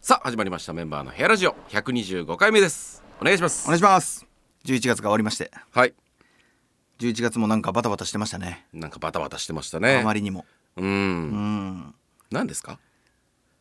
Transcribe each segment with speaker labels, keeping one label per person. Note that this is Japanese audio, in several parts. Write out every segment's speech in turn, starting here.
Speaker 1: さあ始まりましたメンバーのヘアラジオ125回目ですお願いします
Speaker 2: お願いします11月が終わりまして
Speaker 1: はい
Speaker 2: 11月もなんかバタバタしてましたね
Speaker 1: なんかバタバタしてましたね
Speaker 2: あまりにも
Speaker 1: うん
Speaker 2: うん
Speaker 1: 何ですか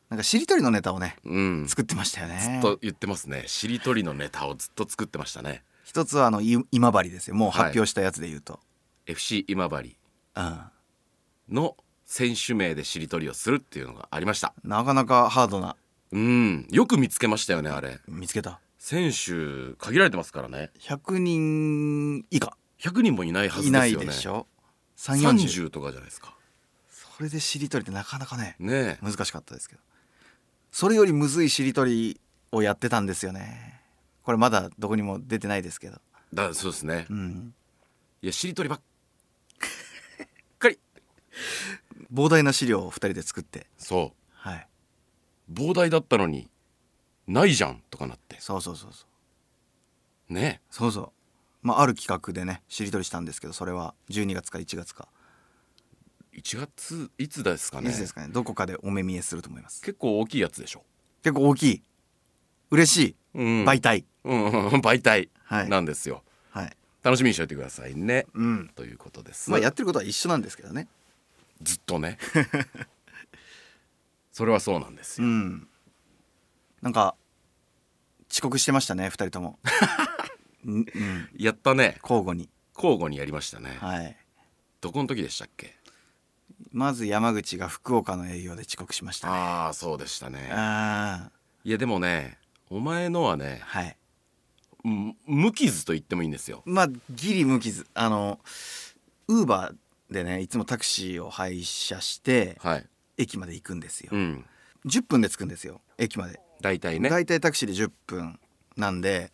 Speaker 2: なんかしりとりのネタをね
Speaker 1: うんず
Speaker 2: 作ってましたよね
Speaker 1: っと言ってますねしりとりのネタをずっと作ってましたね
Speaker 2: 一つはあのい今治ですよもう発表したやつで言うと、
Speaker 1: FC 今治
Speaker 2: うん
Speaker 1: の選手名でしりとりをするっていうのがありました
Speaker 2: なかなかハードな
Speaker 1: うんよく見つけましたよねあれ
Speaker 2: 見つけた
Speaker 1: 選手限られてますからね
Speaker 2: 100人以下
Speaker 1: 100人もいないはずですよね
Speaker 2: いないでしょ340
Speaker 1: 30とかじゃないですか
Speaker 2: それでしりとりってなかなかね
Speaker 1: ねえ
Speaker 2: 難しかったですけどそれよりむずいしりとりをやってたんですよねこれまだどこにも出てないですけど
Speaker 1: だそうですね
Speaker 2: うん
Speaker 1: いやしりとりばっか り
Speaker 2: 膨大な資料を2人で作って
Speaker 1: そ
Speaker 2: はいう
Speaker 1: 膨大だったのにないじゃんとかなって
Speaker 2: そうそうそうそう
Speaker 1: ね
Speaker 2: そうそうまあある企画でねしりとりしたんですけどそれは12月か1月か
Speaker 1: え1月いつですかね
Speaker 2: いつですかねどこかでお目見えすると思います
Speaker 1: 結構大きいやつでしょ、
Speaker 2: 結構大きい嬉し
Speaker 1: うん
Speaker 2: い媒体、
Speaker 1: うんうん媒体
Speaker 2: はい
Speaker 1: なんですよ、
Speaker 2: はい
Speaker 1: 楽しみにしておいてくださいね
Speaker 2: うん
Speaker 1: ということです、
Speaker 2: まあやってることは一緒なんですけどね
Speaker 1: ずっとね それはそうなんです
Speaker 2: う
Speaker 1: よ、
Speaker 2: んなんか遅刻してましたね2人 ともうん、うん、
Speaker 1: やったね
Speaker 2: 交互に
Speaker 1: 交互にやりましたね、
Speaker 2: はい
Speaker 1: どこの時でしたっけ
Speaker 2: まず山口が福岡の営業で遅刻しましたね
Speaker 1: ああそうでしたね
Speaker 2: ああ
Speaker 1: いやでもねお前のはね
Speaker 2: はい
Speaker 1: む無傷と言ってもいいんですよ
Speaker 2: まあギリ無傷あのウーバーでねいつもタクシーを配車して
Speaker 1: はい
Speaker 2: 駅まで行くんですよ、
Speaker 1: うん
Speaker 2: 10分で着くんですよ駅まで、
Speaker 1: 大体ね
Speaker 2: 大体タクシーで10分なんで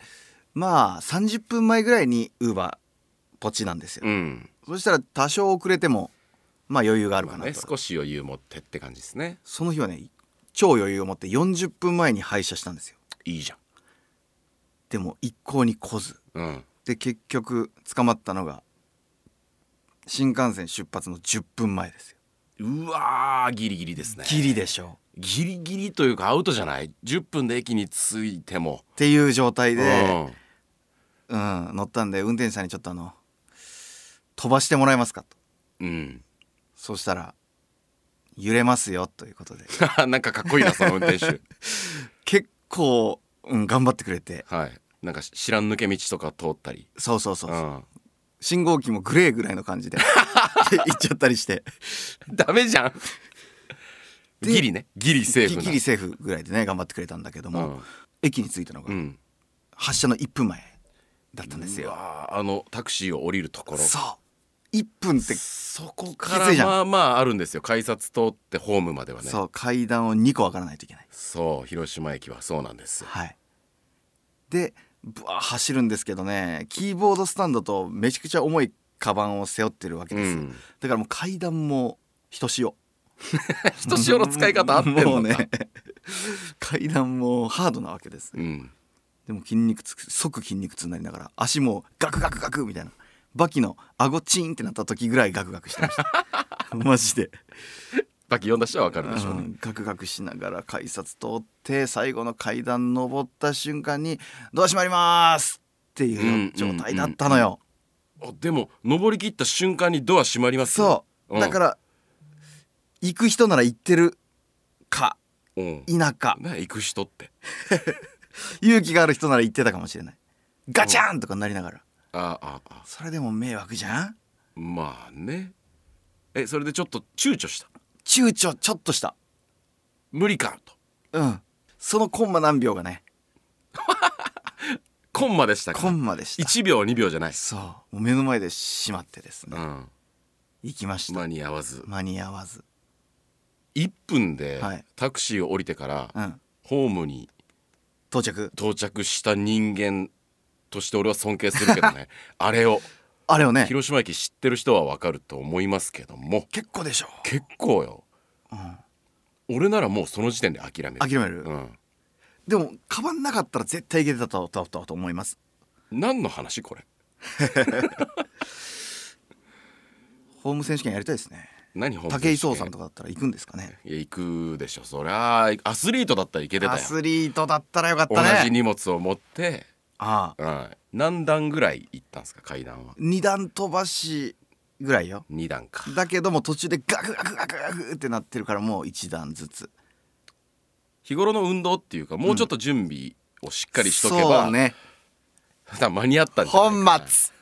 Speaker 2: まあ30分前ぐらいにウーバーポチなんですよ、
Speaker 1: うん
Speaker 2: そしたら多少遅れてもまあ余裕があるか
Speaker 1: まあ
Speaker 2: なと、
Speaker 1: ね少し余裕持ってって感じですね
Speaker 2: その日はね超余裕を持って40分前に配車したんですよ
Speaker 1: いいじゃ
Speaker 2: でも一向に来ず
Speaker 1: んうん
Speaker 2: で結局捕まったのが新幹線出発の10分前ですよ
Speaker 1: うわーギリギリですね
Speaker 2: ギリでしょ
Speaker 1: ギリギリというかアウトじゃない10分で駅に着いても、
Speaker 2: っていう状態で、
Speaker 1: うん
Speaker 2: うん、乗ったんで運転手さんにちょっとあの飛ばしてもらえますかと
Speaker 1: うん、
Speaker 2: そしたら揺れますよということで
Speaker 1: なんかかっこいいなその運転 手
Speaker 2: 結構、うん、頑張ってくれて
Speaker 1: はいなんか知らん抜け道とか通ったり
Speaker 2: そうそうそうそう、
Speaker 1: ん、
Speaker 2: 信号機もグレーぐらいの 感じで行っちゃったりして
Speaker 1: ダメじゃん
Speaker 2: で
Speaker 1: ギリねギリセーフ
Speaker 2: ギ
Speaker 1: な
Speaker 2: リセーフぐらいでね頑張ってくれたんだけども、駅に着いたの
Speaker 1: う
Speaker 2: が
Speaker 1: ん、うん、
Speaker 2: 発車の1分前だったんです
Speaker 1: う
Speaker 2: よ、
Speaker 1: わーあのタクシーを降りるところ
Speaker 2: そう1分って、
Speaker 1: そこか
Speaker 2: きつ
Speaker 1: ら
Speaker 2: いじゃん
Speaker 1: まあまああるんですよ改札通ってホームまではねそう
Speaker 2: そう階段を2個上がらないといけない
Speaker 1: 広島駅はそうなんですよ
Speaker 2: はいでぶわー走るんですけどねキーボードスタンドとめちゃくちゃ重いカバンを背負ってるわけ
Speaker 1: う
Speaker 2: ですよ、
Speaker 1: ん
Speaker 2: だからもう階段もひとしお
Speaker 1: 人塩の使い方合ってんのか
Speaker 2: もうね階段もハードなわけです
Speaker 1: うん
Speaker 2: でも筋肉つく即筋肉痛になりながら足もガクガクガクみたいなバキの顎チーンってなった時ぐらいガクガクしてました マジで
Speaker 1: バキ読んだ人はわかるでしょう
Speaker 2: う
Speaker 1: ね、
Speaker 2: んガクガクしながら改札通って最後の階段登った瞬間に「ドア閉まります!」っていう状態だったのよ、
Speaker 1: あでも登り切った瞬間にドア閉まりますよ、
Speaker 2: そう、だからら行く人なら行ってるか
Speaker 1: うん、
Speaker 2: 否か
Speaker 1: ね行く人って
Speaker 2: 勇気がある人なら行ってたかもしれないガチャンとかなりながら
Speaker 1: あああ
Speaker 2: それでも迷惑じゃん
Speaker 1: まあねえそれでちょっと躊躇した
Speaker 2: 躊躇ちょっとした
Speaker 1: 無理かと
Speaker 2: うんそのコンマ何秒がね
Speaker 1: コンマでしたか
Speaker 2: コンマでした
Speaker 1: 1秒2秒じゃないです、
Speaker 2: そうもう目の前で閉まってです
Speaker 1: う
Speaker 2: ね
Speaker 1: ん、
Speaker 2: 行きました
Speaker 1: 間に合わず
Speaker 2: 間に合わず
Speaker 1: 1分で
Speaker 2: はい
Speaker 1: タクシーを降りてから
Speaker 2: うん
Speaker 1: ホームに
Speaker 2: 到着
Speaker 1: 到着した人間として俺は尊敬するけど ねあれを
Speaker 2: あれをね
Speaker 1: 広島駅知ってる人はわかると思いますけども
Speaker 2: 結構でしょ
Speaker 1: 結構よ、俺ならもうその時点で諦める
Speaker 2: 諦める、
Speaker 1: うん
Speaker 2: でもカバンなかったら絶対いけてたとととと思います
Speaker 1: 何の話これ
Speaker 2: ホーム選手権やりたいですね
Speaker 1: 何本
Speaker 2: 武井壮さんとかだったら行くんですかね
Speaker 1: いや行くでしょそりゃアスリートだったらいけてた
Speaker 2: ア
Speaker 1: よ
Speaker 2: スリートだったらよかっ
Speaker 1: 同
Speaker 2: たね
Speaker 1: じ荷物を持って、
Speaker 2: ああ
Speaker 1: はい、何段ぐらい行ったんですか階段は
Speaker 2: 二段飛ばしぐらいよ
Speaker 1: 2段か
Speaker 2: だけども途中でガクガクガクガクってなってるからもう一段ずつ
Speaker 1: 日頃の運動っていうかもうちょっと準備をしっかりしとけば、
Speaker 2: そうね
Speaker 1: ただ間に合ったんじゃないか
Speaker 2: 本
Speaker 1: な
Speaker 2: 末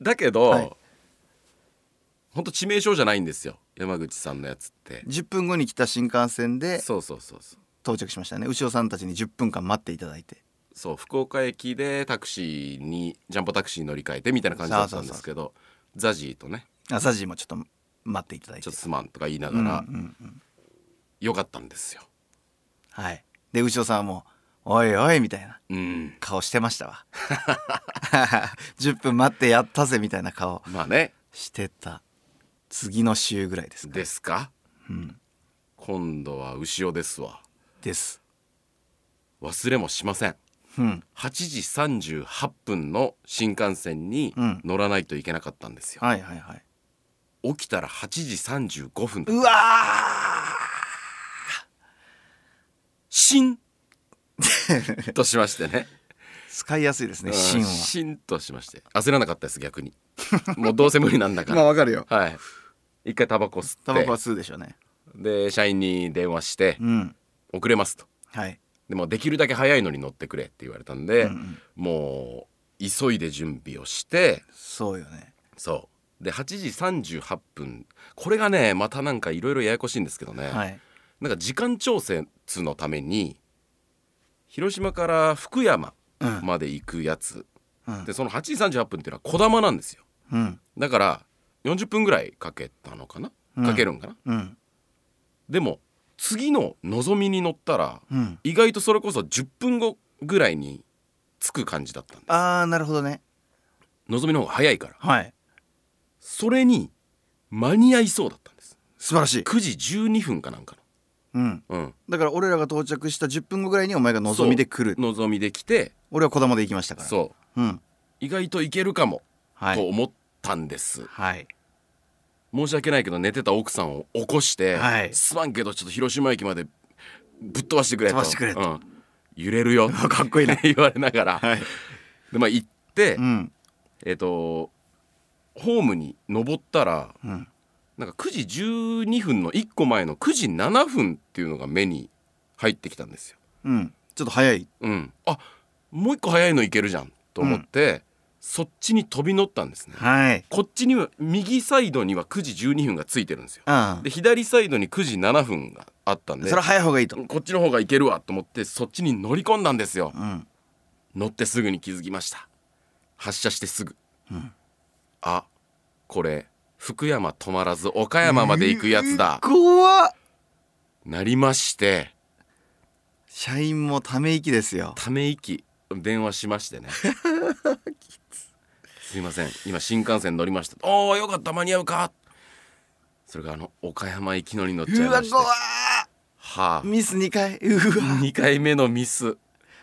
Speaker 1: だけど、
Speaker 2: はい
Speaker 1: ほんと致命傷じゃないんですよ山口さんのやつって
Speaker 2: 10分後に来た新幹線で
Speaker 1: そうそうそうそう
Speaker 2: 到着しましたね牛尾さんたちに10分間待っていただいて
Speaker 1: そう福岡駅でタクシーにジャンボタクシーに乗り換えてみたいな感じだったんですけどザジーとね
Speaker 2: 朝時もちょっと待っていただい
Speaker 1: ち
Speaker 2: て
Speaker 1: ょっとすまんとか言いながら、
Speaker 2: うんうんうん
Speaker 1: よかったんですよ
Speaker 2: はいで牛尾さんはもう「おいおい」みたいな
Speaker 1: うん
Speaker 2: 顔してましたわ 10分待ってやったぜみたいな顔
Speaker 1: まあね
Speaker 2: してた次の週ぐらいですか
Speaker 1: ですか
Speaker 2: うん、
Speaker 1: 今度は後ろですわ
Speaker 2: です
Speaker 1: 忘れもしません
Speaker 2: うん
Speaker 1: 8時38分の新幹線に
Speaker 2: うん
Speaker 1: 乗らないといけなかったんですよ、
Speaker 2: はいはいはい
Speaker 1: 起きたら8時35分だ
Speaker 2: うわ
Speaker 1: シ ンとしましてね
Speaker 2: ー使いやすいですね
Speaker 1: う
Speaker 2: 芯
Speaker 1: ん
Speaker 2: は
Speaker 1: シンとしまして焦らなかったです逆にもうどうせ無理なんだか
Speaker 2: まあ
Speaker 1: ら、
Speaker 2: わかるよ
Speaker 1: はい一回タバコ吸
Speaker 2: タバコは
Speaker 1: っ
Speaker 2: 吸うでしょうね
Speaker 1: てで社員に電話して
Speaker 2: うん
Speaker 1: 「遅れます」と
Speaker 2: はい
Speaker 1: 「でもできるだけ早いのに乗ってくれ」って言われたんで、
Speaker 2: うんうん
Speaker 1: もう急いで準備をして
Speaker 2: そうよね
Speaker 1: そうで8時38分これがねまたなんかいろいろややこしいんですけどね、
Speaker 2: はい
Speaker 1: なんか時間調節のために広島から福山
Speaker 2: うん
Speaker 1: まで行くやつ、
Speaker 2: うん
Speaker 1: でその8時38分っていうのはこだまなんですよ
Speaker 2: うん
Speaker 1: だから40分ぐらいかけたのかな
Speaker 2: うん
Speaker 1: かけるんかな、
Speaker 2: うん
Speaker 1: でも次ののぞみに乗ったら
Speaker 2: うん
Speaker 1: 意外とそれこそ10分後ぐらいに着く感じだったんで
Speaker 2: ああなるほどね
Speaker 1: のぞみの方が早いから
Speaker 2: はい
Speaker 1: それに間に合いそうだったんです
Speaker 2: 素晴らしい、
Speaker 1: 9時12分かなんか
Speaker 2: うん、
Speaker 1: の、うん、
Speaker 2: だから俺らが到着した10分後ぐらいにお前が望みで来る
Speaker 1: のぞみで来て
Speaker 2: 俺はこだまで行きましたからう、、
Speaker 1: そうん意外といけるかも
Speaker 2: は
Speaker 1: と
Speaker 2: い
Speaker 1: 思ったんです、
Speaker 2: はい
Speaker 1: 申し訳ないけど寝てた奥さんを起こして「
Speaker 2: はい
Speaker 1: すまんけどちょっと広島駅までぶっ飛ばしてくれと」
Speaker 2: 飛ばしてくれと
Speaker 1: うん揺れる よ」か
Speaker 2: っこいいな
Speaker 1: 言われながら、
Speaker 2: はい
Speaker 1: でまあ行って、
Speaker 2: うん
Speaker 1: えっ、とホームに登ったら
Speaker 2: うん
Speaker 1: なんか9時12分の1個前の9時7分っていうのが目に入ってきたんですよ。
Speaker 2: うんちょっと早い
Speaker 1: うん、あもう一個早いのいけるじゃんと思って、そっちに飛び乗ったんですね。
Speaker 2: はい
Speaker 1: こっちには右サイドには9時12分がついてるんですよ。
Speaker 2: うん
Speaker 1: で左サイドに9時7分があったんで
Speaker 2: それは早い方がいいと
Speaker 1: こっちの方がいけるわと思ってそっちに乗り込んだんですよ
Speaker 2: うん
Speaker 1: 乗ってすぐに気づきました発車してすぐ、
Speaker 2: うん
Speaker 1: あこれ福山止まらず岡山まで行くやつだ
Speaker 2: うー怖っ
Speaker 1: なりまして
Speaker 2: 社員もため息ですよ
Speaker 1: ため息電話しましてねすいません今新幹線乗りましたおおよかった間に合うかそれがあの岡山行きのに乗っちゃいうま
Speaker 2: わ
Speaker 1: して
Speaker 2: 怖っ
Speaker 1: はあ
Speaker 2: ミス2回うわ
Speaker 1: 2回目のミス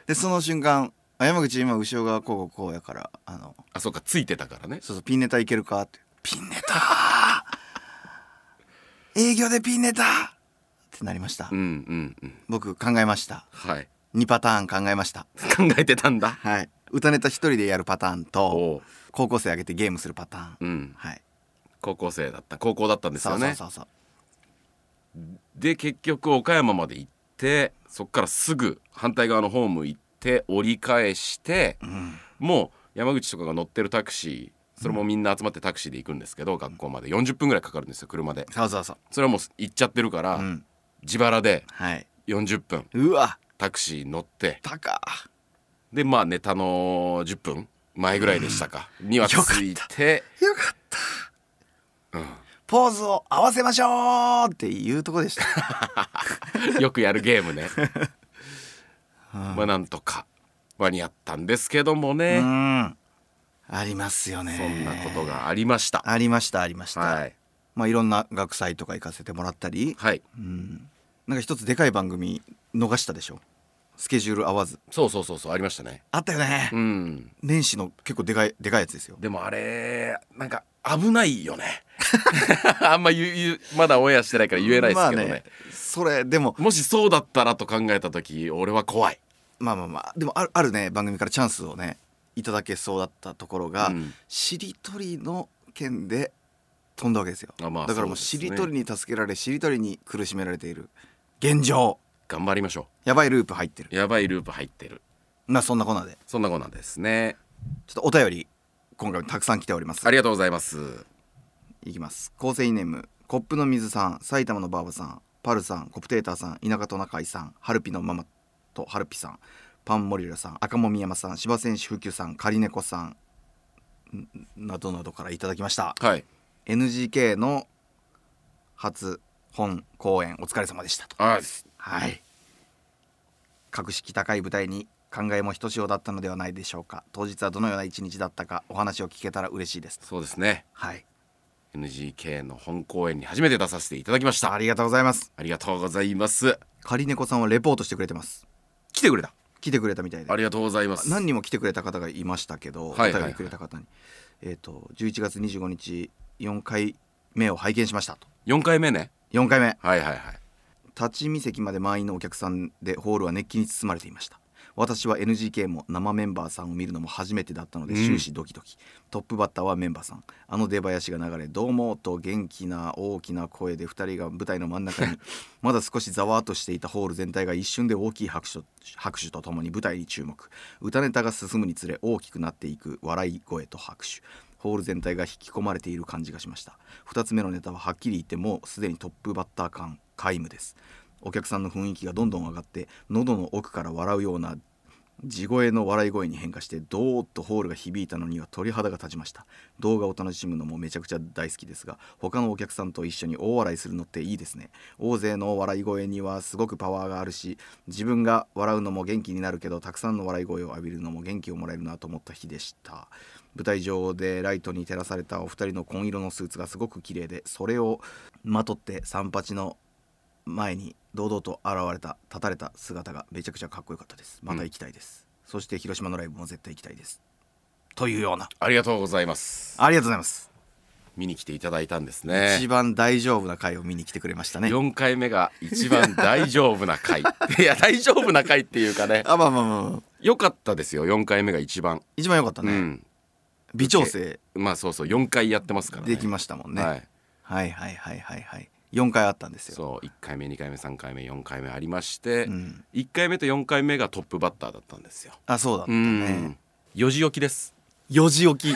Speaker 2: でその瞬間あ山口今後ろがこうこうこうやからあの
Speaker 1: あそうかついてたからね
Speaker 2: そうそうピンネタいけるかってピンネター営業でピンネターってなりました、
Speaker 1: うんうんうん
Speaker 2: 僕考えました
Speaker 1: はい
Speaker 2: 2パターン考えました
Speaker 1: 考えてたんだ
Speaker 2: はい歌ネタ一人でやるパターンと
Speaker 1: おう
Speaker 2: 高校生あげてゲームするパターン
Speaker 1: うん
Speaker 2: はい
Speaker 1: 高校生だった高校だったんです
Speaker 2: そ
Speaker 1: よ
Speaker 2: う
Speaker 1: ね
Speaker 2: そうそうそう
Speaker 1: で結局岡山まで行ってそっからすぐ反対側のホーム行って折り返して
Speaker 2: うん
Speaker 1: もう山口とかが乗ってるタクシーそれもみんな集まってタクシーで行くんですけど、学校まで40分ぐらいかかるんですよ車で
Speaker 2: そうそうそう
Speaker 1: それはもう行っちゃってるから、
Speaker 2: うん
Speaker 1: 自腹で
Speaker 2: はい
Speaker 1: 40分
Speaker 2: うわ
Speaker 1: タクシー乗って
Speaker 2: 高
Speaker 1: でまあネタの10分前ぐらいでしたか、には着いて
Speaker 2: よかった
Speaker 1: うん
Speaker 2: ポーズを合わせましょうっていうとこでした
Speaker 1: よくやるゲー ムね。まあなんとか間に合ったんですけども
Speaker 2: う
Speaker 1: ね、
Speaker 2: んありますよね
Speaker 1: そんなことがありました。
Speaker 2: ありましたありました、
Speaker 1: はい
Speaker 2: まあいろんな学祭とか行かせてもらったり
Speaker 1: はい
Speaker 2: うんなんか一つでかい番組逃したでしょスケジュール合わず
Speaker 1: そうそうそうそうありましたね
Speaker 2: あったよね、
Speaker 1: うん
Speaker 2: 年始の結構でかいでかいやつですよ
Speaker 1: でもあれなんか危ないよね あんま言う言うまだオンエアしてないから言えないですけどね,、
Speaker 2: まあねそれでも
Speaker 1: もしそうだったらと考えた時俺は怖い
Speaker 2: まあまあまあでもあるあるね番組からチャンスをねいただけそうだったところが、
Speaker 1: うん
Speaker 2: しりとりの件で飛んだわけですよ
Speaker 1: あまあ
Speaker 2: だからもう
Speaker 1: そ
Speaker 2: し
Speaker 1: うですね
Speaker 2: りとりに助けられしりとりに苦しめられている現状
Speaker 1: 頑張りましょ
Speaker 2: やばいループ入ってる
Speaker 1: うやばいループ入ってる
Speaker 2: まあそんなこんなで
Speaker 1: そんなことなんですね
Speaker 2: ちょっとお便り今回もたくさん来ております
Speaker 1: ありがとうございます
Speaker 2: いきます構成員ネームコップの水さん埼玉のバーバさんパルさんコプテーターさん田舎トナカイさんハルピのママとハルピさんパンモリュラさん赤もみやまさん芝選手普及さんカリネコさんんなどなどからいただきました
Speaker 1: はい
Speaker 2: NGK の初本公演お疲れ様でしたと
Speaker 1: あ
Speaker 2: はい格式高い舞台に感慨もひとしおだったのではないでしょうか当日はどのような一日だったかお話を聞けたら嬉しいです
Speaker 1: そうですね
Speaker 2: はい
Speaker 1: NGK の本公演に初めて出させていただきました
Speaker 2: ありがとうございます
Speaker 1: ありがとうございます
Speaker 2: カリネコさんはレポートしてくれてます
Speaker 1: 来てくれた
Speaker 2: 来てくれたみたいで
Speaker 1: ありがとうございます
Speaker 2: 何人も来てくれた方がいましたけど、
Speaker 1: はいはいはい
Speaker 2: お便りくれた方にえっ、と11月25日4回目を拝見しましたと
Speaker 1: 4回目ね
Speaker 2: 4回目
Speaker 1: はいはいはい
Speaker 2: 立ち見席まで満員のお客さんでホールは熱気に包まれていました私は NGK も生メンバーさんを見るのも初めてだったので
Speaker 1: うん
Speaker 2: 終始ドキドキ、トップバッターはメンバーさんあの出囃子が流れ「どうも」と元気な大きな声で2人が舞台の真ん中に まだ少しざわっとしていたホール全体が一瞬で大きい拍手と拍手とともに舞台に注目歌ネタが進むにつれ大きくなっていく笑い声と拍手ホール全体が引き込まれている感じがしました2つ目のネタははっきり言ってもうすでにトップバッター感皆無ですお客さんの雰囲気がどんどん上がって喉の奥から笑うような地声の笑い声に変化してドーッとホールが響いたのには鳥肌が立ちました動画を楽しむのもめちゃくちゃ大好きですが他のお客さんと一緒に大笑いするのっていいですね大勢の笑い声にはすごくパワーがあるし自分が笑うのも元気になるけどたくさんの笑い声を浴びるのも元気をもらえるなと思った日でした舞台上でライトに照らされたお二人の紺色のスーツがすごく綺麗でそれをまとって三八の前に堂々と現れた立たれた姿がめちゃくちゃかっこよかったですまた行きたいです、そして広島のライブも絶対行きたいですというような
Speaker 1: ありがとうございます
Speaker 2: ありがとうございます、
Speaker 1: 見に来ていただいたんですね
Speaker 2: 一番大丈夫な回を見に来てくれましたね
Speaker 1: 4回目が一番大丈夫な 回いや大丈夫な回っていうかね
Speaker 2: あまあまあまあまあ
Speaker 1: 良かったですよ4回目が一番、
Speaker 2: 一番良かった
Speaker 1: う
Speaker 2: ね、
Speaker 1: ん
Speaker 2: 微調整
Speaker 1: まあそうそう4回やってますからね
Speaker 2: できましたもんね
Speaker 1: はい、
Speaker 2: はいはいはいはいはい4回あったんですよ
Speaker 1: そう1回目2回目3回目4回目ありまして、
Speaker 2: ん
Speaker 1: 1回目と4回目がトップバッターだったんですよ、
Speaker 2: あそうだった
Speaker 1: う
Speaker 2: ね
Speaker 1: ん4時起きです
Speaker 2: 4時起き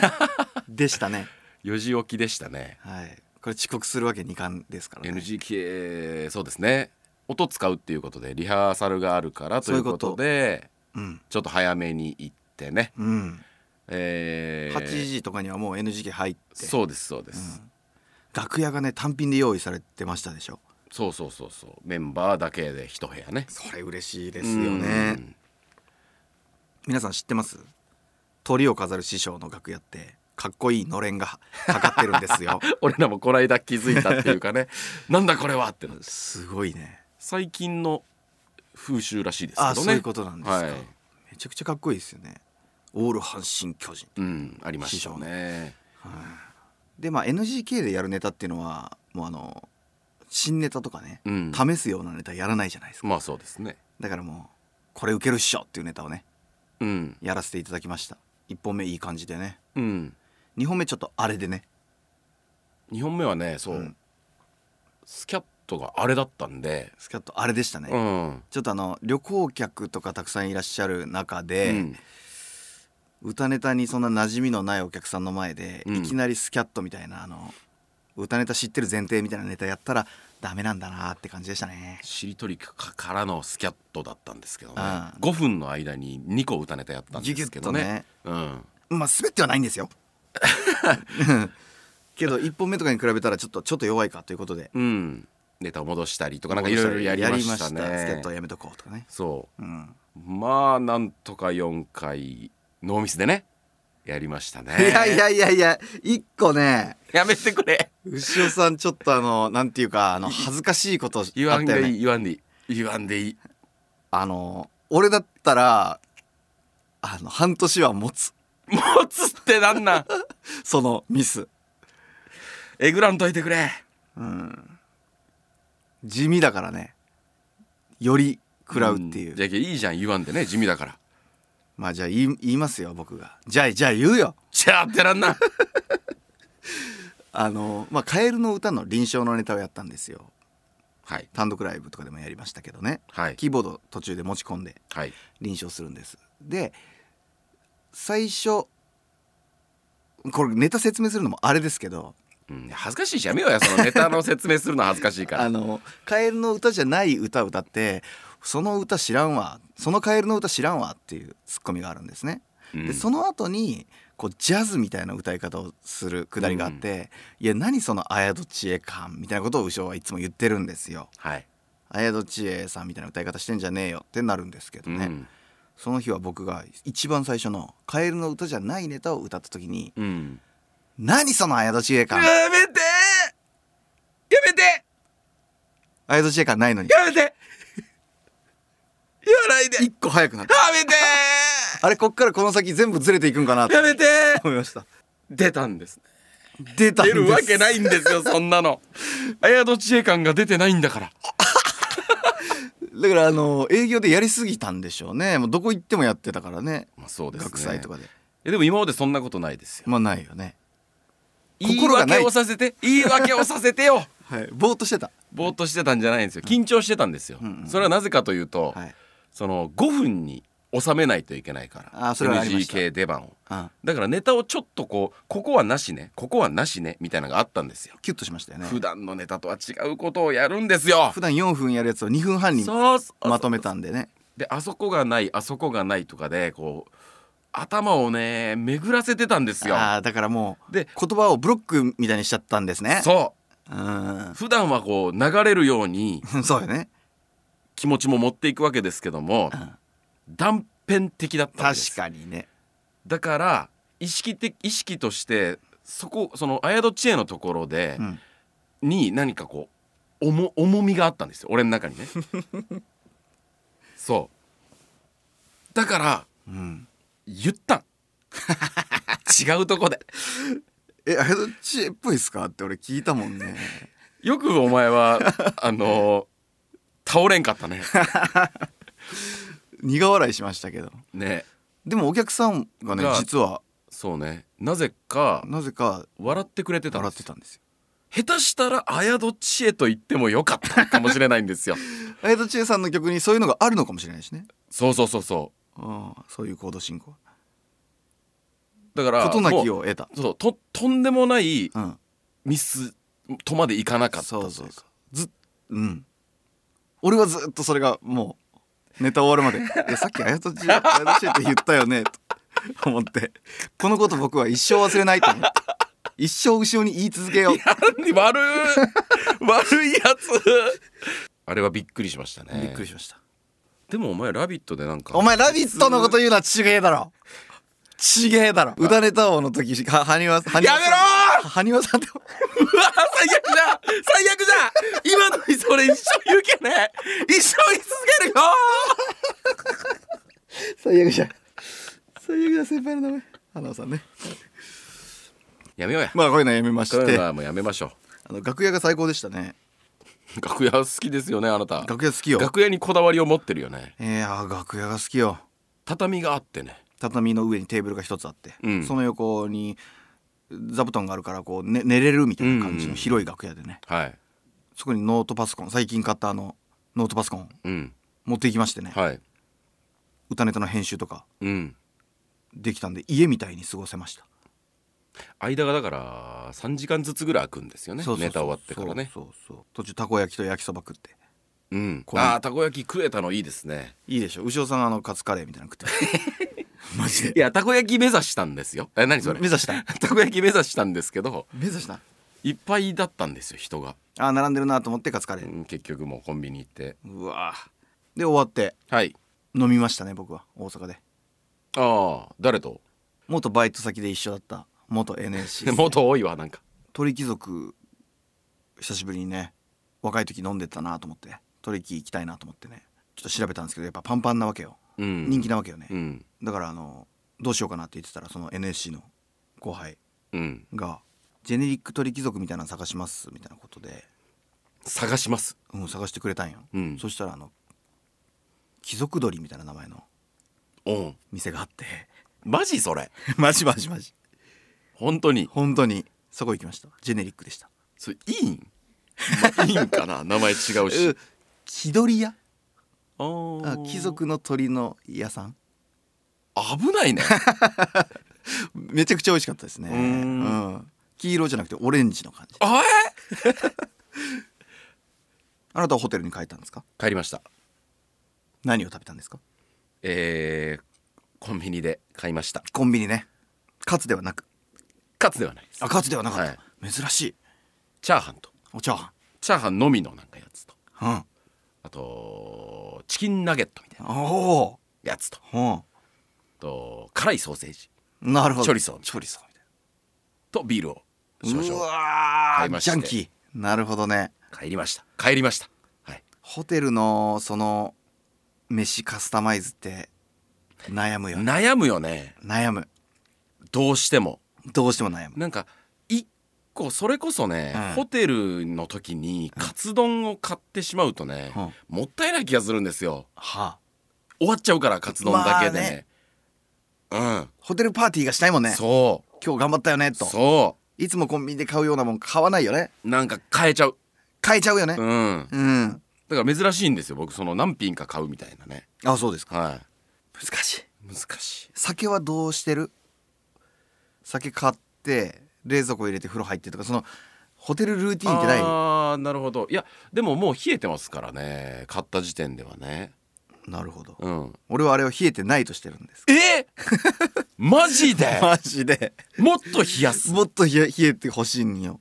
Speaker 2: でしたね
Speaker 1: 4時起きでしたね
Speaker 2: はいこれ遅刻するわけにいかんですからね
Speaker 1: NGK そうですね音使うっていうことでリハーサルがあるからということで
Speaker 2: うん
Speaker 1: ちょっと早めに行ってね、
Speaker 2: うん、
Speaker 1: えー
Speaker 2: 8時とかにはもう NGK 入って
Speaker 1: そうですそうです、
Speaker 2: 楽屋がね単品で用意されてましたでしょ
Speaker 1: そうそうそうそうメンバーだけで一部屋ね
Speaker 2: それ嬉しいで
Speaker 1: です
Speaker 2: よね皆さん知ってます鳥を飾る師匠の楽屋ってかっこいいのれんが かかってるんですよ
Speaker 1: 俺らもこないだ気づいたっていうか ねなんだこれはってな
Speaker 2: すごいね
Speaker 1: 最近の風習らしいですけどね
Speaker 2: あそういうことなんですか、
Speaker 1: はい
Speaker 2: めちゃくちゃかっこいいですよねオール阪神巨人
Speaker 1: うんありましたね
Speaker 2: でまあ NGK でやるネタっていうのはもうあの新ネタとかね、
Speaker 1: うん
Speaker 2: 試すようなネタやらないじゃないですか
Speaker 1: まあそうですね
Speaker 2: だからもうこれ受けるっしょっていうネタをね
Speaker 1: うん
Speaker 2: やらせていただきました1本目いい感じでね
Speaker 1: うん
Speaker 2: 2本目ちょっとあれでね
Speaker 1: 2本目はねそう、
Speaker 2: うん
Speaker 1: スキャットがあれだったんで
Speaker 2: スキャットあれでしたね、
Speaker 1: うん、
Speaker 2: ちょっとあの旅行客とかたくさんいらっしゃる中で、
Speaker 1: うん
Speaker 2: 歌ネタにそんな馴染みのないお客さんの前で、
Speaker 1: うん
Speaker 2: いきなりスキャットみたいなあの歌ネタ知ってる前提みたいなネタやったらダメなんだなって感じでしたね
Speaker 1: しりとりかからのスキャットだったんですけどね
Speaker 2: ああ
Speaker 1: 5分の間に2個歌ネタやったんですけど
Speaker 2: ギュギュ
Speaker 1: ね
Speaker 2: ッ
Speaker 1: うん
Speaker 2: まあ滑ってはないんです よけど1本目とかに比べたらちょっとちょっと弱いかということで
Speaker 1: うん、ネタを戻したりとかなんかいろいろやりました
Speaker 2: やりスキャ
Speaker 1: ね
Speaker 2: ットはやめとこうとかね
Speaker 1: そ
Speaker 2: うん
Speaker 1: うまあなんとか4回ノーミスでねやりましたね
Speaker 2: いやいやいやいや一個ね
Speaker 1: やめてくれ
Speaker 2: 牛尾さんちょっとあのなんていうかあの恥ずかしいことあった
Speaker 1: 言わ
Speaker 2: よ
Speaker 1: んでい
Speaker 2: ね
Speaker 1: い言わんでいい言わんでいい
Speaker 2: あの俺だったらあの半年は持つ
Speaker 1: 持つってなんなん
Speaker 2: そのミス、
Speaker 1: えぐらんといてくれ
Speaker 2: うん、地味だからねより食らうっていう、
Speaker 1: んじゃけいいじゃん言わんでね地味だから
Speaker 2: まあじゃあ言い言いますよ僕がじゃあじゃあ言うよ
Speaker 1: じゃあってら んな
Speaker 2: あのまあ「カエルの歌」の臨床のネタをやったんですよ
Speaker 1: はい
Speaker 2: 単独ライブとかでもやりましたけどね
Speaker 1: はい
Speaker 2: キーボード途中で持ち込んで
Speaker 1: はい
Speaker 2: 臨床するんですで最初これネタ説明するのもあれですけど
Speaker 1: うん恥ずかしいしやめようやそのネタの説明するの恥ずかしいか
Speaker 2: あ
Speaker 1: ら
Speaker 2: のカエルの歌じゃない歌歌ってその歌知らんわそのカエルの歌知らんわっていうツッコミがあるんですね、
Speaker 1: うん
Speaker 2: でその後にこうジャズみたいな歌い方をするくだりがあって、いや何その綾戸知恵感みたいなことを後ろはいつも言ってるんですよ
Speaker 1: はい
Speaker 2: 綾戸知恵さんみたいな歌い方してんじゃねえよってなるんですけどね、
Speaker 1: うん
Speaker 2: その日は僕が一番最初のカエルの歌じゃないネタを歌った時に
Speaker 1: うん
Speaker 2: 「何その綾戸知恵
Speaker 1: や
Speaker 2: 感
Speaker 1: めてやめて
Speaker 2: 綾戸知恵感ないのに
Speaker 1: やめて言わないでや
Speaker 2: 一個早くなった
Speaker 1: めて
Speaker 2: あれこっからこの先全部ずれていくんかなって
Speaker 1: やめて
Speaker 2: 思いました
Speaker 1: 出たんです
Speaker 2: 出たん
Speaker 1: 出
Speaker 2: です
Speaker 1: るわけないんですよそんなの綾戸知恵感が出てないんだから
Speaker 2: だからあの営業でやりすぎたんでしょうねもうどこ行ってもやってたからね
Speaker 1: まあそうですね
Speaker 2: 学祭とかで
Speaker 1: えでも今までそんなことないですよ
Speaker 2: まあないよね
Speaker 1: 言い
Speaker 2: 心がない
Speaker 1: 訳をさせて言い訳をさせて よ
Speaker 2: はいぼーっとしてた
Speaker 1: ぼーっとしてたんじゃないんですよ緊張してたんですよ、
Speaker 2: うんうん
Speaker 1: それはなぜかというと、
Speaker 2: はい、
Speaker 1: その5分に収めないといけないから
Speaker 2: あーそれはありました
Speaker 1: NGK 出番を
Speaker 2: うん、
Speaker 1: だからネタをちょっとこうここはなしねここはなしねみたいなのがあったんですよ
Speaker 2: キュッとしましたよね
Speaker 1: 普段のネタとは違うことをやるんですよ
Speaker 2: 普段4分やるやつを2分半に
Speaker 1: そうそう
Speaker 2: まとめたんでね
Speaker 1: であそこがないあそこがないとかでこう頭をね巡らせてたんですよ
Speaker 2: ああだからもう
Speaker 1: で
Speaker 2: 言葉をブロックみたいにしちゃったんですね
Speaker 1: そう
Speaker 2: ー
Speaker 1: う普段はこう流れるように
Speaker 2: ん そうよね、
Speaker 1: 気持ちも持っていくわけですけども
Speaker 2: うん、
Speaker 1: 断片的だったんで
Speaker 2: 確
Speaker 1: す
Speaker 2: かにね
Speaker 1: だから意識的意識としてそこその綾戸知恵のところで、
Speaker 2: うん
Speaker 1: に何かこう重重みがあったんですよ俺の 中にねそうだから
Speaker 2: うん
Speaker 1: 言ったん違うとこで
Speaker 2: えあれどっちっぽいっすかって俺聞いたもんね
Speaker 1: よくお前 はあの倒れんかったね
Speaker 2: 苦笑いしましたけど
Speaker 1: ね
Speaker 2: でもお客さんがね
Speaker 1: が
Speaker 2: 実は
Speaker 1: そうねなぜか
Speaker 2: なぜか
Speaker 1: 笑ってくれてたん
Speaker 2: 笑
Speaker 1: で
Speaker 2: っ
Speaker 1: す
Speaker 2: てたんですよ
Speaker 1: 下手したら綾戸知恵と言ってもよかったかもしれないん ですよ
Speaker 2: 綾戸知恵さんの曲にそういうのがあるのかもしれないしね
Speaker 1: そうそうそうそ
Speaker 2: ああそういう行動進行
Speaker 1: うだから
Speaker 2: 事なき
Speaker 1: も
Speaker 2: を得た
Speaker 1: うそうととんでもない
Speaker 2: うん
Speaker 1: ミスとまでいかなかった
Speaker 2: そうそうそうずうん俺はずっとそれがもうネタ終わるまで 「えさっき綾戸知恵綾戸知恵って言ったよね」と思ってこのこと僕は一生忘れないと思って一生後ろに言い続けよう
Speaker 1: 何悪 い悪いやつあれはびっくりしましたね
Speaker 2: びっくりしました
Speaker 1: でもお前「ラビット!」でなんか
Speaker 2: お前「ラビット!」のこと言うのはちげえだろちげえだろ歌ネタ王の時ははにわはにわ
Speaker 1: や
Speaker 2: さん
Speaker 1: めろー
Speaker 2: はにわさんって
Speaker 1: うわ最悪だ最悪だ今のにそれ一生言うけね一生言い続けるよ
Speaker 2: 最悪じゃん最悪だ先輩の名前花尾さんね
Speaker 1: やめようや
Speaker 2: まあこういうのやめまし
Speaker 1: そういう
Speaker 2: て
Speaker 1: の
Speaker 2: あ
Speaker 1: はもうやめましょ
Speaker 2: の楽屋が最高でしたね
Speaker 1: う楽屋好きですよねあなた
Speaker 2: 楽屋好きよ
Speaker 1: 楽屋にこだわりを持ってるよね
Speaker 2: いやー楽屋が好きよ
Speaker 1: 畳があってね
Speaker 2: 畳の上にテーブルが一つあって、
Speaker 1: うん
Speaker 2: その横に座布団があるからこう、ね、寝れるみたいな感じの広い楽屋でね、
Speaker 1: はい
Speaker 2: そこにノートパソコン最近買ったあのノートパソコン
Speaker 1: うん
Speaker 2: 持っていきましてね、
Speaker 1: はい
Speaker 2: 歌ネタの編集とか
Speaker 1: うん
Speaker 2: できたんで家みたいに過ごせました、
Speaker 1: 間がだから3時間ずつぐらい空くんですよね
Speaker 2: そうそうそう
Speaker 1: ネタ終わってからね
Speaker 2: そうそうそう途中たこ焼きと焼きそば食って
Speaker 1: うん
Speaker 2: こう
Speaker 1: あーたこ焼き食えたのいいですね
Speaker 2: いいでしょ牛尾さんあのカツカレーみたいなの食ってたマジ
Speaker 1: いやたこ焼き目指したんですよえ何それ
Speaker 2: 目指した
Speaker 1: たこ焼き目指したんですけど
Speaker 2: 目指した
Speaker 1: いっぱいだったんですよ人が、
Speaker 2: あ並んでるなと思ってカツカレ
Speaker 1: う
Speaker 2: ー、
Speaker 1: ん、結局もうコンビニ行って
Speaker 2: うわで終わって
Speaker 1: はい
Speaker 2: 飲みましたね僕は大阪で
Speaker 1: ああ誰と
Speaker 2: 元バイト先で一緒だった元 NSC で すね、
Speaker 1: 元多いわなんか
Speaker 2: 鳥貴族久しぶりにね若い時飲んでたなと思って鳥貴行きたいなと思ってねちょっと調べたんですけどやっぱパンパンなわけよ
Speaker 1: うん
Speaker 2: 人気なわけよね、
Speaker 1: うん
Speaker 2: だからあのどうしようかなって言ってたらその NSC の後輩
Speaker 1: うん
Speaker 2: が「ジェネリック鳥貴族みたいなの探します」みたいなことで、
Speaker 1: 探します
Speaker 2: うん、探してくれたんよ、
Speaker 1: うん
Speaker 2: そしたらあの貴族鳥みたいな名前の
Speaker 1: おん
Speaker 2: 店があって
Speaker 1: マジそれ
Speaker 2: マジマジマジ
Speaker 1: 本当に
Speaker 2: 本当にそこ行きましたジェネリックでした
Speaker 1: それいいん、まあ、いいんか な名前違うし
Speaker 2: う木鳥屋
Speaker 1: あ
Speaker 2: あ
Speaker 1: ー
Speaker 2: 貴族の鳥の屋さん
Speaker 1: 危ない ね
Speaker 2: めちゃくちゃ美味しかったですね
Speaker 1: うーん
Speaker 2: うん黄色じゃなくてオレンジの感じ
Speaker 1: あ
Speaker 2: あなたはホテルに帰ったんですか
Speaker 1: え帰りました
Speaker 2: 何を食べたんですか
Speaker 1: えー、コンビニで買いました
Speaker 2: コンビニねカツではなく
Speaker 1: かつではないです
Speaker 2: あカツではなかった、
Speaker 1: はい
Speaker 2: 珍しい
Speaker 1: チャーハンと
Speaker 2: お茶碗
Speaker 1: チャーハンのみのなんかやつと
Speaker 2: うん
Speaker 1: あとチキンナゲットみたいな
Speaker 2: お
Speaker 1: やつと
Speaker 2: お、
Speaker 1: と辛いソーセージ
Speaker 2: うん、なるほど
Speaker 1: チョリソー
Speaker 2: チョリソーみたい
Speaker 1: とビールを少
Speaker 2: なう
Speaker 1: 々
Speaker 2: わ
Speaker 1: 買い
Speaker 2: ー
Speaker 1: まし
Speaker 2: ジ
Speaker 1: て
Speaker 2: ャンキーなるほどね
Speaker 1: 帰りました帰りましたはい
Speaker 2: ホテルのその飯カスタマイズって悩むよね
Speaker 1: 悩むよね
Speaker 2: 悩む
Speaker 1: どうしても
Speaker 2: どうしても悩む
Speaker 1: なんか一個それこそね、
Speaker 2: うん
Speaker 1: ホテルの時にカツ丼を買ってしまうとね、
Speaker 2: うん
Speaker 1: もったいない気がするんですよ
Speaker 2: はあ
Speaker 1: 終わっちゃうからカツ丼だけでね,、
Speaker 2: ホテルパーティーがしたいもん
Speaker 1: うん、
Speaker 2: ね
Speaker 1: そ
Speaker 2: 今日頑張ったよね
Speaker 1: う
Speaker 2: と
Speaker 1: そ
Speaker 2: いつもコンビニで買うようなもん買わないよね
Speaker 1: うなんか変えちゃう
Speaker 2: 買えちゃうよね
Speaker 1: うん
Speaker 2: うん、
Speaker 1: だから珍しいんですよ僕その何品か買うみたいなね
Speaker 2: あそうですか
Speaker 1: は
Speaker 2: 難しい
Speaker 1: い難しい
Speaker 2: 酒はどうしてる酒買って冷蔵庫入れて風呂入ってとかそのホテルルーティーンってな
Speaker 1: ああなるほどいやでももう冷えてますからね買った時点ではね
Speaker 2: いなるほど
Speaker 1: うん
Speaker 2: 俺はあれを冷えてないとしてるんです
Speaker 1: え マジで
Speaker 2: マジで
Speaker 1: もっと冷やす
Speaker 2: もっと冷え冷えてほしいんよ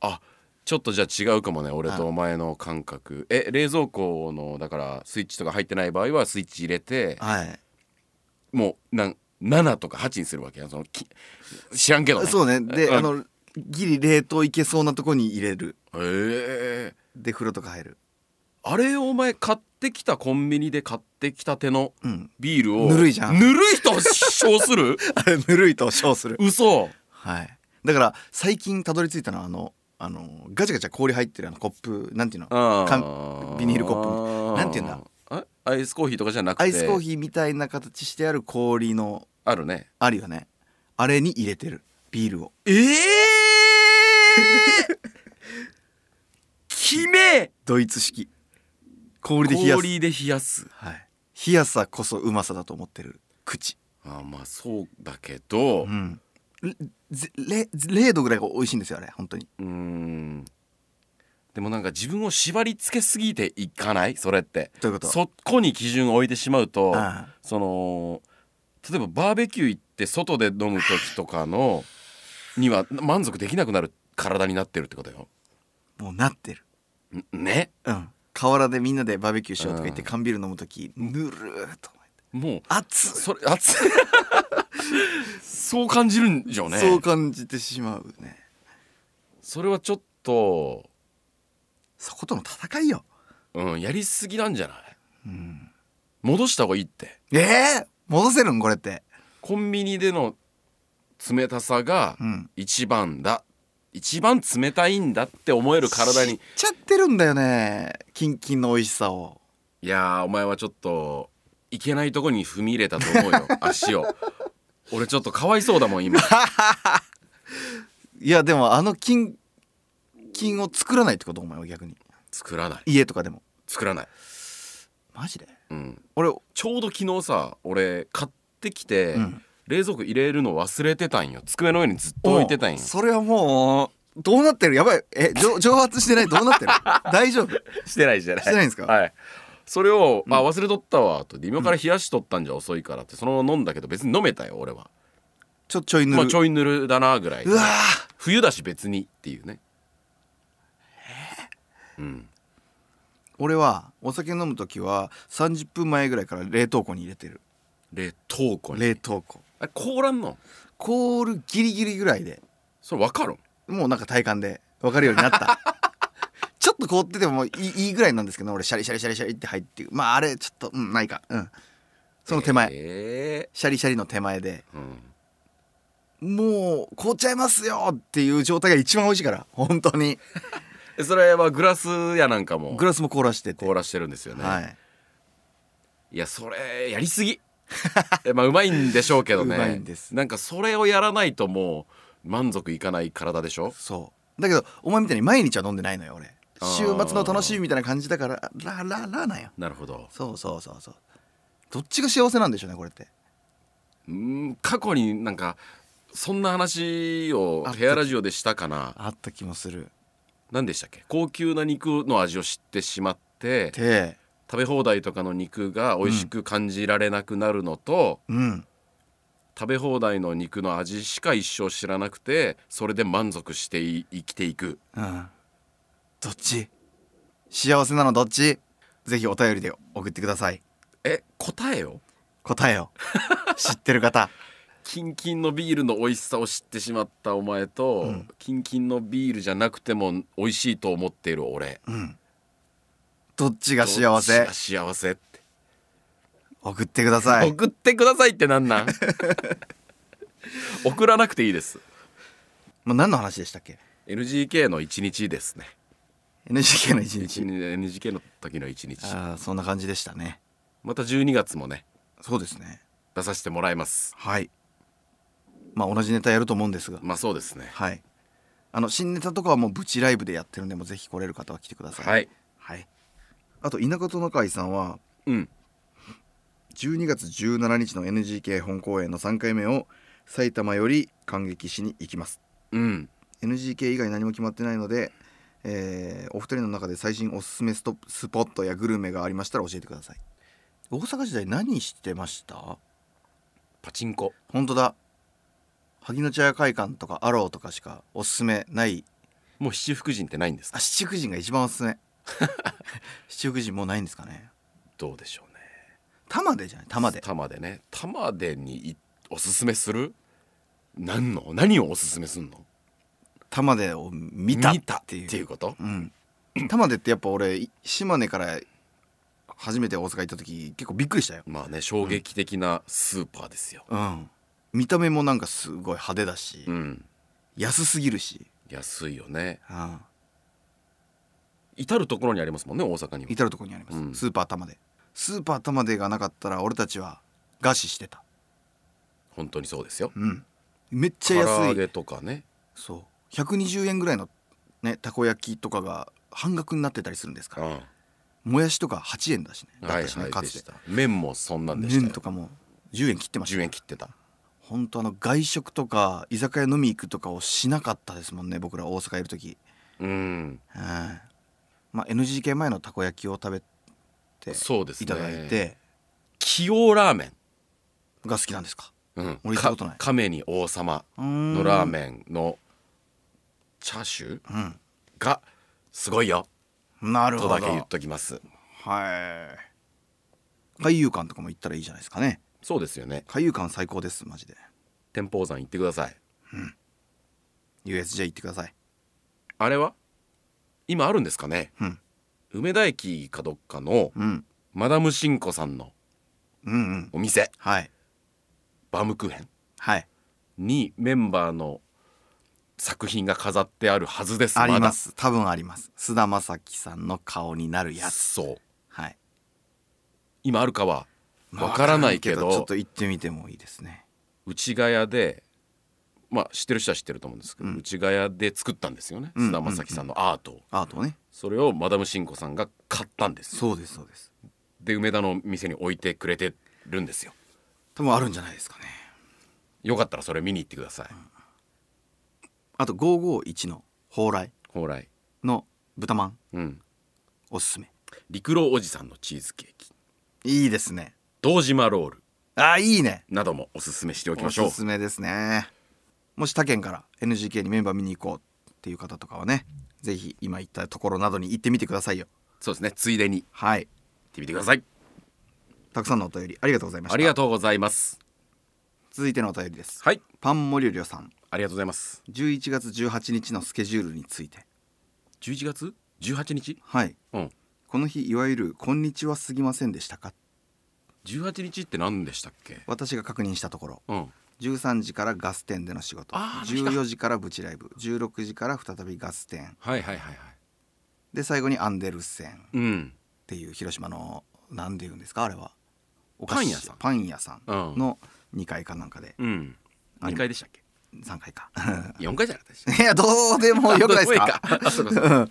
Speaker 1: あちょっとじゃあ違うかもね俺とお前の感覚え冷蔵庫のだからスイッチとか入ってない場合はスイッチ入れて
Speaker 2: はい
Speaker 1: もうなん7とか8にするわけやそのき知らんけどね
Speaker 2: そうねで
Speaker 1: うん
Speaker 2: あのギリ冷凍いけそうなとこに入れる
Speaker 1: ええ
Speaker 2: で風呂とか入る
Speaker 1: あれお前買ってきたコンビニで買ってきたての
Speaker 2: うん
Speaker 1: ビールを
Speaker 2: ぬるいじゃん
Speaker 1: ぬるいと称する
Speaker 2: あれぬるいと称する
Speaker 1: 嘘
Speaker 2: はいだから最近たどり着いたのはあのあのガチャガチャ氷入ってるあのコップなんていうの
Speaker 1: あ
Speaker 2: ビニールコップみた
Speaker 1: ッ
Speaker 2: いなんて言う
Speaker 1: だ
Speaker 2: ん
Speaker 1: アイスコーヒーとかじゃなくて
Speaker 2: アイスコーヒーみたいな形してある氷の
Speaker 1: あるね
Speaker 2: あるよねあれに入れてるビールを
Speaker 1: ええー、きめ
Speaker 2: ドイツ式氷で冷やす、
Speaker 1: 氷で冷やす
Speaker 2: はい、冷やさこそうまさだと思ってる口
Speaker 1: あまあそうだけど
Speaker 2: う、んれぜれ0度ぐらいが美味しいんですよあれ本当に
Speaker 1: うーんでもなんか自分を縛り付けすぎていかないそれって
Speaker 2: どういうこと
Speaker 1: そこに基準を置いてしまうと
Speaker 2: ああ
Speaker 1: その例えばバーベキュー行って外で飲む時とかのには満足できなくなる体になってるってことよ。
Speaker 2: もうなってる
Speaker 1: んね
Speaker 2: うん河原でみんなでバーベキューしようとか言って
Speaker 1: うん
Speaker 2: 缶ビール飲む時ぬるーっと思って
Speaker 1: もう
Speaker 2: 熱っ
Speaker 1: それ熱いそう感じるんでしょうね
Speaker 2: そう感じてしまうね
Speaker 1: それはちょっと、
Speaker 2: そことの戦いよ、
Speaker 1: うん、やりすぎなんじゃない
Speaker 2: うん、
Speaker 1: 戻した方がいいって
Speaker 2: ええ戻せるんこれって
Speaker 1: コンビニでの冷たさが
Speaker 2: うん
Speaker 1: 一番だ一番冷たいんだって思える体
Speaker 2: 知っ
Speaker 1: に
Speaker 2: ちゃってるんだよねキンキンの美味しさを
Speaker 1: いやーお前はちょっといけないとこに踏み入れたと 思うよ足を俺ちょっとかわいそうだもん 今
Speaker 2: いやでもあのキンキンを作らないってことお前は逆に
Speaker 1: 作らない
Speaker 2: 家とかでも
Speaker 1: 作らない、
Speaker 2: マジで
Speaker 1: うん、
Speaker 2: 俺
Speaker 1: ちょうど昨日さ俺買ってきて、
Speaker 2: うん
Speaker 1: 冷蔵庫入れるの忘れてたんよ机の上にずっと置いてたんよ
Speaker 2: それはもうどうなってるやばいえ 蒸蒸発してないどうなってる大丈夫
Speaker 1: してないじゃない
Speaker 2: してないんですか
Speaker 1: はいそれを、あ忘れとったわとで今から冷やしとったんじゃ遅いからってそのまま飲んだけど別に飲めたよ俺は
Speaker 2: ちょちょいぬる、
Speaker 1: まあちょいぬるだなぐらいう
Speaker 2: わ
Speaker 1: 冬だし別にっていうねうん
Speaker 2: ー俺はお酒飲む時は30分前ぐらいから冷凍庫に入れてる
Speaker 1: 冷凍庫に
Speaker 2: 冷凍庫
Speaker 1: あれ凍らんの
Speaker 2: 凍るギリギリぐらいで
Speaker 1: それ分かるん
Speaker 2: もうなんか体感で分かるようになったちょっと凍っててもいいいいぐらいなんですけど俺シャリシャリシャリシャリって入ってまああれちょっとうんないかうんその手前、
Speaker 1: え
Speaker 2: シャリシャリの手前で
Speaker 1: ーうん
Speaker 2: もう凍っちゃいますよっていう状態が一番美味しいから本当に
Speaker 1: えそれはグラスやなんかも
Speaker 2: グラスも凍らしてて
Speaker 1: 凍らしてるんですよね、
Speaker 2: はい
Speaker 1: い、やそれやりすぎ えまあうまいんでしょうけどね
Speaker 2: うまいんです
Speaker 1: なんかそれをやらないともう満足いかない体でしょ
Speaker 2: そうだけどお前みたいに毎日は飲んでないのよ俺
Speaker 1: あー
Speaker 2: 週末の楽しみみたいな感じだからラララなんよ
Speaker 1: なるほど
Speaker 2: そうそうそうそうどっちが幸せなんでしょうねこれって
Speaker 1: うーん過去になんかそんな話を
Speaker 2: あ
Speaker 1: ヘアラジオでしたかな
Speaker 2: あった気もする
Speaker 1: 何でしたっけ高級な肉の味を知ってしまって
Speaker 2: て
Speaker 1: 食べ放題とかの肉が美味しく感じられなくなるのと、
Speaker 2: うん
Speaker 1: 食べ放題の肉の味しか一生知らなくてそれで満足してい生きていく
Speaker 2: うんどっち幸せなのどっちぜひお便りで送ってください
Speaker 1: え答えよ
Speaker 2: 答 えを知ってる方
Speaker 1: キンキンのビールの美味しさを知ってしまったお前と、
Speaker 2: うん
Speaker 1: キンキンのビールじゃなくても美味しいと思っている俺
Speaker 2: うんどっちが幸
Speaker 1: どっ
Speaker 2: せ
Speaker 1: ちが幸せって、
Speaker 2: 送ってください
Speaker 1: 送ってくださいってなん なん送らなくていいです
Speaker 2: もう何の話でしたっけ
Speaker 1: NGK の一日ですね
Speaker 2: NHK の一日
Speaker 1: NGK の時の一日
Speaker 2: ああそんな感じでしたね
Speaker 1: また12月もね
Speaker 2: そうですね
Speaker 1: 出させてもらいます
Speaker 2: はいまあ同じネタやると思うんですが
Speaker 1: まあそうですね
Speaker 2: はいあの新ネタとかはもうブチライブでやってるんでもうぜひ来れる方は来てください
Speaker 1: はい、
Speaker 2: はい、あと田舎トナカイさんは
Speaker 1: うん
Speaker 2: 12月17日の NGK 本公演の3回目を埼玉より感激しに行きます
Speaker 1: うん、
Speaker 2: NGK 以外何も決まってないので、えーお二人の中で最新おすすめストスポットやグルメがありましたら教えてください大阪時代何してました
Speaker 1: パチンコ
Speaker 2: 本当だ萩野茶屋会館とかアローとかしかおすすめない
Speaker 1: もう七福神ってないんですか
Speaker 2: あ七福神が一番おすすめ 七福神もうないんですかね
Speaker 1: どうでしょうね
Speaker 2: 玉でじゃない玉で
Speaker 1: 玉でね玉でにいおすすめする何の何をおすすめすんの
Speaker 2: 玉でを見た
Speaker 1: 見
Speaker 2: った
Speaker 1: ってて
Speaker 2: いう
Speaker 1: いうこと
Speaker 2: うん、玉出ってやっぱ俺い島根から初めて大阪行った時結構びっくりしたよ、
Speaker 1: まあね衝撃的なスーパーですよ
Speaker 2: うん、見た目もなんかすごい派手だし、
Speaker 1: うん
Speaker 2: 安すぎるし、
Speaker 1: 安いよね
Speaker 2: うん、
Speaker 1: 至る所にありますもんね大阪には
Speaker 2: 至る所にあります、
Speaker 1: うん
Speaker 2: スーパー玉出スーパー玉出がなかったら俺たちは餓死してた、
Speaker 1: 本当にそうですよ
Speaker 2: うん、めっ
Speaker 1: 唐
Speaker 2: ちゃ
Speaker 1: 揚
Speaker 2: 安い
Speaker 1: げとかね
Speaker 2: そう120円ぐらいの、ね、たこ焼きとかが半額になってたりするんですから、
Speaker 1: うん
Speaker 2: もやしとか8円だしねだ
Speaker 1: は
Speaker 2: っ
Speaker 1: い
Speaker 2: たしね、
Speaker 1: はい
Speaker 2: か
Speaker 1: で
Speaker 2: つ
Speaker 1: してた麺もそんなんでした
Speaker 2: 麺と
Speaker 1: よ
Speaker 2: かも10円切ってました
Speaker 1: 10円切ってた
Speaker 2: 本当あの外食とか居酒屋飲み行くとかをしなかったですもんね僕ら大阪いる時
Speaker 1: うん
Speaker 2: うんまあ NGK 前のたこ焼きを食べて
Speaker 1: そうですね
Speaker 2: いただいて、
Speaker 1: 器用ラーメン
Speaker 2: が好きなんですか
Speaker 1: うん
Speaker 2: 俺行ったことない
Speaker 1: か亀に王様
Speaker 2: の
Speaker 1: のラーメンのチャーシュー
Speaker 2: ン
Speaker 1: がすごいよ
Speaker 2: うんなる
Speaker 1: と
Speaker 2: ほど
Speaker 1: だけ言っときます
Speaker 2: はい海遊館とかも行ったらいいじゃないですかね
Speaker 1: そうですよね
Speaker 2: 海遊館最高ですマジで
Speaker 1: 天保山行ってください
Speaker 2: USJ 行ってください
Speaker 1: あれは今あるんですかね
Speaker 2: うん
Speaker 1: 梅田駅かどっかの
Speaker 2: うん
Speaker 1: マダムシンコさんの
Speaker 2: うんうん
Speaker 1: お店
Speaker 2: はい
Speaker 1: バームクーヘン
Speaker 2: はい
Speaker 1: にメンバーの作品が飾ってあるはずです
Speaker 2: ありますす多分あります菅田将暉さんの顔になるやつ
Speaker 1: そう
Speaker 2: はい
Speaker 1: 今あるかはわからないけど
Speaker 2: ちょっと行ってみてもいいですね
Speaker 1: 内ヶ谷でまあ知ってる人は知ってると思うんですけど、内ヶ谷で作ったんですよね
Speaker 2: うん
Speaker 1: 菅田将暉さんのアートを、
Speaker 2: アートをね
Speaker 1: それをマダムシンコさんが買ったんですよ
Speaker 2: そうですそうです
Speaker 1: で梅田の店に置いてくれてるんですよ
Speaker 2: 多分あるんじゃないですかね
Speaker 1: よかったらそれ見に行ってください、
Speaker 2: あと551の蓬莱
Speaker 1: ほらい
Speaker 2: の豚まん
Speaker 1: うん
Speaker 2: おすすめ
Speaker 1: 陸郎おじさんのチーズケーキ
Speaker 2: いいですね
Speaker 1: 堂島ロール
Speaker 2: あーいいね
Speaker 1: などもおすすめしておき
Speaker 2: お
Speaker 1: ましょう
Speaker 2: すすめですねもし他県から NGK にメンバー見に行こうっていう方とかはねぜひ今行ったところなどに行ってみてくださいよ
Speaker 1: そうですねついでに行
Speaker 2: はい
Speaker 1: ってみてください
Speaker 2: たくさんのお便りありがとうございました
Speaker 1: ありがとうございます
Speaker 2: 続いてのお便りです
Speaker 1: はい
Speaker 2: パンモリュリョさん
Speaker 1: ありがとうございます
Speaker 2: 11月18日のスケジュールについて
Speaker 1: 11月18日
Speaker 2: はい
Speaker 1: うん
Speaker 2: この日いわゆる「こんにちはすぎませんでしたか?
Speaker 1: 18日って何でしたっけ」
Speaker 2: 私が確認したところ
Speaker 1: うん
Speaker 2: 13時からガス店での仕事
Speaker 1: あーあの日だ
Speaker 2: 14時からブチライブ16時から再びガス店
Speaker 1: はいはいはいはい
Speaker 2: で最後にアンデルセンっ
Speaker 1: うん
Speaker 2: ていう広島の何て言うんですかあれはお
Speaker 1: パン屋さん
Speaker 2: パン屋さん
Speaker 1: うん
Speaker 2: の2階かなんかで
Speaker 1: うん
Speaker 2: あり
Speaker 1: 2回でしたっけ
Speaker 2: 3階か
Speaker 1: 4回じゃなかったでし
Speaker 2: いやどうでもよくないですか
Speaker 1: どうでもいいか あそうかそ
Speaker 2: うん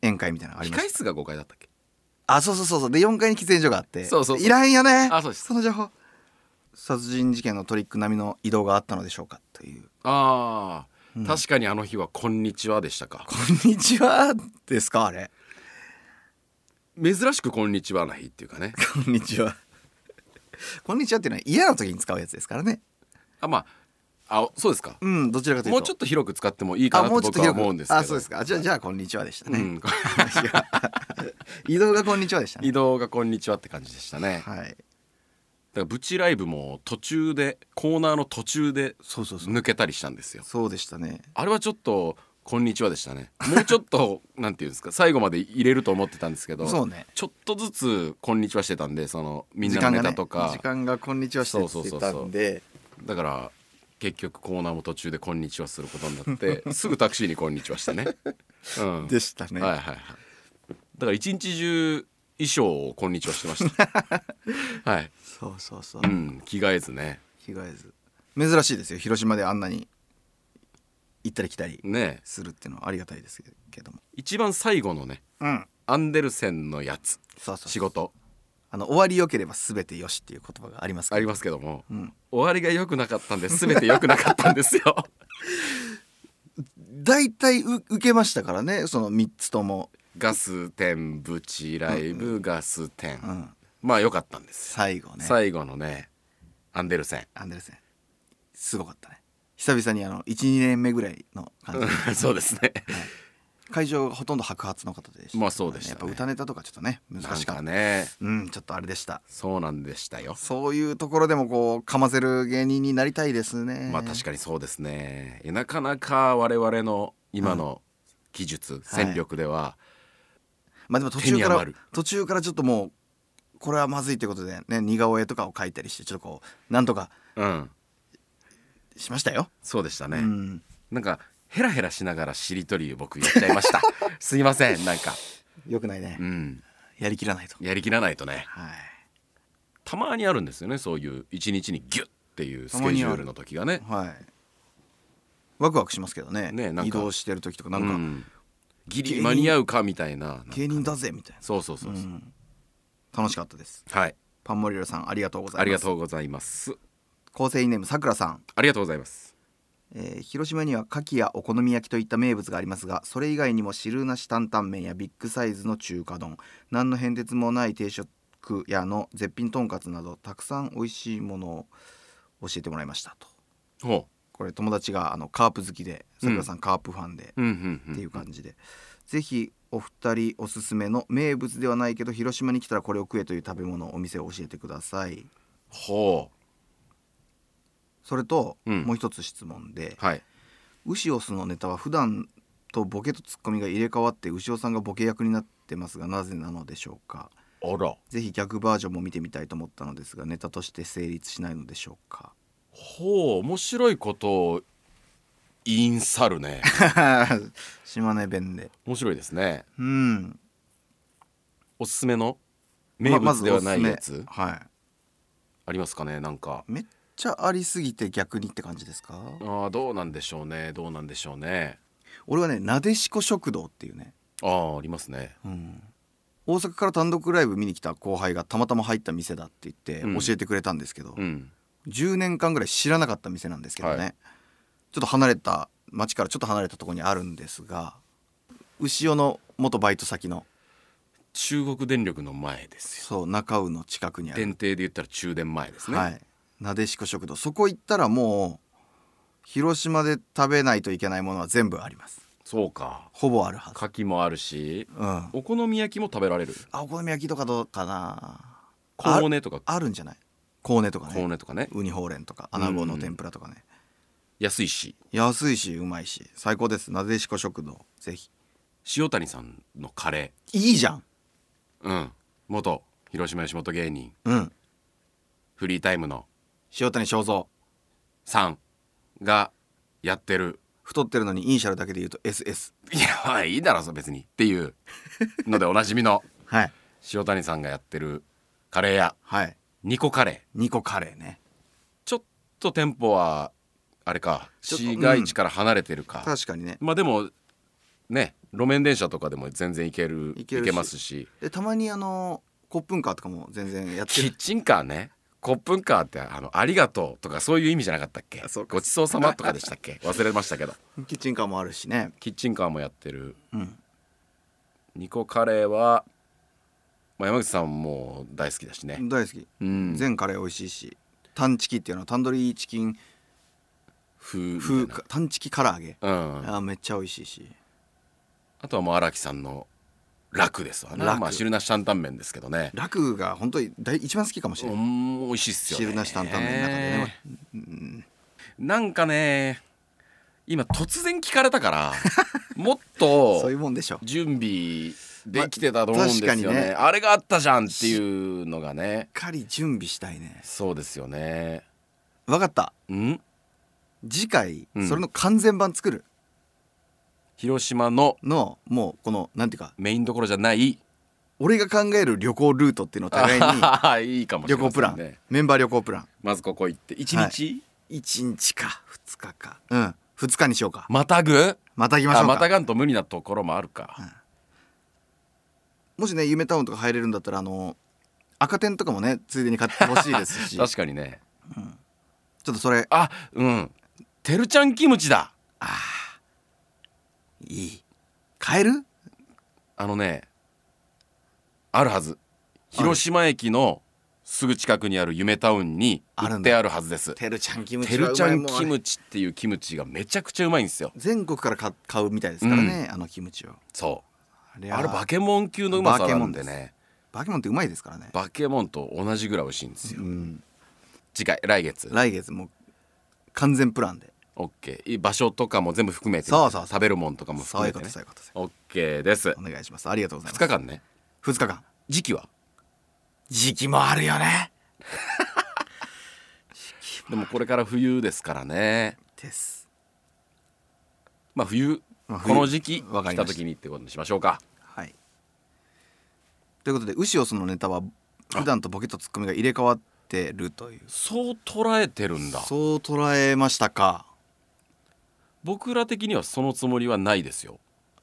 Speaker 2: 宴会みたいなのありました
Speaker 1: 控室が5回だったっけ
Speaker 2: あそうそうそうそうで4階に喫煙所があって
Speaker 1: そうそうそう
Speaker 2: らんよね
Speaker 1: あそうです
Speaker 2: の情報殺人事件のトリック並みの移動があったのでしょうかという
Speaker 1: ああ、
Speaker 2: うん
Speaker 1: 確かにあの日は「こんにちは」でしたか
Speaker 2: こんにちはですかあれ
Speaker 1: 珍しく「こんにちは」な日っていう かね
Speaker 2: こんにちはこんにちはっていうのは嫌な時に使うやつですからね
Speaker 1: あまああそうですか
Speaker 2: うんどちらかというと
Speaker 1: もうちょっと広く使ってもいいか
Speaker 2: あ
Speaker 1: な
Speaker 2: も
Speaker 1: と
Speaker 2: うちょ
Speaker 1: 僕
Speaker 2: っと
Speaker 1: は
Speaker 2: 広く
Speaker 1: 思うんですけど
Speaker 2: あそうですかあじゃあじゃあこんにちはでしたね、
Speaker 1: うん
Speaker 2: 移動がこんにちはでしたね
Speaker 1: 移動が「こんにちは」って感じでしたねだか
Speaker 2: はい
Speaker 1: らブチライブも途中でコーナーの途中で
Speaker 2: そうそうそう
Speaker 1: 抜けたりしたんですよ
Speaker 2: そうでしたね
Speaker 1: あれはちょっと「こんにちは」でした ねもうちょっとなんていうんですか最後まで入れると思ってたんですけど
Speaker 2: そうね
Speaker 1: ちょっとずつ「こんにちは」してたんでそのみん
Speaker 2: 時
Speaker 1: なの
Speaker 2: 間
Speaker 1: ネ
Speaker 2: が
Speaker 1: タ
Speaker 2: ね
Speaker 1: とか、
Speaker 2: 時間がこんにちはしてって言ってたんで
Speaker 1: だから結局コーナーも途中で「こんにちは」することになって すぐタクシーに「こんにちは」してね。うん
Speaker 2: でしたね、
Speaker 1: はいはいはい。だから一日中衣装をこんにちはしてま した。はい。
Speaker 2: そうそうそう、
Speaker 1: うん、着替えずね。
Speaker 2: 着替えず珍しいですよ広島であんなに行ったり来たり
Speaker 1: ねえ
Speaker 2: するっていうのはありがたいですけども
Speaker 1: 一番最後のね、
Speaker 2: うん
Speaker 1: アンデルセンのやつ、
Speaker 2: そうそう
Speaker 1: 仕事
Speaker 2: あの終わり良ければ全てよしっていう言葉があります
Speaker 1: あり
Speaker 2: ま
Speaker 1: ますけども、
Speaker 2: うん
Speaker 1: 終わりが良くなかったんで、全て良くなかったんです よ。
Speaker 2: 大体う受けましたからねその3つとも、
Speaker 1: ガス店、ブチライブ、ガス店。
Speaker 2: うん、
Speaker 1: まあ良かったんですよ。
Speaker 2: 最後ね
Speaker 1: 最後のね、アンデルセン。
Speaker 2: アンデルセンすごかったね久々にあの12年目ぐらいの感じ、
Speaker 1: そうですね。
Speaker 2: 会場ほとんど白髪の方でした、
Speaker 1: まあそうでしたね
Speaker 2: やっぱ歌ネタとかちょっとね難
Speaker 1: なん
Speaker 2: しかっ
Speaker 1: か
Speaker 2: た
Speaker 1: ね、
Speaker 2: うんちょっとあれでした
Speaker 1: そうなんでしたよ。
Speaker 2: そういうところでもこうかませる芸人になりたいですね
Speaker 1: まあ確かにそうですねえなかなか我々の今の技術、戦力では、
Speaker 2: まあでも途
Speaker 1: 手
Speaker 2: 中
Speaker 1: に
Speaker 2: か
Speaker 1: 余
Speaker 2: ら
Speaker 1: る
Speaker 2: 途中からちょっともうこれはまずいってことでね似顔絵とかを描いたりしてちょっとこうなんとか
Speaker 1: うん
Speaker 2: しましたよ。
Speaker 1: そうでしたね、
Speaker 2: うん、
Speaker 1: なんかヘラヘラしながらしりとり僕やっちゃいま したすいませんなんか
Speaker 2: よくないね
Speaker 1: う。ん
Speaker 2: やりきらないと。
Speaker 1: やりきらないとね
Speaker 2: はい。
Speaker 1: たまにあるんですよねそういう一日にギュッっていうスケジュールの時がね
Speaker 2: はい。ワクワクしますけどね。
Speaker 1: ねなんか
Speaker 2: 移動してる時とかなん
Speaker 1: う
Speaker 2: か、
Speaker 1: んギリ間に合うかみたいな
Speaker 2: 芸人だぜみたい
Speaker 1: そうそうそう
Speaker 2: な。う
Speaker 1: そう、
Speaker 2: ん。楽しかったです。
Speaker 1: はい
Speaker 2: パンモリラさんありがとうございます。
Speaker 1: ありが
Speaker 2: う。
Speaker 1: とうございます
Speaker 2: 構成員ネームさくらさん。
Speaker 1: ありがとうございます
Speaker 2: えー広島には牡蠣やお好み焼きといった名物がありますがそれ以外にも汁なし担々麺やビッグサイズの中華丼何の変哲もない定食屋の絶品とんかつなどたくさん美味しいものを教えてもらいましたと
Speaker 1: ほ
Speaker 2: これ友達があのカープ好きでさくらさんカープファンで、
Speaker 1: ううんうんうん
Speaker 2: っていう感じで、ぜひお二人おすすめの名物ではないけど広島に来たらこれを食えという食べ物お店を教えてください
Speaker 1: ほ
Speaker 2: それと、
Speaker 1: うん
Speaker 2: もう一つ質問で、
Speaker 1: うはい
Speaker 2: ウシオスのネタは普段とボケとツッコミが入れ替わってウシオさんがボケ役になってますがなぜなのでしょうか
Speaker 1: あら
Speaker 2: ぜひ逆バージョンも見てみたいと思ったのですがネタとして成立しないのでしょうか
Speaker 1: ほう面白いことをインサる ね
Speaker 2: 島根弁で
Speaker 1: 面白いですね
Speaker 2: うん
Speaker 1: おすすめの名
Speaker 2: ま
Speaker 1: 物ではないやつ、
Speaker 2: まずおすすめはい
Speaker 1: ありますかねなんか
Speaker 2: めっちゃありすぎて逆にって感じですか
Speaker 1: あーどうなんでしょうねどうなんでしょうね
Speaker 2: 俺はねなでしこ食堂っていうね、
Speaker 1: あーありますね
Speaker 2: うん大阪から単独ライブ見に来た後輩がたまたま入った店だって言って
Speaker 1: うん
Speaker 2: 教えてくれたんですけど、
Speaker 1: うん
Speaker 2: 10年間ぐらい知らなかった店なんですけどね、
Speaker 1: は
Speaker 2: ちょっと離れた町からちょっと離れたところにあるんですが牛尾の元バイト先の
Speaker 1: 中国電力の前ですよ
Speaker 2: そう中尾の近くにある
Speaker 1: 電停で言ったら中電前ですね、
Speaker 2: はい、なでしこ食堂そこ行ったらもう広島で食べないといけないものは全部あります
Speaker 1: そうか
Speaker 2: ほぼあるはず、
Speaker 1: 牡蠣もあるし
Speaker 2: うん、あ
Speaker 1: お好み焼きも食べられる
Speaker 2: お好み焼きとかどうかなあ
Speaker 1: コウネとか
Speaker 2: あるんじゃないコーネとか
Speaker 1: コウ
Speaker 2: ね
Speaker 1: ネとかね
Speaker 2: ウニほうれんとか穴子の天ぷらとかね、
Speaker 1: 安いし
Speaker 2: 安いしうまいし最高ですなでしこ食堂ぜひ
Speaker 1: 塩谷さんのカレ
Speaker 2: いいじゃん
Speaker 1: ーうん元広島吉本芸人
Speaker 2: うん
Speaker 1: フリータイムの
Speaker 2: 塩谷正蔵
Speaker 1: さんがやってる
Speaker 2: 太ってるのにイニシャルだけで言うと SS
Speaker 1: いやまあいいだろそ別にっていうのでおなじみの
Speaker 2: はい
Speaker 1: 塩谷さんがやってるカレー屋
Speaker 2: はい
Speaker 1: ニコカレー
Speaker 2: 2個カレーね
Speaker 1: ちょっと店舗はあれか
Speaker 2: ちょっと
Speaker 1: 市街地から離れてるか、
Speaker 2: 確かにね
Speaker 1: まあでもね路面電車とかでも全然行ける行
Speaker 2: 行け
Speaker 1: け
Speaker 2: るし
Speaker 1: ますし
Speaker 2: でたまにあのコップンカーとかも全然やって
Speaker 1: キ
Speaker 2: る
Speaker 1: ッチンカーねコップンカーってあのありがとうとかそういう意味じゃなかったっけ
Speaker 2: あそうか
Speaker 1: ごちそうさまとかでしたっけ忘れましたけど
Speaker 2: キッチンカーもあるしね
Speaker 1: キッチンカーもやってる
Speaker 2: うん
Speaker 1: ニコカレーは、まあ、山口さんも大好きだしね
Speaker 2: 大好き
Speaker 1: うん
Speaker 2: 全カレー美味しいしタンチキっていうのはタンドリーチキン
Speaker 1: 風
Speaker 2: 風
Speaker 1: 風
Speaker 2: かタンチキ唐揚げ
Speaker 1: うん、
Speaker 2: あーめっちゃ美味しいし
Speaker 1: あとはもう荒木さんの楽ですわね
Speaker 2: 楽
Speaker 1: まあ汁なし担々麺ですけどね
Speaker 2: 楽が本当に大一番好きかもしれ
Speaker 1: う
Speaker 2: ない
Speaker 1: ん美味しいっすよね
Speaker 2: 汁なし担々麺の中でね
Speaker 1: なんかね今突然聞かれたから もっ
Speaker 2: そう
Speaker 1: と
Speaker 2: いうもんでしょ
Speaker 1: 準備できてたと思うんですよね,、
Speaker 2: まあ確かにね
Speaker 1: あれがあったじゃんっていうのがね
Speaker 2: しっかり準備したいね
Speaker 1: そうですよね
Speaker 2: わかった
Speaker 1: うん
Speaker 2: 次回
Speaker 1: うん
Speaker 2: それの完全版作る
Speaker 1: 広島の
Speaker 2: のもうこのなんていうか
Speaker 1: メインどころじゃない
Speaker 2: 俺が考える旅行ルートっていうのを互いに
Speaker 1: いいかもしれ
Speaker 2: 旅
Speaker 1: ま
Speaker 2: 行
Speaker 1: せ
Speaker 2: プ
Speaker 1: ん
Speaker 2: ラン、
Speaker 1: ね
Speaker 2: メンバー旅行プラン
Speaker 1: まずここ行って一日、
Speaker 2: 1日か2日かうん2日にしようか
Speaker 1: またぐ
Speaker 2: また行きましょ
Speaker 1: あ
Speaker 2: うか
Speaker 1: またがんと無理なところもあるか
Speaker 2: もしね夢タウンとか入れるんだったらあの赤点とかもねついでに買ってほしいですしちょ っ
Speaker 1: 確かにね
Speaker 2: とそれ
Speaker 1: あうんてるちゃんキムチだ
Speaker 2: いい買える
Speaker 1: あのねあるはず広島駅のすぐ近くにある夢タウンに
Speaker 2: ある
Speaker 1: 売っ
Speaker 2: んだ
Speaker 1: てあるはずです
Speaker 2: てるちゃんキムチ
Speaker 1: て
Speaker 2: は
Speaker 1: るちゃ
Speaker 2: うまい
Speaker 1: ん
Speaker 2: もん
Speaker 1: キムチっていうキムチがめちゃくちゃうまいんですよ
Speaker 2: 全国から買買うみたいですからね、あのキムチを
Speaker 1: そ
Speaker 2: あれ
Speaker 1: うあれ
Speaker 2: バ
Speaker 1: バ
Speaker 2: ケ
Speaker 1: ケモン級のうまさなんで
Speaker 2: バケモンで
Speaker 1: ね
Speaker 2: モンってうまいですからね、
Speaker 1: バケモンと同じぐらい美味しいんです
Speaker 2: う
Speaker 1: よ
Speaker 2: ん、
Speaker 1: 次回来月
Speaker 2: 来月もう完全プランで
Speaker 1: OK 場所とかも全部含めて
Speaker 2: そうそうそう
Speaker 1: 食べるもんとかも
Speaker 2: そう
Speaker 1: 含
Speaker 2: いう
Speaker 1: めて
Speaker 2: こ
Speaker 1: ね
Speaker 2: とそういうことそういう
Speaker 1: OK です
Speaker 2: ことお願いしますありがとうござい
Speaker 1: 2
Speaker 2: ま
Speaker 1: 日
Speaker 2: す
Speaker 1: 間ね
Speaker 2: 2日間
Speaker 1: 時期は
Speaker 2: 時期もあるよね
Speaker 1: でもこれから冬ですからね
Speaker 2: です
Speaker 1: まあ冬,、
Speaker 2: まあ冬
Speaker 1: この時期
Speaker 2: わか
Speaker 1: 来
Speaker 2: りま
Speaker 1: た
Speaker 2: した
Speaker 1: 時にってことにしましょうか
Speaker 2: はいということでウシオスのネタは普段とボケとツッコミが入れ替わってるという
Speaker 1: そう捉えてるんだ
Speaker 2: そう捉えましたか
Speaker 1: 僕ら的にはそのつもりはないですよ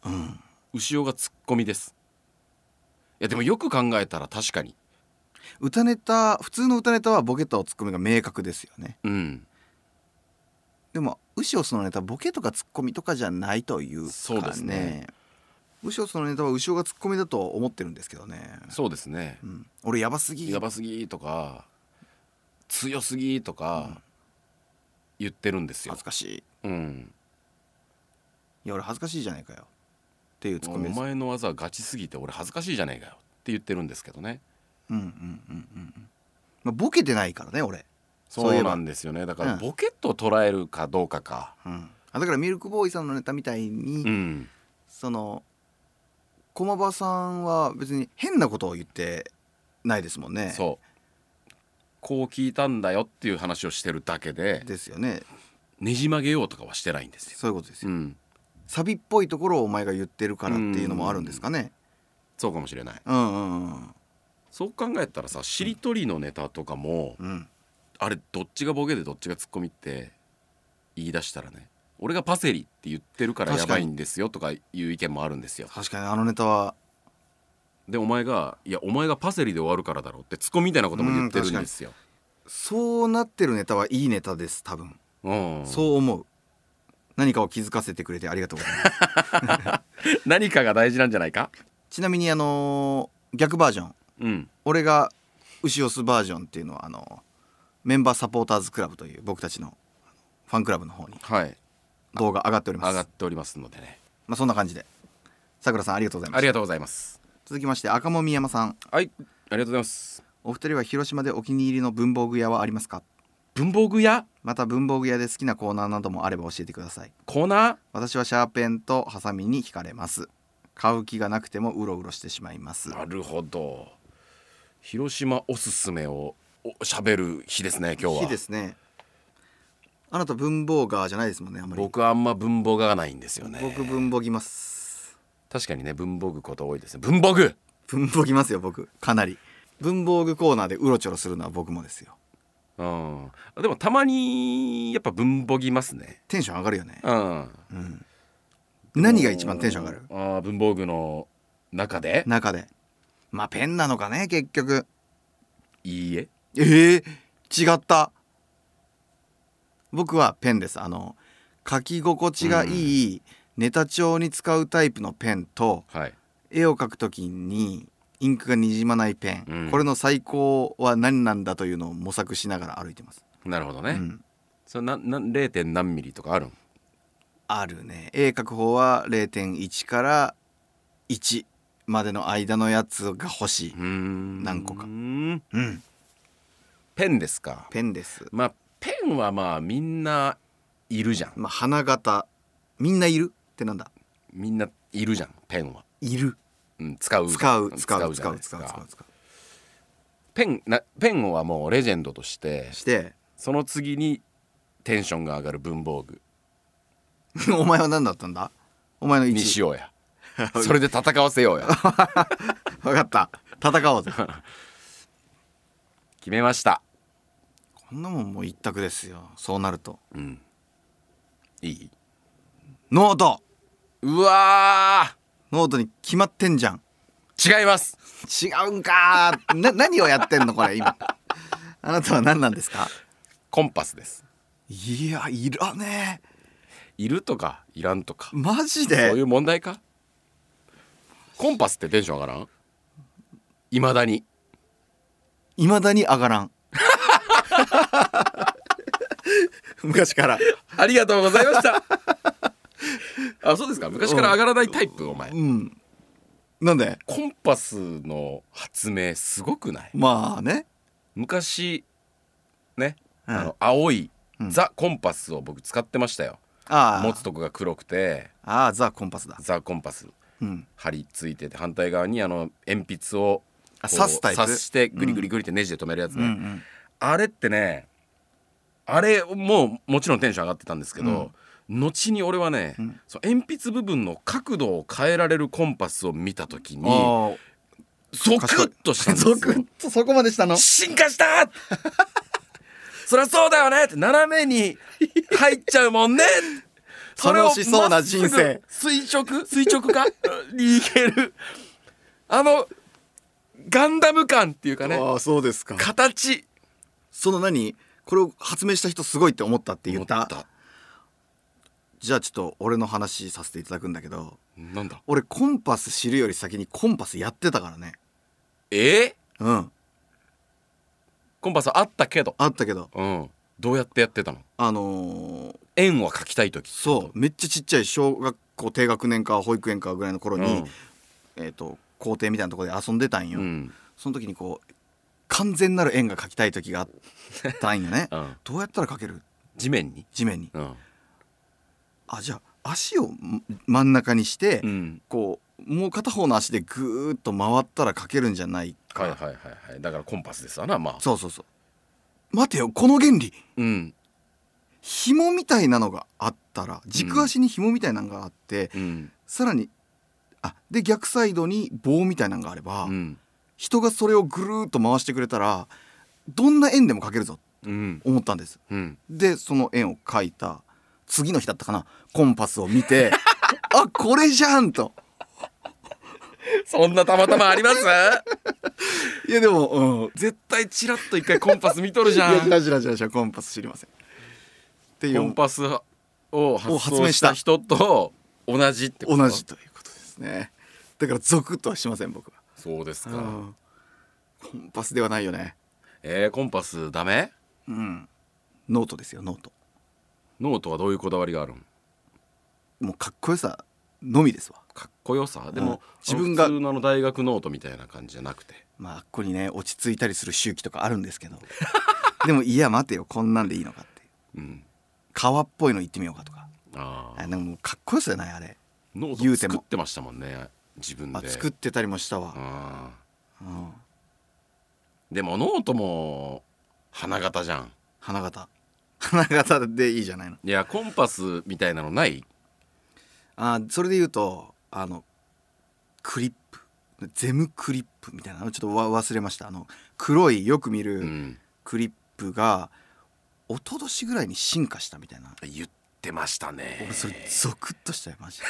Speaker 2: うん
Speaker 1: 牛尾がツッコミですいやでもよく考えたら確かに
Speaker 2: 歌ネタ普通の歌ネタはボケとツッコミが明確ですよね
Speaker 1: うん
Speaker 2: でもウシオスのネタボケとかツッコミとかじゃないというかね
Speaker 1: そうですね
Speaker 2: ウシオスのネタはウシオがツッコミだと思ってるんですけどね
Speaker 1: そうですね
Speaker 2: う、ん、俺やばすぎ
Speaker 1: やばすぎとか強すぎとか言ってるんですよ
Speaker 2: 恥ず、かしいい
Speaker 1: うん、
Speaker 2: や俺恥ずかしいじゃないかよっていうツッコ
Speaker 1: お
Speaker 2: ミです
Speaker 1: 前の技はガチすぎて俺恥ずかしいじゃねえかよって言ってるんですけどね
Speaker 2: うんうんうんうんうんまあボケてないからね俺そ
Speaker 1: そう
Speaker 2: いうえ
Speaker 1: う
Speaker 2: ば
Speaker 1: なんですよねだか
Speaker 2: う
Speaker 1: ら
Speaker 2: ん
Speaker 1: ボケと捉えるかどうかか、
Speaker 2: うん、あだからミルクボーイさんのネタみたいに、
Speaker 1: うん、
Speaker 2: その駒場さんは別に変なことを言ってないですもんね。
Speaker 1: そうこう聞いたんだよっていう話をしてるだけで
Speaker 2: ですよね
Speaker 1: ねじ曲げようとかはしてないんですよ、
Speaker 2: そういうことですよ、
Speaker 1: うん、
Speaker 2: サビっぽいところをお前が言ってるからっていうのもあるんですかね。
Speaker 1: そうかもしれない
Speaker 2: うんうんうん
Speaker 1: そう考えたらさしりとりのネタとかも、
Speaker 2: うん
Speaker 1: あれどっちがボケでどっちがツッコミって言い出したらね俺がパセリって言ってるからや
Speaker 2: 確か
Speaker 1: ば
Speaker 2: に
Speaker 1: いんですよとかいう意見もあるんですよ
Speaker 2: 確かにあのネタは
Speaker 1: でお前が「いやお前がパセリで終わるからだろ」ってツッコミみたいなことも言ってるんですよ、
Speaker 2: そうなってるネタはいいネタです多分、
Speaker 1: うん、
Speaker 2: そう思う何かを気づかせてくれてありがとうござ います
Speaker 1: 何かが大事なんじゃないか
Speaker 2: ちなみにあのー逆バージョン
Speaker 1: うん
Speaker 2: 俺が牛オスバージョンっていうのはあのメンバーサポーターズクラブという僕たちのファンクラブの方に
Speaker 1: はい
Speaker 2: 動画上がっておりま
Speaker 1: 上
Speaker 2: す
Speaker 1: がっておりますのでね
Speaker 2: まあ、そんな感じでさくらさんありがとうございま
Speaker 1: あ
Speaker 2: し
Speaker 1: りが
Speaker 2: た
Speaker 1: とうございます
Speaker 2: 続きまして赤もみ山さん
Speaker 1: はいありがとうございます
Speaker 2: お二人は広島でお気に入りの文房具屋はありますか
Speaker 1: 文房具屋
Speaker 2: また文房具屋で好きなコーナーなどもあれば教えてください
Speaker 1: コーナー
Speaker 2: 私はシャーペンとハサミに惹かれます買う気がなくてもうろうろしてしまいます
Speaker 1: なるほど広島おすすめをお喋る日ですね今日は
Speaker 2: 日ですねあなた文房ガーじゃないですもんねあんまり
Speaker 1: 僕あんま文房具がないんですよね
Speaker 2: 僕文房ぎます
Speaker 1: 確かにね文房具こと多いですね文房具
Speaker 2: 文房ぎますよ僕かなり文房具コーナーでうろちょろするのは僕もですよ
Speaker 1: うんでもたまにやっぱ文房具ますね
Speaker 2: テンション上がるよね
Speaker 1: うん
Speaker 2: 何が一番テンション上がる
Speaker 1: あー文房具の中で
Speaker 2: 中でまあペンなのかね結局
Speaker 1: いいえ
Speaker 2: えー、違った僕はペンですあの書き心地がいいネタ帳に使うタイプのペンと
Speaker 1: はい
Speaker 2: 絵を描くときにインクがにじまないペン、
Speaker 1: うん
Speaker 2: これの最高は何なんだというのを模索しながら歩いてます、
Speaker 1: なるほど
Speaker 2: う
Speaker 1: ね、
Speaker 2: ん、
Speaker 1: それなな 0. 点何ミリとかあるん
Speaker 2: あるね絵描く方は0.1から1までの間のやつが欲しい、
Speaker 1: うん
Speaker 2: 何個か
Speaker 1: うん
Speaker 2: うん、
Speaker 1: ペンですか
Speaker 2: ペンです
Speaker 1: まあペンはまあみんないるじゃん
Speaker 2: まあ花形みんないるってなんだ
Speaker 1: みんないるじゃんペンは、
Speaker 2: いる
Speaker 1: うん、使う
Speaker 2: 使う使う
Speaker 1: じ
Speaker 2: 使
Speaker 1: ゃな
Speaker 2: う
Speaker 1: いです
Speaker 2: 使
Speaker 1: か
Speaker 2: う使う使う
Speaker 1: ペンなペンはもうレジェンドとして
Speaker 2: して
Speaker 1: その次にテンションが上がる文房具
Speaker 2: お前は何だったんだお前の
Speaker 1: にし
Speaker 2: 1
Speaker 1: よ うやそれで戦わせよう や
Speaker 2: 分かった戦おうぜ
Speaker 1: 決めました
Speaker 2: こんなもんもう一択ですよそうなると
Speaker 1: うんいい
Speaker 2: ノート
Speaker 1: うわ
Speaker 2: ノートに決まってんじゃん
Speaker 1: ー違います
Speaker 2: 違うんかーな 何をやってんのこれ今あなたは何なんですか
Speaker 1: コンパスです
Speaker 2: いやいらねえ
Speaker 1: いるとかいらんとか
Speaker 2: マジ
Speaker 1: そうい
Speaker 2: で
Speaker 1: う問題かコンパスってテンション上がらんいまだに
Speaker 2: いまだに上 がらん昔から
Speaker 1: ありがとうございました。 あ、そうですか。昔から上がらないタイプ、お前
Speaker 2: う。んなんで
Speaker 1: コンパスの発明すごくない。
Speaker 2: まあね
Speaker 1: 昔。ね、
Speaker 2: うん
Speaker 1: あの青い、
Speaker 2: うん
Speaker 1: ザコンパスを僕使ってましたよ。
Speaker 2: あ
Speaker 1: 持つとこが黒くて、
Speaker 2: ああザ・コンパスだ
Speaker 1: ザコンパス。
Speaker 2: うん
Speaker 1: 貼り付いてて、反対側にあの鉛筆を。
Speaker 2: あ
Speaker 1: こう
Speaker 2: 刺すタイプ
Speaker 1: 刺して、グリグリグリってネジで止めるやつ
Speaker 2: うんう
Speaker 1: ね。
Speaker 2: ん
Speaker 1: あれってね。あれももちろんテンション上がってたんですけど、後に俺はね、
Speaker 2: うん
Speaker 1: そう鉛筆部分の角度を変えられるコンパスを見た時に
Speaker 2: あ
Speaker 1: ゾクッとしたんです
Speaker 2: ゾ
Speaker 1: よ
Speaker 2: クッと そこまでしたの
Speaker 1: 進化した そりゃそうだよねって斜めに入っちゃう もんねそれを
Speaker 2: 楽しそうな人生
Speaker 1: 垂直垂直か にいけるあのガンダム感っていうかね
Speaker 2: あそうですか
Speaker 1: 形
Speaker 2: その何これを発明した人すごいって思ったって言った
Speaker 1: 思った
Speaker 2: じゃあちょっと俺の話させていただくんだけど
Speaker 1: なんだ
Speaker 2: 俺コンパス知るより先にコンパスやってたからね
Speaker 1: えー、
Speaker 2: うん
Speaker 1: コンパスあったけど
Speaker 2: あったけど
Speaker 1: うんどうやってやってたの
Speaker 2: あのー
Speaker 1: 円は描きたい時
Speaker 2: そうめっちゃちっちゃい小学校低学年か保育園かぐらいの頃
Speaker 1: う
Speaker 2: に、
Speaker 1: ん
Speaker 2: えっ、と校庭みたいなところで遊んでたん
Speaker 1: う
Speaker 2: よ、
Speaker 1: ん
Speaker 2: その時にこう完全なる円が描きたい時があったんよね
Speaker 1: うん
Speaker 2: どうやったら描ける
Speaker 1: 地面に
Speaker 2: 地面に
Speaker 1: うん
Speaker 2: あじゃあ足を真ん中にして、
Speaker 1: うん
Speaker 2: こうもう片方の足でぐーっと回ったら描けるんじゃないか、
Speaker 1: はいはいはいはいだからコンパスですわなまあ
Speaker 2: そうそうそう待てよこの原理
Speaker 1: うん
Speaker 2: 紐みたいなのがあったら軸足に紐みたいなのがあって、
Speaker 1: うん
Speaker 2: さらにあで逆サイドに棒みたいなのがあれば、
Speaker 1: うん
Speaker 2: 人がそれをぐるーっと回してくれたらどんな円でも描けるぞ
Speaker 1: うん
Speaker 2: 思ったんです
Speaker 1: うん
Speaker 2: でその円を描いた次の日だったかなコンパスを見て あこれじゃんと
Speaker 1: そんなたまたまあります
Speaker 2: いやでもうん
Speaker 1: 絶対チラッと一回コンパス見とる
Speaker 2: い
Speaker 1: じゃ
Speaker 2: やじ
Speaker 1: ん
Speaker 2: らじらじらじらコンパス知りませんってい
Speaker 1: コ
Speaker 2: う
Speaker 1: ンパスを発明した人と同じってこと
Speaker 2: 同じということですねだからゾクッとはしません僕は
Speaker 1: そうです
Speaker 2: う
Speaker 1: か
Speaker 2: んコンパスではないよね
Speaker 1: えーコンパスダメ
Speaker 2: うんノートですよノート
Speaker 1: ノートはどういうこだわりがあるん
Speaker 2: もうかっこよさのみですわ
Speaker 1: かっこよさで
Speaker 2: うん
Speaker 1: も
Speaker 2: 自
Speaker 1: 自分
Speaker 2: 分が
Speaker 1: が普通のあの大学ノートみたいな感じじゃなくて
Speaker 2: まああっこにね落ち着いたりする周期とかあるんです けどでもいや待てよこんなんでいいのかって
Speaker 1: うん
Speaker 2: 革っぽいの行ってみようかとか
Speaker 1: あ
Speaker 2: あ
Speaker 1: あ
Speaker 2: なんかもうかっこよさじゃないあれ
Speaker 1: ノ
Speaker 2: 言う
Speaker 1: ート
Speaker 2: ても
Speaker 1: 作ってましたもんね自分
Speaker 2: あ
Speaker 1: で
Speaker 2: 作ってたりもしたわ、
Speaker 1: あー
Speaker 2: うん、
Speaker 1: でもノートも花形じゃん
Speaker 2: 花形 花形でいいじゃないの
Speaker 1: いやコンパスみたいなのない
Speaker 2: あそれで言うとあのクリップゼムクリップみたいなのちょっとわ忘れましたあの黒いよく見
Speaker 1: う
Speaker 2: る
Speaker 1: ん
Speaker 2: クリップが一昨年ぐらいに進化したみたいな
Speaker 1: 言ってましたね
Speaker 2: 俺それゾクッとしたよマジで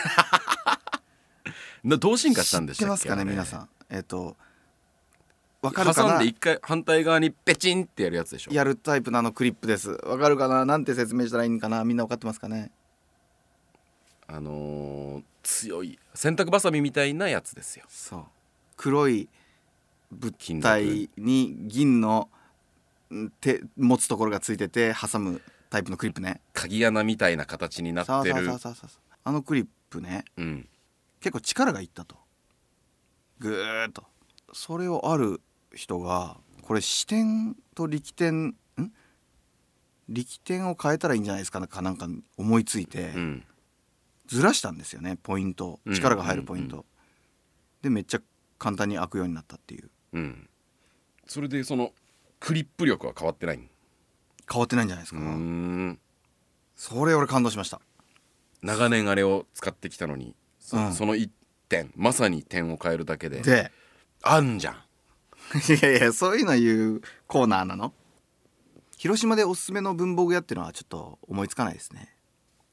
Speaker 1: などう進化したんでしたっけ
Speaker 2: 知ってますかね
Speaker 1: あれ
Speaker 2: 皆さんえっ、とわかるか
Speaker 1: 挟ん
Speaker 2: な
Speaker 1: で一回反対側にペチンってやるやつでしょ
Speaker 2: やるタイプなのクリップですわかるかななんて説明したらいいんかなみんな分かってますかね
Speaker 1: あのー強い洗濯バサミみたいなやつですよ
Speaker 2: そう黒い物
Speaker 1: 金属
Speaker 2: 体に銀のん手持つところがついてて挟むタイプのクリップね
Speaker 1: 鍵穴みたいな形にな
Speaker 2: そ
Speaker 1: っ
Speaker 2: う
Speaker 1: て
Speaker 2: そう
Speaker 1: る
Speaker 2: そうそうそうあのクリップね
Speaker 1: うん
Speaker 2: 結構力がいったとぐーっとそれをある人がこれ視点と力点ん力点を変えたらいいんじゃないですかかなんか思いついて、
Speaker 1: うん
Speaker 2: ずらしたんですよねポイントを力が入るポイント、
Speaker 1: う
Speaker 2: でめっちゃ簡単に開くようになったっていう
Speaker 1: うんそれでそのクリップ力は変わってないん
Speaker 2: 変わってないんじゃないです
Speaker 1: う
Speaker 2: か、
Speaker 1: ーん
Speaker 2: それ俺感動しました
Speaker 1: 長年あれを使ってきたのにそ,、
Speaker 2: うん
Speaker 1: の1点まさに点を変えるだけで
Speaker 2: で
Speaker 1: あんじゃん
Speaker 2: いやいやそういうの言うコーナーなの広島でおすすめの文房具屋っていうのはちょっと思いつかないですね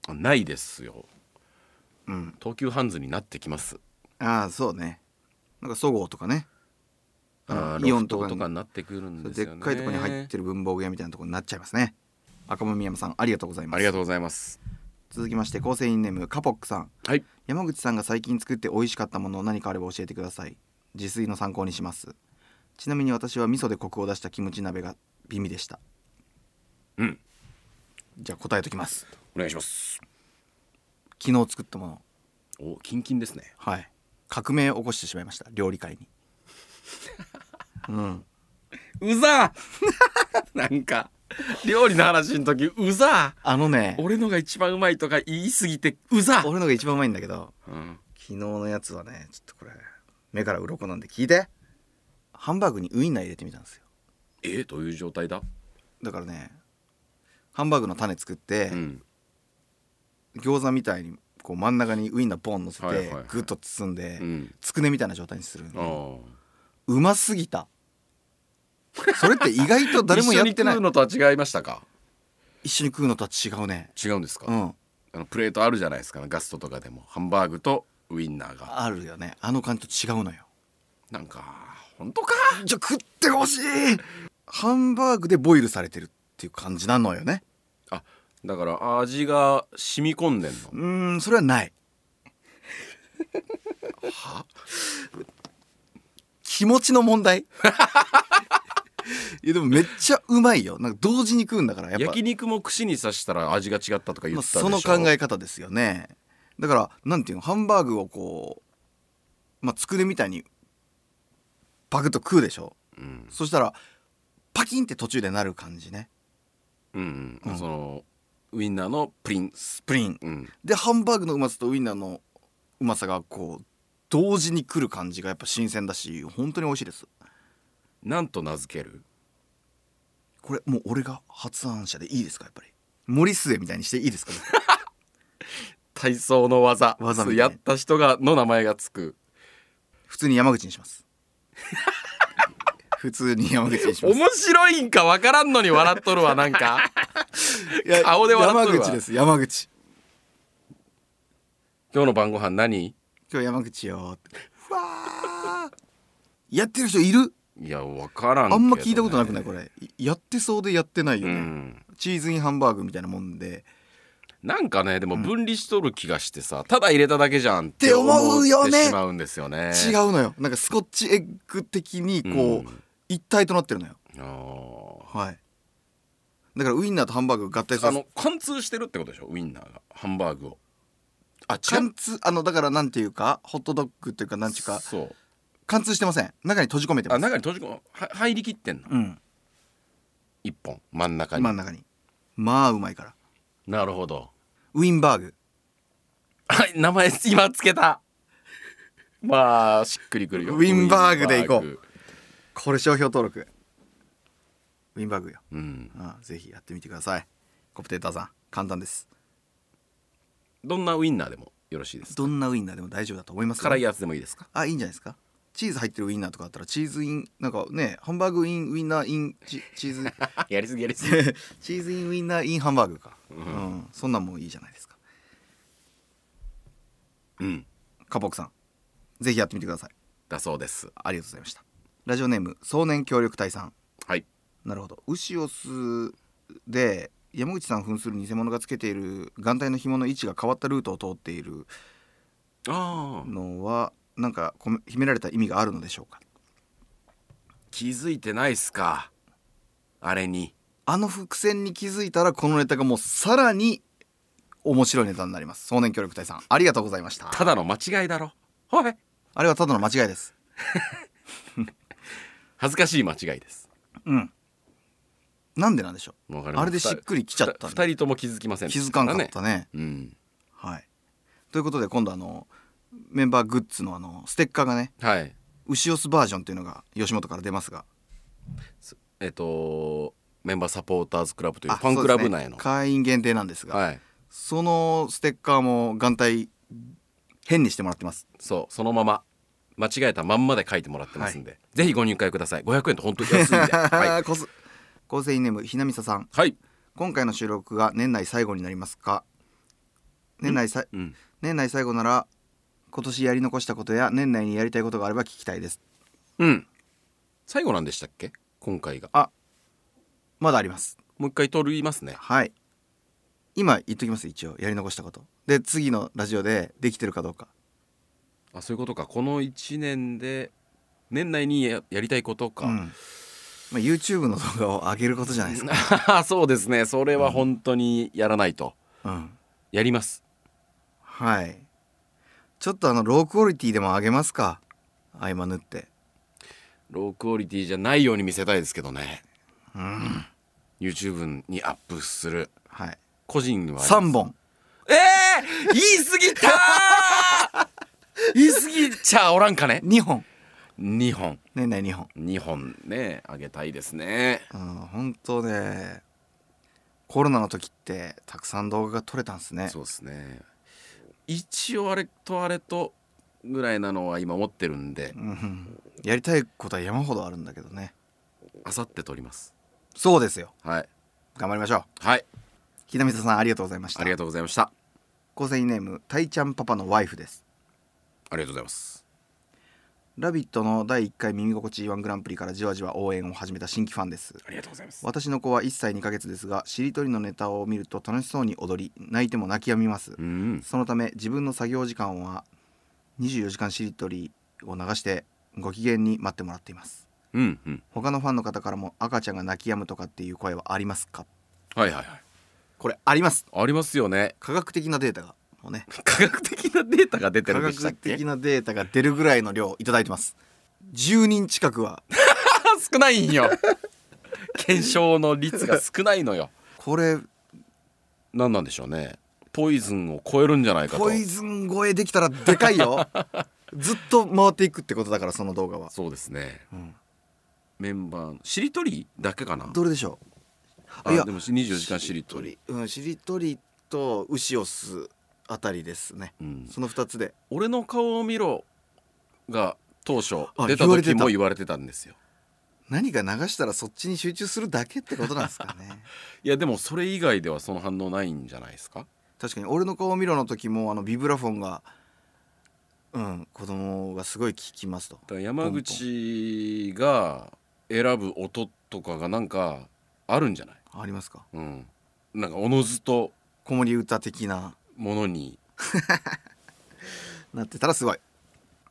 Speaker 1: あないですよ
Speaker 2: うん
Speaker 1: 東急ハンズになってきます
Speaker 2: ああそうねなんかそごうとかね
Speaker 1: あ
Speaker 2: あ
Speaker 1: ー
Speaker 2: のイオンとか
Speaker 1: ロフ
Speaker 2: に
Speaker 1: トになってくるん
Speaker 2: で
Speaker 1: ですよね
Speaker 2: っかいとこに入ってる文房具屋みたいなとこになっちゃいますね赤間宮山さんありがとうございます
Speaker 1: ありがとうございます
Speaker 2: 続きまして構成員ネームカポックさん
Speaker 1: はい
Speaker 2: 山口さんが最近作って美味しかったもの何かあれば教えてください自炊の参考にしますちなみに私は味噌でコクを出したキムチ鍋が美味でした
Speaker 1: うん
Speaker 2: じゃあ答えときます
Speaker 1: お願いします
Speaker 2: 昨日作ったもの
Speaker 1: おキンキンですね
Speaker 2: はい革命を起こしてしまいました料理界 にうん
Speaker 1: うざ なんか料理の話の時うざ
Speaker 2: あのね
Speaker 1: 俺のが一番うまいとか言いすぎてうざ、
Speaker 2: 俺のが一番うまいんだけど
Speaker 1: うん、
Speaker 2: 昨日のやつはねちょっとこれ目から鱗なんで聞いてハンバーグにウインナー入れてみたんですよ
Speaker 1: えどういう状態だ、
Speaker 2: だからねハンバーグの種作って、
Speaker 1: うん、
Speaker 2: 餃子みたいにこう真ん中にウインナーポン乗せて、
Speaker 1: はいはいはい
Speaker 2: グッと包んで、
Speaker 1: うん
Speaker 2: つくねみたいな状態にする
Speaker 1: あー
Speaker 2: うますぎたそれって意外と誰もやってない
Speaker 1: 一緒に食うのとは違いましたか
Speaker 2: 一緒に食うのとは違うね
Speaker 1: 違うんですか、
Speaker 2: うん
Speaker 1: あのプレートあるじゃないですか、ガストとかでもハンバーグとウインナーが
Speaker 2: あるよねあの感じと違うのよ
Speaker 1: なんか本当か
Speaker 2: じゃあ食ってほしいハンバーグでボイルされてるっていう感じなのよね
Speaker 1: あだから味が染み込んでんの
Speaker 2: うーんそれはない
Speaker 1: は
Speaker 2: 気持ちの問題いやでもめっちゃうまいよなんか同時に食うんだからやっぱ
Speaker 1: 焼肉も串に刺したら味が違ったとか言
Speaker 2: ま
Speaker 1: っ
Speaker 2: あ、
Speaker 1: てたでし
Speaker 2: そ
Speaker 1: ょ、
Speaker 2: の考え方ですよねだからなんていうのハンバーグをこう、まあ、つくねみたいにパクッと食うでしょ
Speaker 1: うん
Speaker 2: そしたらパキンって途中でなる感じね
Speaker 1: うん
Speaker 2: うん
Speaker 1: そのウインナーのプリンス、
Speaker 2: プリン
Speaker 1: うん、
Speaker 2: でハンバーグのうまさとウインナーのうまさがこう同時に来る感じがやっぱ新鮮だし本当に美味しいです
Speaker 1: なんと名付ける
Speaker 2: これもう俺が発案者でいいですかやっぱり森末みたいにしていいですか、ね、
Speaker 1: 体操の技
Speaker 2: 技みたい
Speaker 1: やった人がの名前がつく
Speaker 2: 普通に山口にします普通に山口にします
Speaker 1: 面白いんかわからんのに笑っとるわなん か
Speaker 2: いや
Speaker 1: 顔で笑っとるわ
Speaker 2: 山口です山口
Speaker 1: 今日の晩ご飯何
Speaker 2: 今日山口よわーやってる人いる
Speaker 1: いやわからんけどね、
Speaker 2: あんま聞いたことなくないこれいやってそうでやってないよ
Speaker 1: う
Speaker 2: ね、
Speaker 1: ん
Speaker 2: チーズインハンバーグみたいなもんで
Speaker 1: なんかねでも分離しとる気がしてさ、ただ入れただけじゃんって
Speaker 2: って思うよ
Speaker 1: 思
Speaker 2: ね
Speaker 1: ってしまうんですよね
Speaker 2: 違うのよなんかスコッチエッグ的にこう、
Speaker 1: うん
Speaker 2: 一体となってるのよ
Speaker 1: あー
Speaker 2: はいだからウインナーとハンバーグが合体す
Speaker 1: あ
Speaker 2: る
Speaker 1: の貫通してるってことでしょウインナーがハンバーグをあ
Speaker 2: 貫通あのだからなんていうかホットドッグというかなんていうか
Speaker 1: そう
Speaker 2: 貫通してません中に閉じ込めてま
Speaker 1: あ
Speaker 2: す
Speaker 1: 中に閉じ込むは入りきってんの
Speaker 2: うん
Speaker 1: 一本真ん中に
Speaker 2: 真ん中にまあうまいから
Speaker 1: なるほど
Speaker 2: ウインバーグ
Speaker 1: はい名前今つけたまあしっくりくるよ
Speaker 2: ウィンバーグで
Speaker 1: ウィンバ
Speaker 2: 行ここれ商標登録ウィンバーグよ
Speaker 1: うん、
Speaker 2: ああぜひやってみてくださいコプテーターさん簡単です
Speaker 1: どんなウインナーでもよろしいです
Speaker 2: どんなウインナーでも大丈夫だと思いますよ
Speaker 1: 辛いやつでもいいですか
Speaker 2: あいいんじゃないですかチーズ入ってるウインナーとかあったらチーズインなんかねハンバーグインウインナーインチチーズ
Speaker 1: やりすぎやりすぎ
Speaker 2: チーズインウインナーインハンバーグか、うんんそんなんもいいじゃないですか
Speaker 1: うん
Speaker 2: カポックさんぜひやってみてください
Speaker 1: だそうです
Speaker 2: ありがとうございましたラジオネーム壮年協力隊さん
Speaker 1: はい
Speaker 2: なるほどウシオスで山口さん扮する偽物がつけている眼帯の紐の位置が変わったルートを通っている
Speaker 1: ああ
Speaker 2: のはなんか込め秘められた意味があるのでしょうか
Speaker 1: 気づいてないっすかあれに
Speaker 2: あの伏線に気づいたらこのネタがもうさらに面白いネタになります少年協力隊さんありがとうございました
Speaker 1: ただの間違いだろおい
Speaker 2: あれはただの間違いです
Speaker 1: 恥ずかしい間違いです
Speaker 2: うんなんでなんでしょ
Speaker 1: わか
Speaker 2: う
Speaker 1: ります
Speaker 2: あれでしっくりきちゃったん
Speaker 1: 二
Speaker 2: で
Speaker 1: 人とも気づきませんで
Speaker 2: 気
Speaker 1: し
Speaker 2: づかんかっ
Speaker 1: らね
Speaker 2: たね
Speaker 1: うん
Speaker 2: はいということで今度あのメンバーグッズのあのステッカーがね
Speaker 1: はい
Speaker 2: 牛オスバージョンっていうのが吉本から出ますが
Speaker 1: えっとメンバーサポーターズクラブという
Speaker 2: あ
Speaker 1: ファンクラ
Speaker 2: そ
Speaker 1: ブ
Speaker 2: うです
Speaker 1: 内
Speaker 2: ね
Speaker 1: の、
Speaker 2: 会員限定なんですが、
Speaker 1: はい
Speaker 2: そのステッカーも眼帯変にしてもらってます
Speaker 1: そうそのまま間違えたまんまで書いてもらってますんで、ぜひご入会ください500円と本当に安いん では
Speaker 2: こす構成員ネームひなみささん
Speaker 1: い、はい
Speaker 2: 今回の収録が年内最後になりますか年内さ
Speaker 1: うん、
Speaker 2: 年内最後なら今年やり残したことや年内にやりたいことがあれば聞きたいです
Speaker 1: うん、最後なんでしたっけ今回が
Speaker 2: まだあります
Speaker 1: もう一回撮りますね
Speaker 2: はい今言っときます一応やり残したことで次のラジオでできてるかどうか
Speaker 1: あそういうことかこの1年で年内にややりたいことか、
Speaker 2: うんまあ、YouTube の動画を上げることじゃないです か、
Speaker 1: そうですねそれは本当にやらないと、
Speaker 2: うん、
Speaker 1: やります
Speaker 2: はいちょっとあのロークオリティでも上げますか合間縫って
Speaker 1: ロークオリティじゃないように見せたいですけどね
Speaker 2: うん
Speaker 1: YouTube にアップする
Speaker 2: はい
Speaker 1: 個人は
Speaker 2: 3本
Speaker 1: ええー、言い過ぎた ー言い過ぎちゃおらんかね
Speaker 2: 2本
Speaker 1: 2本
Speaker 2: 年内2本
Speaker 1: 2本ねあげたいですね
Speaker 2: うん本当ねコロナの時ってたくさん動画が撮れたんですね
Speaker 1: そうですね一応あれとあれとぐらいなのは今持ってるんで
Speaker 2: うんやりたいことは山ほどあるんだけどね
Speaker 1: あさって撮ります
Speaker 2: そうですよ
Speaker 1: はい
Speaker 2: 頑張りましょう
Speaker 1: はい
Speaker 2: ひなみささんありがとうございました
Speaker 1: ありがとうございました
Speaker 2: 構成員ネームたいちゃんパパのワイフです
Speaker 1: ありがとうございます
Speaker 2: 「ラビット!」の第1回耳心地いい G1 グランプリからじわじわ応援を始めた新規ファンです
Speaker 1: ありがとうございます
Speaker 2: 私の子は1歳2ヶ月ですがしりとりのネタを見ると楽しそうに踊り泣いても泣きやみます
Speaker 1: うん
Speaker 2: そのため自分の作業時間は24時間しりとりを流してご機嫌に待ってもらっています
Speaker 1: うんうん
Speaker 2: 他のファンの方からも赤ちゃんが泣き止むとかっていう声はありますか
Speaker 1: はいはいはい
Speaker 2: これあります
Speaker 1: ありますよね
Speaker 2: 科学的なデータがもうね
Speaker 1: 科学的なデータが出て
Speaker 2: 科
Speaker 1: るんでしたっ
Speaker 2: 学
Speaker 1: け
Speaker 2: 的なデータが出るぐらいの量いただいてます10人近くは
Speaker 1: 少ないんよ検証の率が少ないのよ
Speaker 2: これ
Speaker 1: 何なんでしょうねポイズンを超えるんじゃないかと
Speaker 2: ポイズン超えできたらでかい よずっと回っていくってことだからその動画は、
Speaker 1: そうですね
Speaker 2: うん
Speaker 1: メンバーのしりとりだけかな
Speaker 2: どれでしょ
Speaker 1: あ
Speaker 2: いや
Speaker 1: でも24時間しりとり、
Speaker 2: う、うん、しりとりとウシオスあたりですね
Speaker 1: うん、
Speaker 2: その2つで
Speaker 1: 俺の顔を見ろが当初
Speaker 2: あ
Speaker 1: 出た
Speaker 2: 言われて
Speaker 1: 時
Speaker 2: た
Speaker 1: も言われてたんですよ
Speaker 2: 何か流したらそっちに集中するだけってことなんですかね
Speaker 1: いやでもそれ以外ではその反応ないんじゃないですか
Speaker 2: 確かに俺の顔を見ろの時もあのビブラフォンがうん子供がすごい効きますと
Speaker 1: だから山口が選ぶ音とかがなんかあるんじゃない
Speaker 2: ありますか
Speaker 1: うんなんかおのずと
Speaker 2: 子守歌的な
Speaker 1: ものに
Speaker 2: なってたらすごい、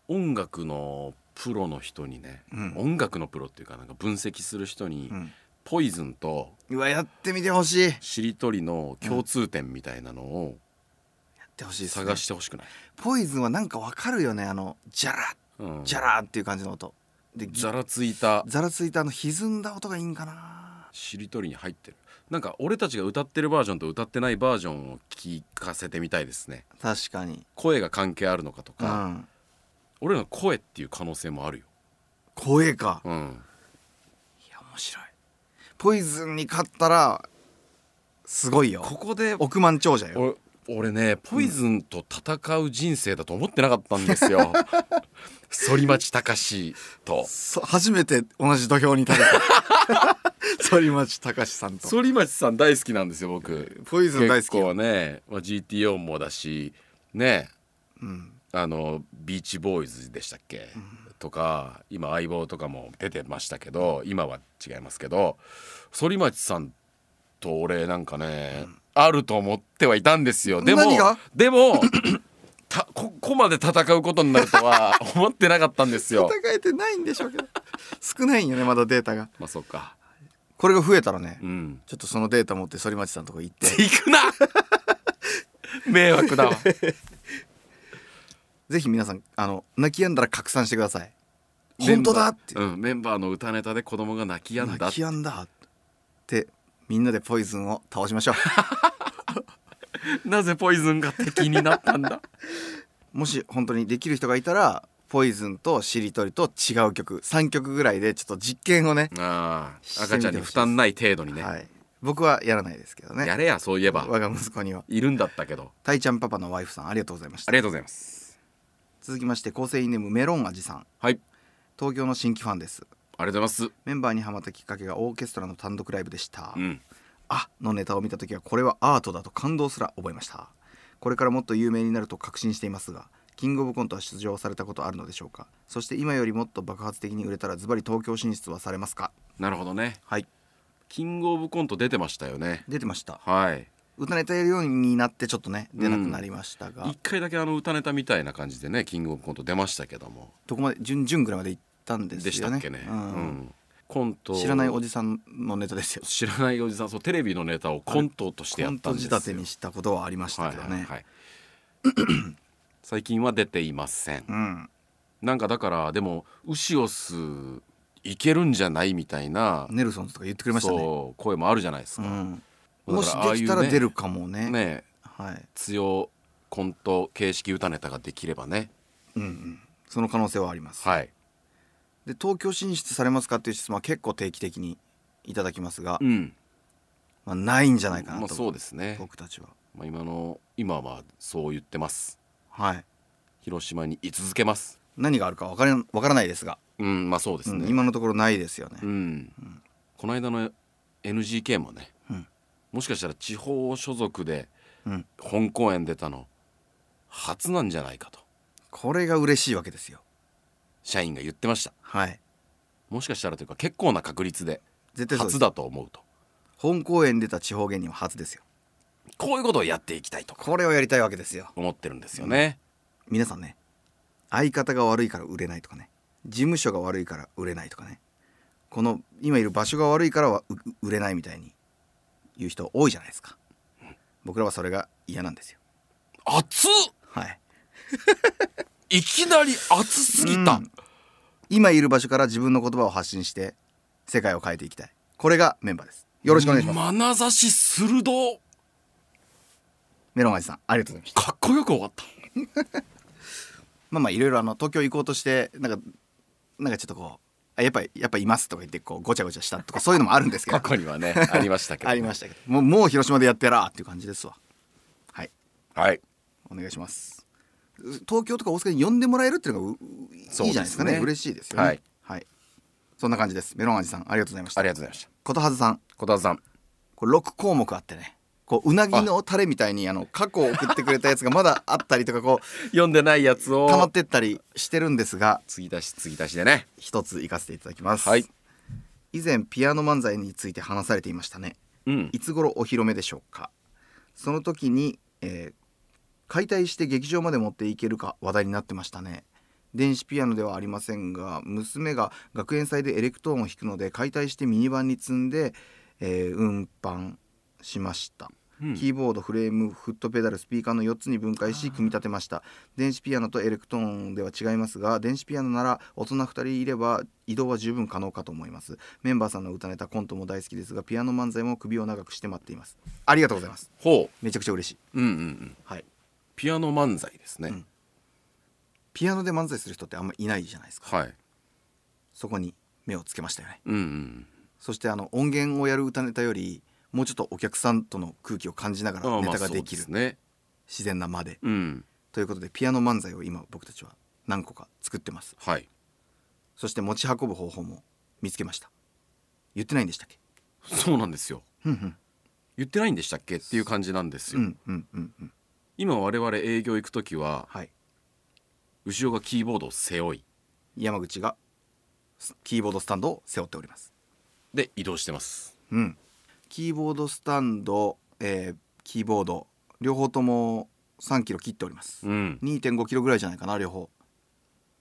Speaker 1: 音楽のプロの人にね、
Speaker 2: うん
Speaker 1: 音楽のプロっていうかなんか分析する人に、
Speaker 2: うん
Speaker 1: ポイズンと
Speaker 2: うわやってみてほしいや
Speaker 1: しりとりの共通点みたいなのを
Speaker 2: ってほしいです、ね、
Speaker 1: 探してほしくない、
Speaker 2: ポイズンはなんかわかるよねあのジャラ
Speaker 1: うん、
Speaker 2: ジャラっていう感じの音でギ
Speaker 1: ざらついた
Speaker 2: ザラついたあの歪んだ音がいいんかな
Speaker 1: しりとりに入ってるなんか俺たちが歌ってるバージョンと歌ってないバージョンを聞かせてみたいですね
Speaker 2: 確かに
Speaker 1: 声が関係あるのかと
Speaker 2: う
Speaker 1: か、
Speaker 2: ん
Speaker 1: 俺らの声っていう可能性もあるよ
Speaker 2: 声か
Speaker 1: うん
Speaker 2: いや面白いポイズンに勝ったらすごいよ
Speaker 1: ここで
Speaker 2: 億万長者よ
Speaker 1: 俺俺ねポイズンと戦う人生だと思ってなかったんです よ反町隆史と
Speaker 2: そ初めて同じ土俵に立て た反町隆史さんと
Speaker 1: 反町さん大好きなんですよ僕
Speaker 2: ポイズン大好
Speaker 1: 結
Speaker 2: きよ
Speaker 1: 構ね、まあ、GTO もだしね
Speaker 2: うん、
Speaker 1: あのビーチボーイズでしたっけ、とか今相棒とかも出てましたけど今は違いますけど反町さんと俺なんかね、あると思ってはいたんですよでも
Speaker 2: 何が
Speaker 1: でも たここまで戦うことになると は思ってなかったんですよ
Speaker 2: 戦えてないんでしょうけ ど少ないんよねまだデータが
Speaker 1: まあそっか
Speaker 2: これが増えたらね、
Speaker 1: うん
Speaker 2: ちょっとそのデータ持って反町さんのとこ行って
Speaker 1: 行くな 迷惑だわ
Speaker 2: ぜひ皆さんあの泣き止んだら拡散してください 本当だって
Speaker 1: メンバーうん、メンバーの歌ネタで子供が泣き止んだ
Speaker 2: 泣き止んだってみんなでポイズンを倒しましょう
Speaker 1: なぜポイズンが敵になったんだ
Speaker 2: もし本当にできる人がいたらポイズンとしりとりと違う曲3曲ぐらいでちょっと実験をね
Speaker 1: ああ
Speaker 2: して
Speaker 1: 赤
Speaker 2: み
Speaker 1: ち
Speaker 2: て
Speaker 1: ゃん
Speaker 2: ほしいです
Speaker 1: に負担ない程度にね、
Speaker 2: はい、僕はやらないですけど
Speaker 1: や
Speaker 2: ね
Speaker 1: れやそういえば
Speaker 2: 我が息子にはい
Speaker 1: るんだったけど
Speaker 2: たいちゃんパパのワイフさんありがとうございまし
Speaker 1: あ
Speaker 2: た
Speaker 1: りがとうございます
Speaker 2: 続きまして構成員ネームメロン味さん
Speaker 1: はい
Speaker 2: 東京の新規ファンです
Speaker 1: ありがとうございます
Speaker 2: メンバーにハマったきっかけがオーケストラの単独ライブでした、
Speaker 1: うん
Speaker 2: あのネタを見た時はこれはアートだと感動すら覚えましたこれからもっと有名になると確信していますがキングオブコントは出場されたことあるのでしょうかそして今よりもっと爆発的に売れたらズバリ東京進出はされますか
Speaker 1: なるほどね
Speaker 2: はい
Speaker 1: キングオブコント出てましたよね
Speaker 2: 出てました
Speaker 1: はい
Speaker 2: 歌ネタやるようになってちょっとね出なくなりましたが、
Speaker 1: 一回だけあの歌ネタみたいな感じでねキングオブコント出ましたけども
Speaker 2: どこまで準々ぐらいまで行ったんで
Speaker 1: です
Speaker 2: よね
Speaker 1: したっけね、
Speaker 2: う
Speaker 1: うんんコント
Speaker 2: 知らないお
Speaker 1: じ
Speaker 2: じさんのネタですよ
Speaker 1: 知らないおじさんそうテレビのネタをコントとしてや
Speaker 2: コ
Speaker 1: っ
Speaker 2: ン
Speaker 1: た
Speaker 2: ト
Speaker 1: んです
Speaker 2: 仕
Speaker 1: よ
Speaker 2: 立てにしたことはありました
Speaker 1: はい
Speaker 2: けど
Speaker 1: は
Speaker 2: ね、
Speaker 1: い、 はい、最近は出ていません
Speaker 2: うん
Speaker 1: なんかだからでもウシオスいけるんじゃないみたいな、
Speaker 2: ネルソンズとか言ってくれましたね
Speaker 1: そう声もあるじゃないです
Speaker 2: う
Speaker 1: か、
Speaker 2: ん、
Speaker 1: だ
Speaker 2: もし
Speaker 1: からああ
Speaker 2: で
Speaker 1: い
Speaker 2: き
Speaker 1: う
Speaker 2: たら
Speaker 1: ね
Speaker 2: 出るかもね
Speaker 1: ね
Speaker 2: はい、
Speaker 1: 強コント形式歌ネタができればね
Speaker 2: うんうん、その可能性はあります、
Speaker 1: はい
Speaker 2: で東京進出されますかっていう質問は結構定期的にいただきますが、
Speaker 1: うん
Speaker 2: まあ、ないんじゃないか
Speaker 1: ま
Speaker 2: な
Speaker 1: あ
Speaker 2: と、
Speaker 1: そうですね、
Speaker 2: 僕たちは
Speaker 1: まあ、今の今はそう言ってます
Speaker 2: はい
Speaker 1: 広島に居続けます
Speaker 2: 何があるか分からん分からないですが
Speaker 1: うんまあそうですね、
Speaker 2: う
Speaker 1: うんん、
Speaker 2: 今のところないですよね、
Speaker 1: この間の NGK もね、
Speaker 2: うん
Speaker 1: もしかしたら地方所属で
Speaker 2: うん
Speaker 1: 本公演出たの初なんじゃないかと
Speaker 2: これが嬉しいわけですよ
Speaker 1: 社員が言ってました
Speaker 2: はい
Speaker 1: もしかしたらというか結構な確率で
Speaker 2: 絶対そうです
Speaker 1: 初だと思うと
Speaker 2: 本公演に出た地方芸人は初ですよ
Speaker 1: こういうことをやっていきたいと
Speaker 2: これをやりたいわけですよ
Speaker 1: 思ってるんですよね、
Speaker 2: 皆さんね相方が悪いから売れないとかね事務所が悪いから売れないとかねこの今いる場所が悪いからはう売れないみたいに言う人多いじゃないですか僕らはそれが嫌なんですよ
Speaker 1: 熱っ
Speaker 2: はい
Speaker 1: いきなり熱すぎた、
Speaker 2: うん今いる場所から自分の言葉を発信して世界を変えていきたいこれがメンバーですよろしくお願いします
Speaker 1: 眼差し鋭
Speaker 2: メロン味さんありがとうございました
Speaker 1: かっこよく終わった
Speaker 2: まあまあいろいろあの東京行こうとしてなんかなんかちょっとこうあやっぱやっぱいますとか言ってこうごちゃごちゃした とかそういうのもあるんですけど
Speaker 1: 過去にはねありましたけど、
Speaker 2: ありましたけどもうもう広島でやってやらーっていう感じですわはい
Speaker 1: たはい
Speaker 2: お願いしますう東京とか大阪に呼んでもらえるっていうのがうういいじゃ
Speaker 1: そうですね
Speaker 2: ないですかね嬉しいですよね
Speaker 1: はい、
Speaker 2: そんな感じですメロン味さんありがとうございまし
Speaker 1: あ
Speaker 2: た
Speaker 1: りがとうございました
Speaker 2: ことはずさん
Speaker 1: 小田さん
Speaker 2: これ6項目あってねこううなぎのタレみたいにあの過去送ってくれたやつがまだあったりとかこう
Speaker 1: 読んでないやつを
Speaker 2: 溜まってったりしてるんですが
Speaker 1: 継ぎ出し継ぎ出しでね
Speaker 2: 一つ行かせていただきます、
Speaker 1: はい
Speaker 2: 以前ピアノ漫才について話されていましたね
Speaker 1: うん
Speaker 2: いつ頃お披露目でしょうかその時に、えー解体して劇場まで持っていけるか話題になってましたね電子ピアノではありませんが娘が学園祭でエレクトーンを弾くので解体してミニバンに積んで、えー運搬しました
Speaker 1: うん
Speaker 2: キーボードフレームフットペダルスピーカーの4つに分解し組み立てました電子ピアノとエレクトーンでは違いますが電子ピアノなら大人2人いれば移動は十分可能かと思いますメンバーさんの歌ネタコントも大好きですがピアノ漫才も首を長くして待っていますありがとうございます
Speaker 1: ほ
Speaker 2: めちゃくちゃ嬉しいう
Speaker 1: うんうんうん
Speaker 2: はい
Speaker 1: ピアノ漫才ですね、
Speaker 2: うんピアノで漫才する人ってあんまいないじゃないですか
Speaker 1: はい
Speaker 2: そこに目をつけましたよね
Speaker 1: うんうん
Speaker 2: そしてあの音源をやる歌ネタよりもうちょっとお客さんとの空気を感じなが
Speaker 1: あ
Speaker 2: ら
Speaker 1: あ
Speaker 2: ネ
Speaker 1: まあ
Speaker 2: タができる、
Speaker 1: そうですね
Speaker 2: 自然な間で
Speaker 1: うん
Speaker 2: ということでピアノ漫才を今僕たちは何個か作ってます
Speaker 1: はい
Speaker 2: そして持ち運ぶ方法も見つけました言ってないんでしたっけ
Speaker 1: そうなんですよ
Speaker 2: うんうん
Speaker 1: 言ってないんでしたっけっていう感じなんです
Speaker 2: う
Speaker 1: よ、
Speaker 2: んうんうんうん
Speaker 1: 今我々営業行く時は
Speaker 2: はい
Speaker 1: 後ろがキーボードを背負い
Speaker 2: 山口がスキーボードスタンドを背負っております
Speaker 1: で移動してます
Speaker 2: うんキーボードスタンド、えーキーボード両方とも3キロ切っております、
Speaker 1: うん
Speaker 2: 2 5キロぐらいじゃないかな両方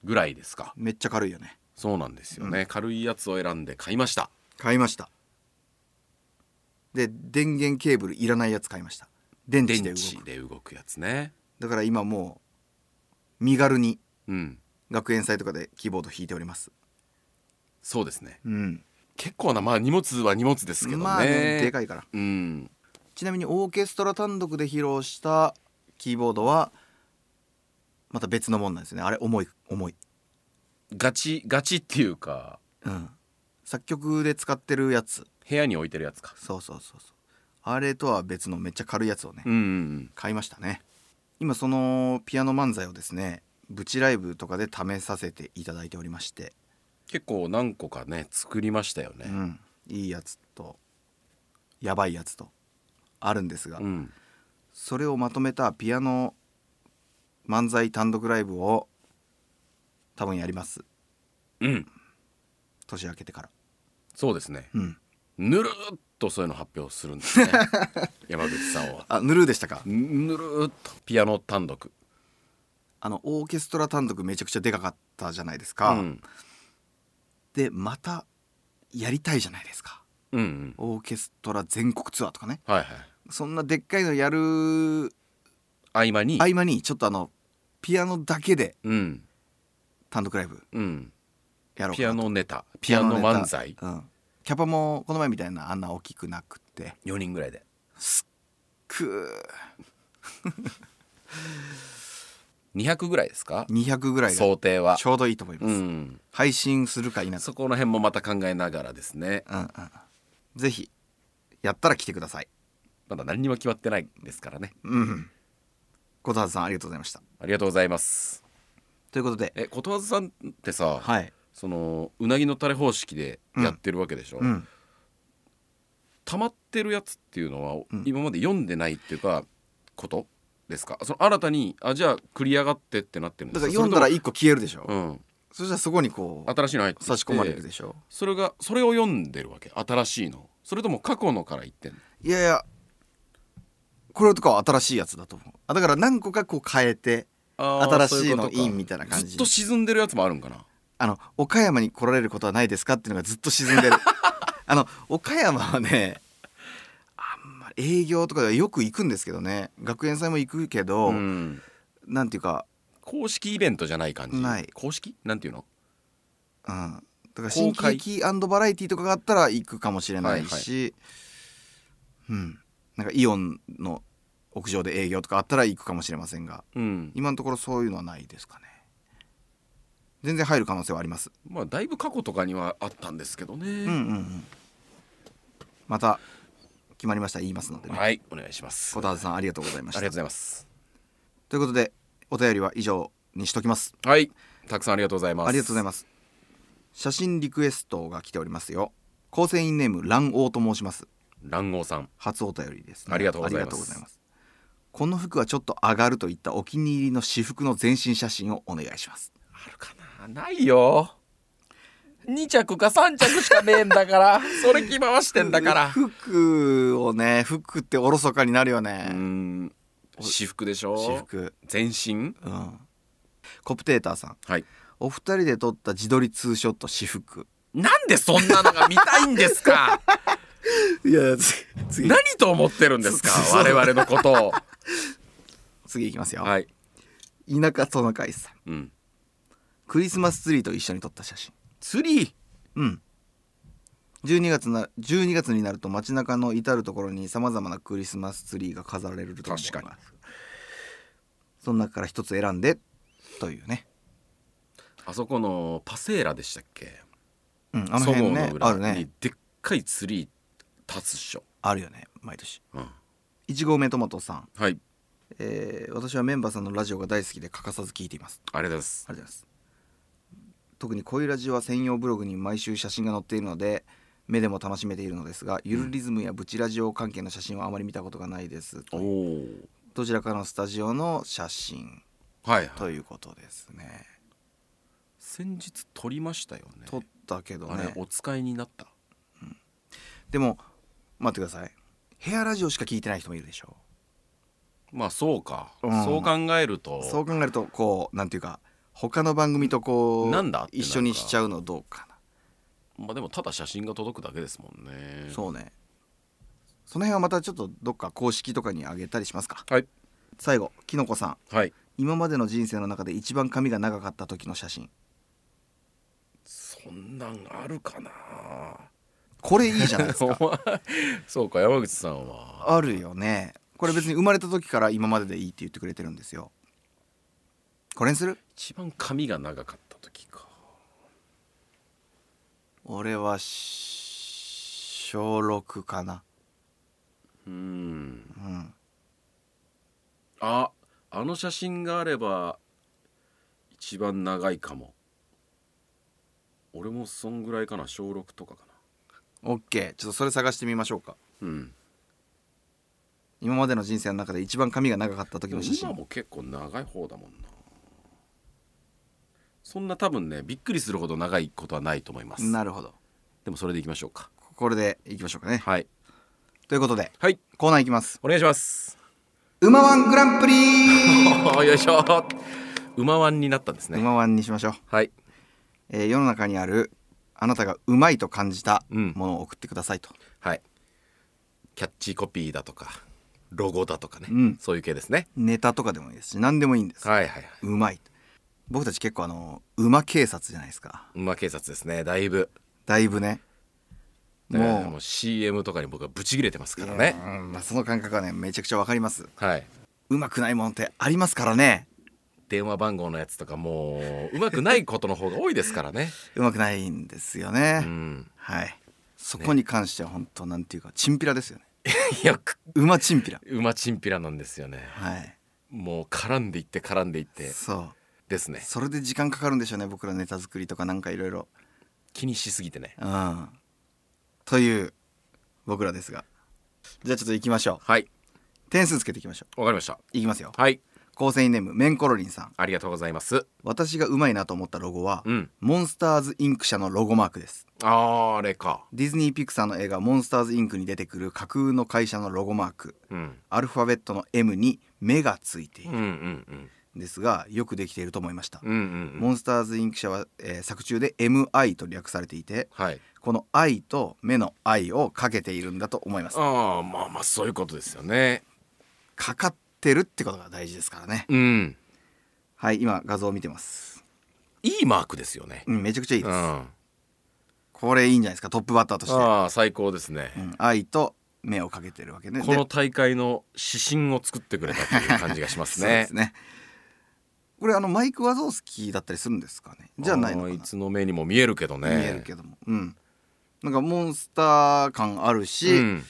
Speaker 1: ぐらいですか
Speaker 2: めっちゃ軽いよね
Speaker 1: そうなんですよね、軽いやつを選んで買いました
Speaker 2: 買いましたで電源ケーブルいらないやつ買いました電
Speaker 1: 電
Speaker 2: 池で動
Speaker 1: 池
Speaker 2: く
Speaker 1: で動くやつね
Speaker 2: だから今もう身軽に
Speaker 1: うん
Speaker 2: 学園祭とかでキーボード弾いております
Speaker 1: そうですね
Speaker 2: うん
Speaker 1: 結構なまあ荷物は荷物ですけどね,、
Speaker 2: まあねでかいから
Speaker 1: うん
Speaker 2: ちなみにオーケストラ単独で披露したキーボードはまた別のもんなんですよねあれ重い重い、
Speaker 1: ガチガチっていうか
Speaker 2: うん、作曲で使ってるやつ
Speaker 1: 部屋に置いてるやつか
Speaker 2: そうそうそうそうあれとは別のめっちゃ軽いやつをね、
Speaker 1: うんうん
Speaker 2: 買いましたね今そのピアノ漫才をですねブチライブとかで試させていただいておりまして、
Speaker 1: 結構何個かね作りましたよ
Speaker 2: う
Speaker 1: ね、
Speaker 2: ん、いいやつとやばいやつとあるんですが、
Speaker 1: うん、
Speaker 2: それをまとめたピアノ漫才単独ライブを多分やります
Speaker 1: うん、
Speaker 2: 年明けてから
Speaker 1: そうですね
Speaker 2: うん
Speaker 1: ぬるーっとそういうの発表するんですね 山口さんは
Speaker 2: あぬるーでしたか
Speaker 1: ぬるーっとピアノ単独
Speaker 2: あのオーケストラ単独めちゃくちゃでかかったじゃないですか、
Speaker 1: うん
Speaker 2: でまたやりたいじゃないですか
Speaker 1: うんうん
Speaker 2: オーケストラ全国ツアーとかね
Speaker 1: はい
Speaker 2: そんなでっかいのやる
Speaker 1: はい合間に
Speaker 2: 合間にちょっとあのピアノだけで
Speaker 1: うん
Speaker 2: 単独ライブ
Speaker 1: うん
Speaker 2: やろうかなと
Speaker 1: ピアノネタピアノ
Speaker 2: ネタ
Speaker 1: 漫才
Speaker 2: うん、キャパもこの前みたいなあんな大きくなくって
Speaker 1: 4人ぐらいです
Speaker 2: っく
Speaker 1: 200ぐらいですか
Speaker 2: ー200ぐらいが
Speaker 1: 想定は
Speaker 2: ちょうどいいと思います、
Speaker 1: うん
Speaker 2: 配信するか否か
Speaker 1: そこの辺もまた考えながらですね
Speaker 2: うんうんぜひやったら来てください
Speaker 1: まだ何にも決まってないですからね
Speaker 2: うん琴葉さんありがとうございました
Speaker 1: ありがとうございます
Speaker 2: ということで
Speaker 1: えことわざさんってさ、
Speaker 2: はい、
Speaker 1: そのうなぎのタレ方式でやってるわけでしょ、
Speaker 2: うん、
Speaker 1: 溜まってるやつっていうのは、
Speaker 2: ん
Speaker 1: 今まで読んでないっていうかことですかその新たにあじゃあ繰り上がってってなってるんで
Speaker 2: だ
Speaker 1: すから
Speaker 2: か読んだら
Speaker 1: い
Speaker 2: 1個消えるでしょ、
Speaker 1: うん、
Speaker 2: そしたらそこにこう
Speaker 1: 新しいの入ってきて
Speaker 2: 差し込まれるでしょ
Speaker 1: それがそれを読んでるわけ新しいのそれとも過去のから言ってんの
Speaker 2: いやいやこれとかは新しいやつだと思うあだから何個かこう変えて
Speaker 1: あー
Speaker 2: 新
Speaker 1: そう
Speaker 2: し
Speaker 1: う
Speaker 2: い
Speaker 1: こ
Speaker 2: の
Speaker 1: とか
Speaker 2: インみたいな感
Speaker 1: ず
Speaker 2: じ
Speaker 1: っと沈んでるやつもあるんかな
Speaker 2: あの岡山に来られることはないですかっていうのがずっと沈 んでるあの岡山はねあんま営業とかではよく行くんですけどね学園祭も行くけど、
Speaker 1: うん
Speaker 2: なんていうか、
Speaker 1: 公式イベントじゃない感じ
Speaker 2: ない
Speaker 1: 公式なんていうの
Speaker 2: うん、だから新
Speaker 1: 公
Speaker 2: 喜
Speaker 1: 開
Speaker 2: 劇バラエティとかがあったら行くかもしれないし、うん、なんかイオンの屋上で営業とかあったら行くかもしれませんが
Speaker 1: うん
Speaker 2: 今のところそういうのはないですかね全然入る可能性はあります
Speaker 1: まあだいぶ過去とかにはあったんですけどね、
Speaker 2: うんうんうんまた決まりましたら言いますのでね
Speaker 1: はいお願いします
Speaker 2: 小田さんありがとうございまし
Speaker 1: ありがとう
Speaker 2: た
Speaker 1: ございます。
Speaker 2: ということでお便りは以上にしときます
Speaker 1: はい、たくさんありがとうございます。
Speaker 2: ありがとうございます写真リクエストが来ておりますよ構成員ネーム卵王と申します
Speaker 1: 卵黄さん、
Speaker 2: 初お便りです、
Speaker 1: ありがとうございます
Speaker 2: あすこの服はちょっと上がるといったお気に入りの私服の全身写真をお願いします
Speaker 1: あるかな、ないよ。二着か三着しかねえんだから、 それ着回してんだから。
Speaker 2: 服をね服っておろそかになるよ
Speaker 1: うー
Speaker 2: ね、
Speaker 1: ん、私服でしょ
Speaker 2: 私服
Speaker 1: 全身。
Speaker 2: うんコプテーターさん
Speaker 1: はい。
Speaker 2: お二人で撮った自撮りツーショット私服
Speaker 1: なんでそんなのが見たいんです か。
Speaker 2: いや次
Speaker 1: 何と思ってるん ですか、我々のことを。
Speaker 2: 次いきますよ、
Speaker 1: はい。
Speaker 2: 田舎トナカイさん
Speaker 1: うん。
Speaker 2: クリスマスツリーと一緒に撮った写真
Speaker 1: ツリー。
Speaker 2: うん12月な12月になると街中の至る所にさまざまなクリスマスツリーが飾られると思います
Speaker 1: 確か
Speaker 2: その中から一つ選んでというね
Speaker 1: あそこのパセーラでしたっけ
Speaker 2: うん、あの辺ね
Speaker 1: そごう
Speaker 2: あ
Speaker 1: の
Speaker 2: る
Speaker 1: 裏
Speaker 2: ね
Speaker 1: にでっかいツリー立つっしょ、
Speaker 2: あるよね毎年
Speaker 1: うん、
Speaker 2: 1合目トマトさん、
Speaker 1: はい
Speaker 2: えー私はメンバーさんのラジオが大好きで欠かさず聞いています
Speaker 1: ありがとうございます
Speaker 2: ありがとうございます特に恋ラジは専用ブログに毎週写真が載っているので目でも楽しめているのですがゆるリズムやブチラジオ関係の写真はあまり見たことがないです
Speaker 1: おお
Speaker 2: どちらかのスタジオの写真
Speaker 1: はい、はい、
Speaker 2: ということですね
Speaker 1: 先日撮りましたよね
Speaker 2: 撮ったけど
Speaker 1: あれ
Speaker 2: ね
Speaker 1: お使いになった
Speaker 2: でも待ってくださいヘアラジオしか聞いてない人もいるでしょ
Speaker 1: まあそうか、
Speaker 2: うん
Speaker 1: そう考えると
Speaker 2: そう考えるとこうなんていうか他の番組とこう
Speaker 1: なんだってなる
Speaker 2: 一
Speaker 1: か
Speaker 2: 緒にしちゃうのどうか
Speaker 1: まあでもただ写真が届くだけですもんね
Speaker 2: なそうねその辺はまたちょっとどっか公式とかにあげたりしますか
Speaker 1: はい
Speaker 2: 最後きのこさん
Speaker 1: はい
Speaker 2: 今までの人生の中で一番髪が長かった時の写真
Speaker 1: そんなんあるかな
Speaker 2: これいいじゃない ですか
Speaker 1: お前そうか山口さんは
Speaker 2: あるよねこれ別に生まれた時から今まででいいって言ってくれてるんですよこれにする
Speaker 1: 一番髪が長かった時か
Speaker 2: 俺はし小6かな
Speaker 1: うん
Speaker 2: うん
Speaker 1: ああの写真があれば一番長いかも俺もそんぐらいかな小6とかか
Speaker 2: OK ちょっとそれ探してみましょうか
Speaker 1: なうん
Speaker 2: 今までの人生の中で一番髪が長かった
Speaker 1: で
Speaker 2: 時の
Speaker 1: も
Speaker 2: 写
Speaker 1: 今
Speaker 2: 真
Speaker 1: も結構長い方だもんなそんな多分ねびっくりするほど長いことはないと思います
Speaker 2: なるほど
Speaker 1: でもそれでいきましょうか
Speaker 2: これでいきましょうかね
Speaker 1: はい
Speaker 2: ということで
Speaker 1: はい
Speaker 2: コーナーいきます
Speaker 1: お願いします
Speaker 2: 「うまワングランプリ
Speaker 1: おーよいしょ馬ワンになったんです」
Speaker 2: う
Speaker 1: ね
Speaker 2: まワンにしましょう、
Speaker 1: はい
Speaker 2: えー世の中にあるあなたがうまいと感じた
Speaker 1: うん
Speaker 2: ものを送ってくださいと、
Speaker 1: はいキャッチコピーだとかロゴだとかね、
Speaker 2: うん
Speaker 1: そういう系ですね
Speaker 2: ネタとかでもいいですし何でもいいんです、
Speaker 1: はいはいはいう
Speaker 2: まい僕たち結構あの馬警察じゃないですか
Speaker 1: 馬警察ですねだいぶ
Speaker 2: だいぶね
Speaker 1: だからねも
Speaker 2: も
Speaker 1: う CM とかに僕はブチ切れてます
Speaker 2: う
Speaker 1: からね
Speaker 2: うんまあ、その感覚はねめちゃくちゃわかります
Speaker 1: はいう
Speaker 2: まくないものってありますからね
Speaker 1: 電話番号のやつとかもううまくないことの方が多いですからね
Speaker 2: うまくないんですよね、
Speaker 1: うん
Speaker 2: はいそこに関しては本当なんていうかチンピラですよね
Speaker 1: いやく
Speaker 2: 馬チンピラ
Speaker 1: 馬チンピラなんですよね
Speaker 2: はい
Speaker 1: もう絡んでいって絡んでいって
Speaker 2: そう
Speaker 1: ですね
Speaker 2: それで時間かかるんでしょうね僕らネタ作りとかなんかいろいろ
Speaker 1: 気にしすぎてね
Speaker 2: うんという僕らですがじゃあちょっと行きましょ
Speaker 1: はいう
Speaker 2: 点数つけていきましょ
Speaker 1: わかりました
Speaker 2: ういきますよ
Speaker 1: はい
Speaker 2: 構成員ネームメンコロリンさん
Speaker 1: ありがとうございます
Speaker 2: 私がうまいなと思ったロゴは、
Speaker 1: うん
Speaker 2: モンスターズインク社のロゴマークです
Speaker 1: あーあれか
Speaker 2: ディズニーピクサーの映画「モンスターズインク」に出てくる架空の会社のロゴマーク
Speaker 1: うん
Speaker 2: アルファベットの M に目がついてい
Speaker 1: うん
Speaker 2: る
Speaker 1: うんうん
Speaker 2: んですがよくできていると思いました、
Speaker 1: うんうんう
Speaker 2: モ
Speaker 1: ん
Speaker 2: ンスターズインク社は、えー作中で MI と略されていて
Speaker 1: はい
Speaker 2: この「I」と目の「I」をかけているんだと思います
Speaker 1: ああまあまあそういうことですよね
Speaker 2: かかってるってことが大事ですからね
Speaker 1: うん
Speaker 2: はい今画像を見てます
Speaker 1: いいマークですよね
Speaker 2: うんめちゃくちゃいいです、
Speaker 1: うん
Speaker 2: これいいんじゃないですかトップバッターとして、う
Speaker 1: ああ最高ですね、
Speaker 2: ん、愛と目をかけてるわけね
Speaker 1: この
Speaker 2: で
Speaker 1: 大会の指針を作ってくれたという感じがします
Speaker 2: そうで
Speaker 1: ね
Speaker 2: すねこれあのマイク・ワゾースキーだったりするんですかねじゃないのか
Speaker 1: あ
Speaker 2: な
Speaker 1: ーいつの目にも見えるけどね
Speaker 2: 見えるけどもうんなんかモンスター感あるし、
Speaker 1: うん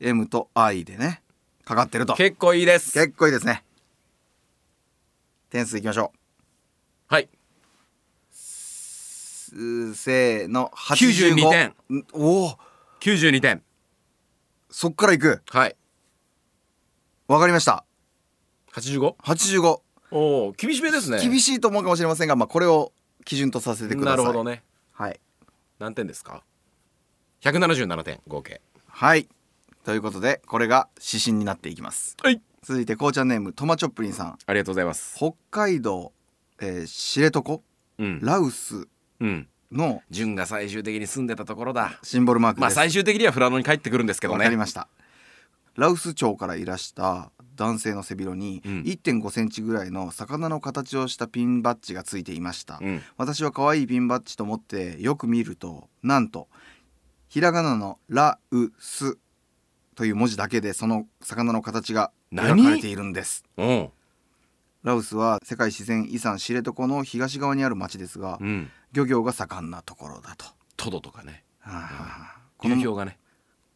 Speaker 2: M と I でねかかってると
Speaker 1: 結構いいです
Speaker 2: 結構いいですね点数いきましょう
Speaker 1: はい
Speaker 2: すせーの85
Speaker 1: 92点
Speaker 2: んおお
Speaker 1: 92点
Speaker 2: そっからいく
Speaker 1: はい
Speaker 2: わかりました
Speaker 1: 85?
Speaker 2: 85
Speaker 1: おお厳しめですね
Speaker 2: 厳しいと思うかもしれませんが、まあ、これを基準とさせてくださ
Speaker 1: ないるほどね
Speaker 2: はい、
Speaker 1: 何点ですか177点合計
Speaker 2: はい、ということでこれが指針になっていきます
Speaker 1: はい
Speaker 2: 続いてこうちゃんネームトマチョップリンさん
Speaker 1: ありがとうございます
Speaker 2: 北海道、えー知床
Speaker 1: うん、
Speaker 2: ラウス
Speaker 1: うん、
Speaker 2: の
Speaker 1: 純が最終的に住んでたところだ
Speaker 2: シンボルマークです、
Speaker 1: まあ最終的にはフラノに帰ってくるんですけど
Speaker 2: わかり
Speaker 1: ね
Speaker 2: ましたラウス町からいらした男性の背広に
Speaker 1: うん
Speaker 2: 1.5センチぐらいの魚の形をしたピンバッジがついていました、
Speaker 1: うん
Speaker 2: 私は可愛いピンバッジと思ってよく見るとなんとひらがなの「ラウス」という文字だけでその魚の形が描かれているんです
Speaker 1: うん
Speaker 2: ラオスは世界自然遺産知床の東側にある町ですが、
Speaker 1: うん
Speaker 2: 漁業が盛んなところだと、
Speaker 1: トドとかね
Speaker 2: あーこ
Speaker 1: 流
Speaker 2: の
Speaker 1: 氷がね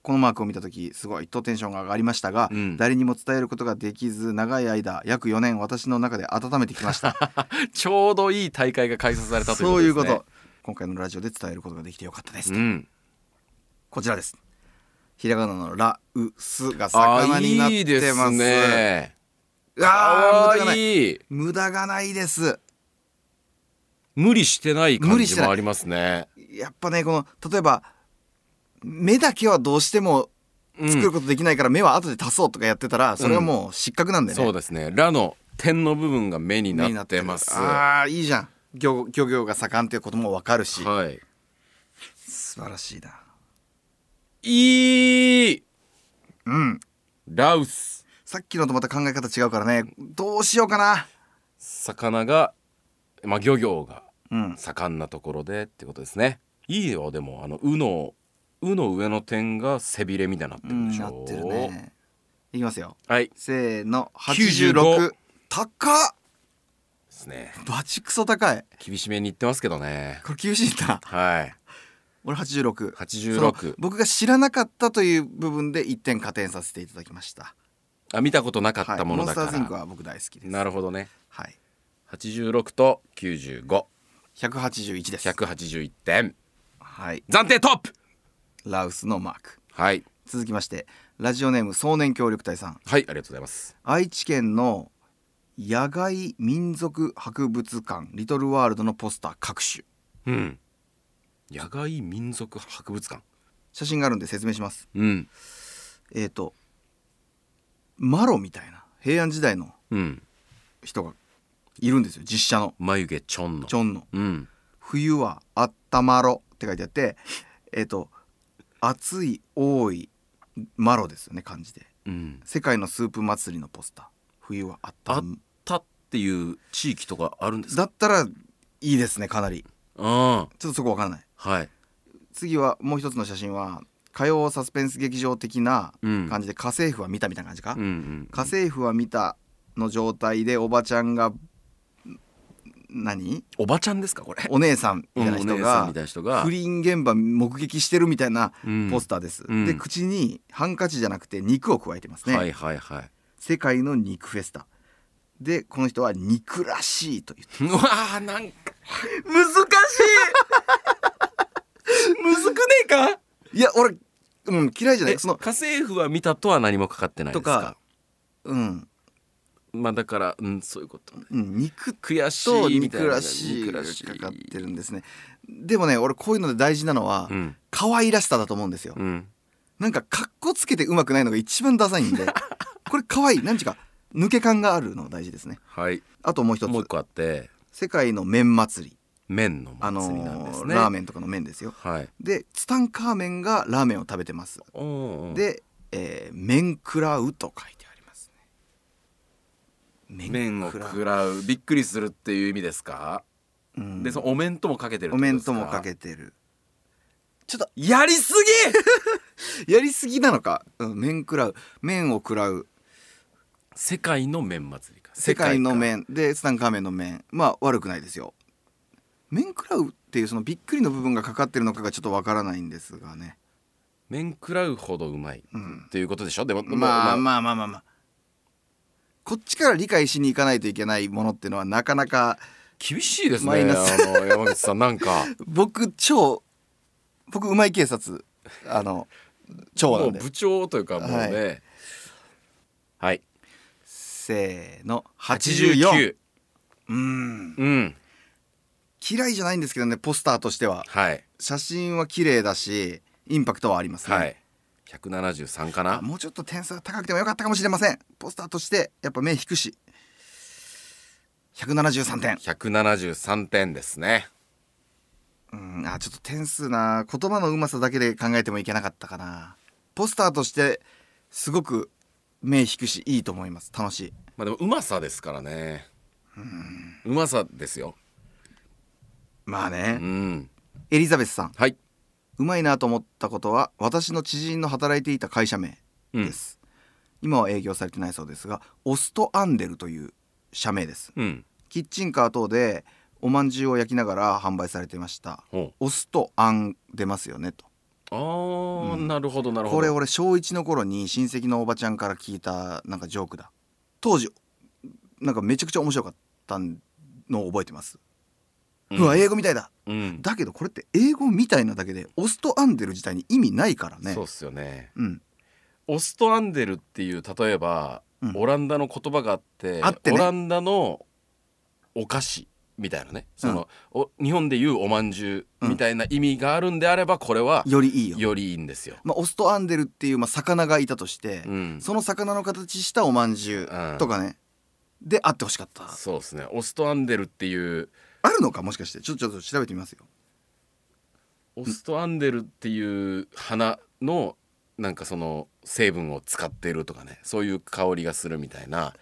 Speaker 2: このマークを見た時すごいとテンションが上がりましたが、
Speaker 1: うん
Speaker 2: 誰にも伝えることができず長い間約4年私の中で温めてきました
Speaker 1: ちょうどいい大会が開催されたと
Speaker 2: そうい
Speaker 1: いううこ
Speaker 2: こと
Speaker 1: ですね
Speaker 2: と今回のラジオで伝えることができてよかったです、
Speaker 1: うん
Speaker 2: こちらですひらがなのラウスが魚
Speaker 1: あ
Speaker 2: になっ
Speaker 1: いいで
Speaker 2: てます
Speaker 1: すね
Speaker 2: うわー無駄が
Speaker 1: あ
Speaker 2: ない
Speaker 1: いい
Speaker 2: 無駄がないです
Speaker 1: 無理してない
Speaker 2: 無
Speaker 1: 感
Speaker 2: 理し
Speaker 1: じ
Speaker 2: てない
Speaker 1: もありますね
Speaker 2: やっぱねこの例えば目だけはどうしても作ることできないから目は後で足そうとかやってたらそれはもう失格なんでね、
Speaker 1: そうですねラの点の部分が目に
Speaker 2: 目に
Speaker 1: なってます
Speaker 2: ああいいじゃん漁漁業が盛んっていうこともわかるし
Speaker 1: はい
Speaker 2: 素晴らしいない
Speaker 1: い
Speaker 2: うん
Speaker 1: ラウス
Speaker 2: さっきのとまた考え方違うからねどうしようかな
Speaker 1: 魚がまあ漁業が
Speaker 2: うん
Speaker 1: 盛んなところでってことですねいいよでもあの「う」の「う」の上の点が背びれみたいになって
Speaker 2: う
Speaker 1: るんで
Speaker 2: ん
Speaker 1: し
Speaker 2: な
Speaker 1: ょ
Speaker 2: ってるねいきますよ
Speaker 1: はいで
Speaker 2: せーの
Speaker 1: 95
Speaker 2: 86高っ
Speaker 1: すね
Speaker 2: バチクソ高い
Speaker 1: 厳しめに言ってますけどね
Speaker 2: これ厳しいな
Speaker 1: はい
Speaker 2: 俺86
Speaker 1: 86
Speaker 2: 僕が知らなかったという部分で1点加点させていただきました
Speaker 1: あ見たことなかったもの
Speaker 2: は
Speaker 1: だ
Speaker 2: い、モンスタ
Speaker 1: か
Speaker 2: ーズインク
Speaker 1: ら
Speaker 2: は僕大好きです
Speaker 1: なるほどね
Speaker 2: はい
Speaker 1: 86と95
Speaker 2: 181です
Speaker 1: 181点
Speaker 2: はい
Speaker 1: 暫定トップ
Speaker 2: ラウスのマーク
Speaker 1: はい
Speaker 2: 続きましてラジオネーム壮年協力隊さん
Speaker 1: はいありがとうございます
Speaker 2: 愛知県の野外民族博物館リトルワールドのポスター各種
Speaker 1: うん野外民族博物館
Speaker 2: 写真があるんで説明します
Speaker 1: うん
Speaker 2: えっ、とマロみたいな平安時代の
Speaker 1: うん
Speaker 2: 人がいるんですよ実写の
Speaker 1: 眉毛ちょんの
Speaker 2: ちょんの
Speaker 1: うん
Speaker 2: 冬はあったまろって書いてあってえっ、と暑い多いマロですよね漢字で
Speaker 1: うん
Speaker 2: 世界のスープ祭りのポスター冬はあった
Speaker 1: あったっていう地域とかあるんですか
Speaker 2: だったらいいですねかなり
Speaker 1: あ
Speaker 2: ちょっとそこわかんない
Speaker 1: あはい
Speaker 2: 次はもう一つの写真は火曜サスペンス劇場的な
Speaker 1: うん
Speaker 2: 感じで「家政婦は見た」みたいな感じか
Speaker 1: う
Speaker 2: 「
Speaker 1: んうん
Speaker 2: 家政婦は見た」の状態でおばちゃんがん何
Speaker 1: おばちゃんですかこれ
Speaker 2: お姉さんみたいな
Speaker 1: うんお
Speaker 2: 人
Speaker 1: 姉さん
Speaker 2: が
Speaker 1: みたいな人が
Speaker 2: 不倫現場目撃してるみたいな
Speaker 1: うん
Speaker 2: ポスターです、
Speaker 1: うん
Speaker 2: で口にハンカチじゃなくて肉を加えてますね、
Speaker 1: はいはいはい
Speaker 2: 世界の肉フェスタでこの人は肉らしいと言って
Speaker 1: うわーなんか
Speaker 2: 難し
Speaker 1: むずくねえか
Speaker 2: いいや俺、うん、嫌いじゃな
Speaker 1: え
Speaker 2: いその
Speaker 1: 家政婦は見たとは何もかかってないで
Speaker 2: と
Speaker 1: すか
Speaker 2: かうん、
Speaker 1: まあだからうんそういうことね
Speaker 2: うん、肉
Speaker 1: 悔し
Speaker 2: と
Speaker 1: いみたい
Speaker 2: 肉
Speaker 1: な
Speaker 2: らしい
Speaker 1: 憎
Speaker 2: が
Speaker 1: らしい
Speaker 2: かかってるんですねでもね俺こういうので大事なのは、
Speaker 1: うん
Speaker 2: 可愛らしさだと思うんですよ、
Speaker 1: うん
Speaker 2: なんかかっこつけてうまくないのが一番ダサ いんでこれ可愛い何ちゅうか抜け感があるのが大事ですね
Speaker 1: はい
Speaker 2: あともう一つ
Speaker 1: もう一個あって
Speaker 2: 世界の麺祭り
Speaker 1: 麺の
Speaker 2: あの
Speaker 1: 祭りなんです
Speaker 2: ー
Speaker 1: ね、
Speaker 2: ラーメンとかの麺ですよ
Speaker 1: はい
Speaker 2: でツタンカーメンがラーメンを食べてます、
Speaker 1: うんうん
Speaker 2: で、えー麺食らうと書いてありますね
Speaker 1: 麺を
Speaker 2: 食らう
Speaker 1: 食らうびっくりするっていう意味ですか、
Speaker 2: うん
Speaker 1: でそのお面ともかけてるってこ
Speaker 2: お
Speaker 1: とで
Speaker 2: 面
Speaker 1: すか
Speaker 2: ともかけてるちょっと
Speaker 1: やりすぎ
Speaker 2: やりすぎなのか、うん、麺食らう麺を食らう
Speaker 1: 世界の麺祭りか
Speaker 2: 世界の
Speaker 1: 世
Speaker 2: 麺でツタンカーメンの麺まあ悪くないですよ麺食らうっていうそのびっくりの部分がかかってるのかがちょっとわからないんですがね
Speaker 1: 界か麺食らうほどうまい、
Speaker 2: うん
Speaker 1: っていうことでしょでも
Speaker 2: まあまあまあまあまあこっちから理解しに行かないといけないものっていうのはなかなか
Speaker 1: 厳しいですね
Speaker 2: マイナス
Speaker 1: あの山口さんなんか
Speaker 2: 僕超僕うまい警察あの超な
Speaker 1: もうん
Speaker 2: で
Speaker 1: 部長というかもうねはい、
Speaker 2: せーの84
Speaker 1: 89
Speaker 2: うん
Speaker 1: うん
Speaker 2: 嫌いじゃないんですけどねポスターとしては
Speaker 1: はい
Speaker 2: 写真は綺麗だしインパクトはありますね、
Speaker 1: はい173か
Speaker 2: あ
Speaker 1: な
Speaker 2: もうちょっと点数が高くてもよかったかもしれませんポスターとしてやっぱ目引くし173点
Speaker 1: 173点ですね
Speaker 2: うんあちょっと点数な言葉のうまさだけで考えてもいけなかったかなポスターとしてすごく目引くしいいと思います楽しい
Speaker 1: まあでもうまさですからねうまさですよ
Speaker 2: まあね、
Speaker 1: うん
Speaker 2: エリザベスさん
Speaker 1: はいう
Speaker 2: まいなと思ったことは私の知人の働いていた会社名
Speaker 1: うん
Speaker 2: です、今は営業されてないそうですがオストアンデルという社名です
Speaker 1: うん
Speaker 2: キッチンカー等でおまんじゅうを焼きながら販売されていました
Speaker 1: ほ
Speaker 2: お酢とあん出ますよねと
Speaker 1: うああ、
Speaker 2: うん
Speaker 1: なるほどなるほど
Speaker 2: これ俺小1の頃に親戚のおばちゃんから聞いたなんかジョークだ当時なんかめちゃくちゃ面白かったのを覚えてます、うわ英語みたいだ
Speaker 1: うん、
Speaker 2: だけどこれって英語みたいなだけでオスとアンデル自体に意味ないからね
Speaker 1: そうっすよね
Speaker 2: うん
Speaker 1: オストアンデルっていう例えば、
Speaker 2: うん
Speaker 1: オランダの言葉があって
Speaker 2: あってね
Speaker 1: オランダのお菓子みたいなねその、お日本でいうおまんじゅうみたいな意味があるんであればこれは
Speaker 2: よりいいよ
Speaker 1: よりいいんですよ。
Speaker 2: まあ、オスとアンデルっていう、まあ、魚がいたとして、
Speaker 1: うん、
Speaker 2: その魚の形したおまんじゅうとかね、であってほしかった
Speaker 1: そうですねオストアンデルっていう
Speaker 2: あるのかもしかしてちょっとちょっと調べてみますよ
Speaker 1: オストアンデルっていう花のなんかその成分を使っているとかねそういう香りがするみたいな、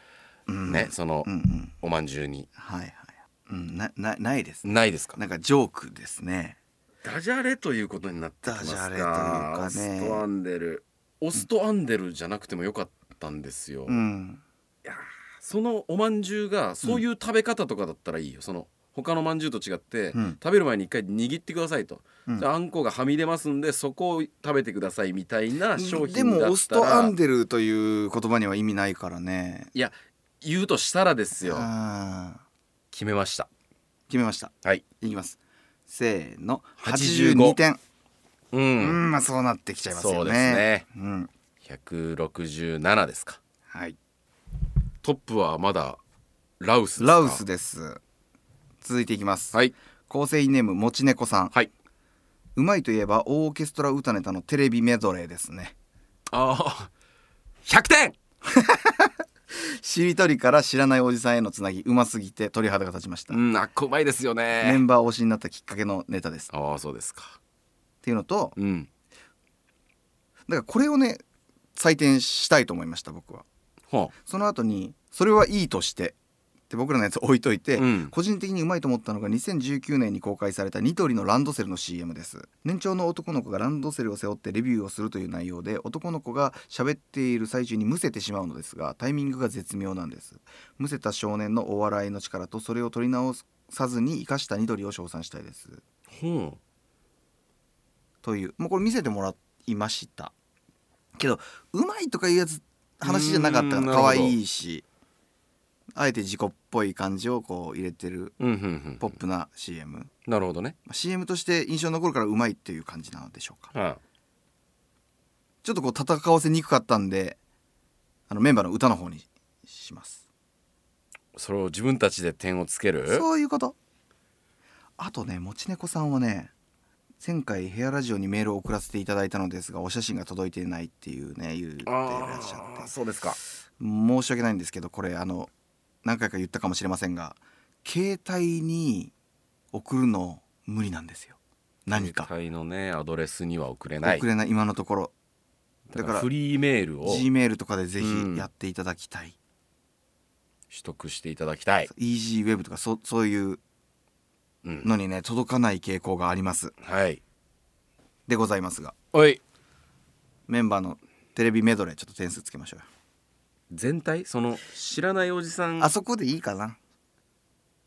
Speaker 2: うん
Speaker 1: ねその
Speaker 2: うんうん
Speaker 1: おまんじゅうに
Speaker 2: はいはい、うん、ななないですね
Speaker 1: ないですか
Speaker 2: なんかジョークですね
Speaker 1: ダジャレということになってきますか
Speaker 2: ダジャレと
Speaker 1: オ
Speaker 2: いうかね
Speaker 1: ストアンデルオストアンデルじゃなくてもよかったんですよ、
Speaker 2: うん
Speaker 1: そのおまんじゅうがそういう食べ方とかだったらいいよその他のまんじゅうと違って、
Speaker 2: うん
Speaker 1: 食べる前に一回握ってくださいと、
Speaker 2: うん
Speaker 1: であんこがはみ出ますんでそこを食べてくださいみたいな商
Speaker 2: で
Speaker 1: 品だったら
Speaker 2: もオスとアンデルという言葉には意味ないからね
Speaker 1: いや言うとしたらですよ
Speaker 2: あ
Speaker 1: 決めました
Speaker 2: ー決めました
Speaker 1: はい
Speaker 2: いきますせーの
Speaker 1: 85
Speaker 2: 82点
Speaker 1: う
Speaker 2: うん、
Speaker 1: ん、
Speaker 2: まあそうなってきちゃいますよね
Speaker 1: そうですね
Speaker 2: うん
Speaker 1: 167ですか
Speaker 2: はい
Speaker 1: トップはまだラウスですか
Speaker 2: ラウスです続いていきます、
Speaker 1: はい
Speaker 2: 構成員ネームもちねこさん、
Speaker 1: はい
Speaker 2: い、うまいといえばオーケストラ歌ネタのテレビメドレーですね
Speaker 1: ああ100点
Speaker 2: しりとりから知らないおじさんへのつなぎうますぎて鳥肌が立ちました、
Speaker 1: うんあっこうまいですよ
Speaker 2: メ
Speaker 1: ね
Speaker 2: ンバー推しになったきっかけのネタですっ
Speaker 1: ああそうですか
Speaker 2: ていうのと
Speaker 1: うん
Speaker 2: だからこれをね採点したいと思いました僕は
Speaker 1: ほ
Speaker 2: その後にそれはいいとしてで僕らのやつ置いといて、
Speaker 1: うん
Speaker 2: 個人的にうまいと思ったのが2019年に公開されたニトリのランドセルの CM です年長の男の子がランドセルを背負ってレビューをするという内容で男の子が喋っている最中にむせてしまうのですがタイミングが絶妙なんですむせた少年のお笑いの力とそれを取り直さずに生かしたニトリを称賛したいです
Speaker 1: うほ
Speaker 2: というもうこれ見せてもらいましたけどうまいとかいうやつ話じゃなかった
Speaker 1: うーんな
Speaker 2: から
Speaker 1: るほ
Speaker 2: 可
Speaker 1: ど
Speaker 2: 愛いしあえて自己っぽい感じをこう入れてる
Speaker 1: ううんうんうん
Speaker 2: ポップな CM、ま
Speaker 1: なるほどね
Speaker 2: あ CM として印象に残るからうまいっていう感じなのでしょうか
Speaker 1: は
Speaker 2: ちょっとこう戦わせにくかったんであのメンバーの歌の方にします
Speaker 1: いそれを自分たちで点をつける
Speaker 2: そういうことあとねもちねこさんはね前回ヘアラジオにメールを送らせていただいたのですがお写真が届いていないっていうね言うていらっしゃって
Speaker 1: ああそうですか
Speaker 2: 申し訳ないんですけどこれあの何回か言ったかもしれませんが携帯に送るの無理なんですよ何か
Speaker 1: 携帯のねアドレスには送れない
Speaker 2: 送れない今のところ
Speaker 1: だ
Speaker 2: だ
Speaker 1: か
Speaker 2: からら
Speaker 1: フリーメールを
Speaker 2: G
Speaker 1: 取
Speaker 2: メールとかでぜ
Speaker 1: うん
Speaker 2: ひやっていただきたい、
Speaker 1: 得していただきたい、
Speaker 2: EG ウェブとかそそういう
Speaker 1: うん、
Speaker 2: のにね届かない傾向があります
Speaker 1: はい
Speaker 2: でございますが
Speaker 1: おい
Speaker 2: メンバーのテレビメドレーちょっと点数つけましょうよ
Speaker 1: 全体その知らないおじさん
Speaker 2: あそこでいいかな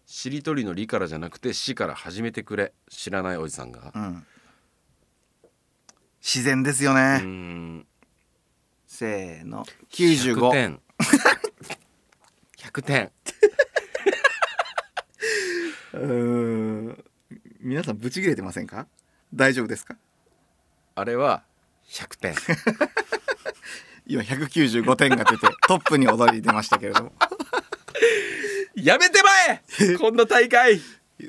Speaker 1: しりとりの「り」からじゃなくて「し」から始めてくれ知らないおじさんが
Speaker 2: う、ん自然ですよ
Speaker 1: う
Speaker 2: ね、
Speaker 1: ん、
Speaker 2: せーの
Speaker 1: 100
Speaker 2: 95
Speaker 1: 点 100点
Speaker 2: うーん皆さんブチ切れてませんか大丈夫ですか
Speaker 1: あれは100点
Speaker 2: 今195点が 出てトップに踊り出ましたけれども
Speaker 1: やめてまえこんな大会、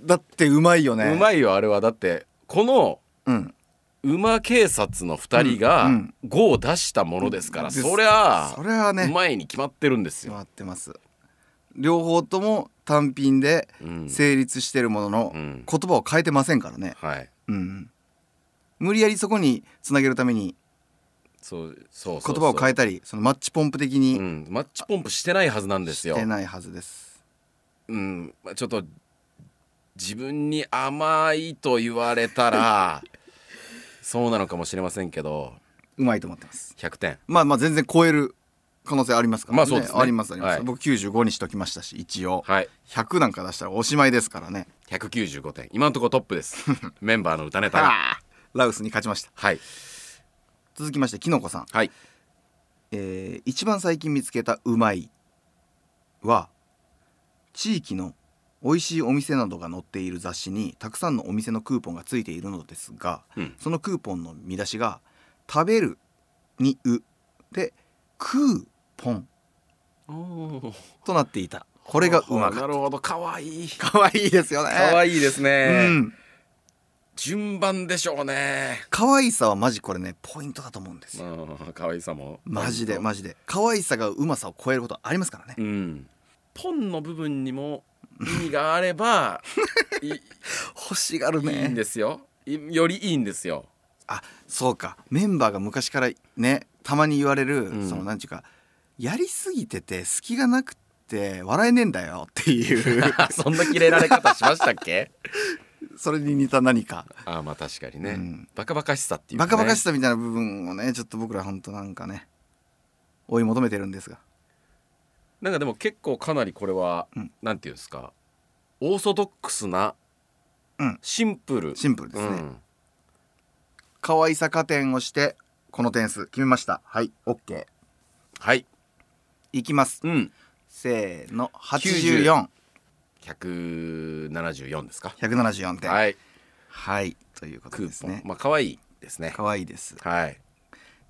Speaker 2: だってうまい よね
Speaker 1: う
Speaker 2: い
Speaker 1: まいよあれはだってこの
Speaker 2: うん
Speaker 1: 馬警察の2人が
Speaker 2: うん
Speaker 1: 5を出したものですから、
Speaker 2: です
Speaker 1: そりゃあ
Speaker 2: それはね
Speaker 1: うまいに決まってるんです
Speaker 2: 決
Speaker 1: よ、
Speaker 2: まってます両方とも単品で
Speaker 1: うん
Speaker 2: 成立してるものの
Speaker 1: う
Speaker 2: 言
Speaker 1: ん
Speaker 2: 葉を変えてませんからね
Speaker 1: はい
Speaker 2: うん、うん、無理やりそこにつなげるために
Speaker 1: そうそうそう
Speaker 2: 言葉を変え
Speaker 1: え
Speaker 2: たりそのマッチポンプ的
Speaker 1: う
Speaker 2: に
Speaker 1: ん、マッチポンプしてないはずなんです
Speaker 2: し
Speaker 1: よ
Speaker 2: てないはずです、
Speaker 1: うん、まあちょっと自分に甘いと言われたら そうなのかもしれませんけど
Speaker 2: うまいと思ってます
Speaker 1: 100点
Speaker 2: まあまあ全然超える可能性ありますからね。
Speaker 1: まあそうですね
Speaker 2: ありますあります。
Speaker 1: はい
Speaker 2: 僕95にしときましたし、一応。
Speaker 1: はい
Speaker 2: 100なんか出したらおしまいですからね。
Speaker 1: 195点今のところトップです メンバーの歌ネタが
Speaker 2: あーラウスに勝ちました。
Speaker 1: はい
Speaker 2: 続きまして、きのこさん。
Speaker 1: はい
Speaker 2: えー一番最近見つけた「うまい」は地域の美味しいお店などが載っている雑誌にたくさんのお店のクーポンがついているのですが、
Speaker 1: うん
Speaker 2: そのクーポンの見出しが「食べる」に「う」で「クーポン
Speaker 1: お」
Speaker 2: となっていたこれがう まか
Speaker 1: な
Speaker 2: っ
Speaker 1: るほどかわいい
Speaker 2: たかわいいですよね
Speaker 1: かわいいですね、
Speaker 2: うん、
Speaker 1: 順番でしょうね
Speaker 2: かわいさはマジこれねポイントだと思うんですよ
Speaker 1: うん可愛さも
Speaker 2: マジで
Speaker 1: ポイン
Speaker 2: マジでかわいさがうまさを超えることありますからね
Speaker 1: トうんポンの部分にも意味があれ ばいい
Speaker 2: 欲しがるね
Speaker 1: いんですよいよりいいんですよ
Speaker 2: あそうかメンバーが昔からねたまに言われる、
Speaker 1: うん
Speaker 2: そのなんていうかやりすぎてて隙がなくて笑えねえんだよっていう
Speaker 1: そんなキレられ方しましたっけ
Speaker 2: それに似た何か
Speaker 1: ああまあ確かにね、
Speaker 2: うん
Speaker 1: バカバカしさっていうか
Speaker 2: バ
Speaker 1: ね、
Speaker 2: カバカしさみたいな部分をねちょっと僕らほんとなんかね追い求めてるんですが
Speaker 1: なんかでも結構かなりこれは、
Speaker 2: うん
Speaker 1: なんていうんですかオーソドックスな、
Speaker 2: うん
Speaker 1: シンプル
Speaker 2: シンプルですね、
Speaker 1: うん
Speaker 2: 可愛さ加点をしてこの点数決めましたはい OK
Speaker 1: はい
Speaker 2: いきます
Speaker 1: うん
Speaker 2: せーの
Speaker 1: 84 174ですか
Speaker 2: 84174点はい、
Speaker 1: はい
Speaker 2: ということ
Speaker 1: ク
Speaker 2: です
Speaker 1: ーポン、
Speaker 2: ね
Speaker 1: まあ可愛いですね
Speaker 2: 可愛いです
Speaker 1: はい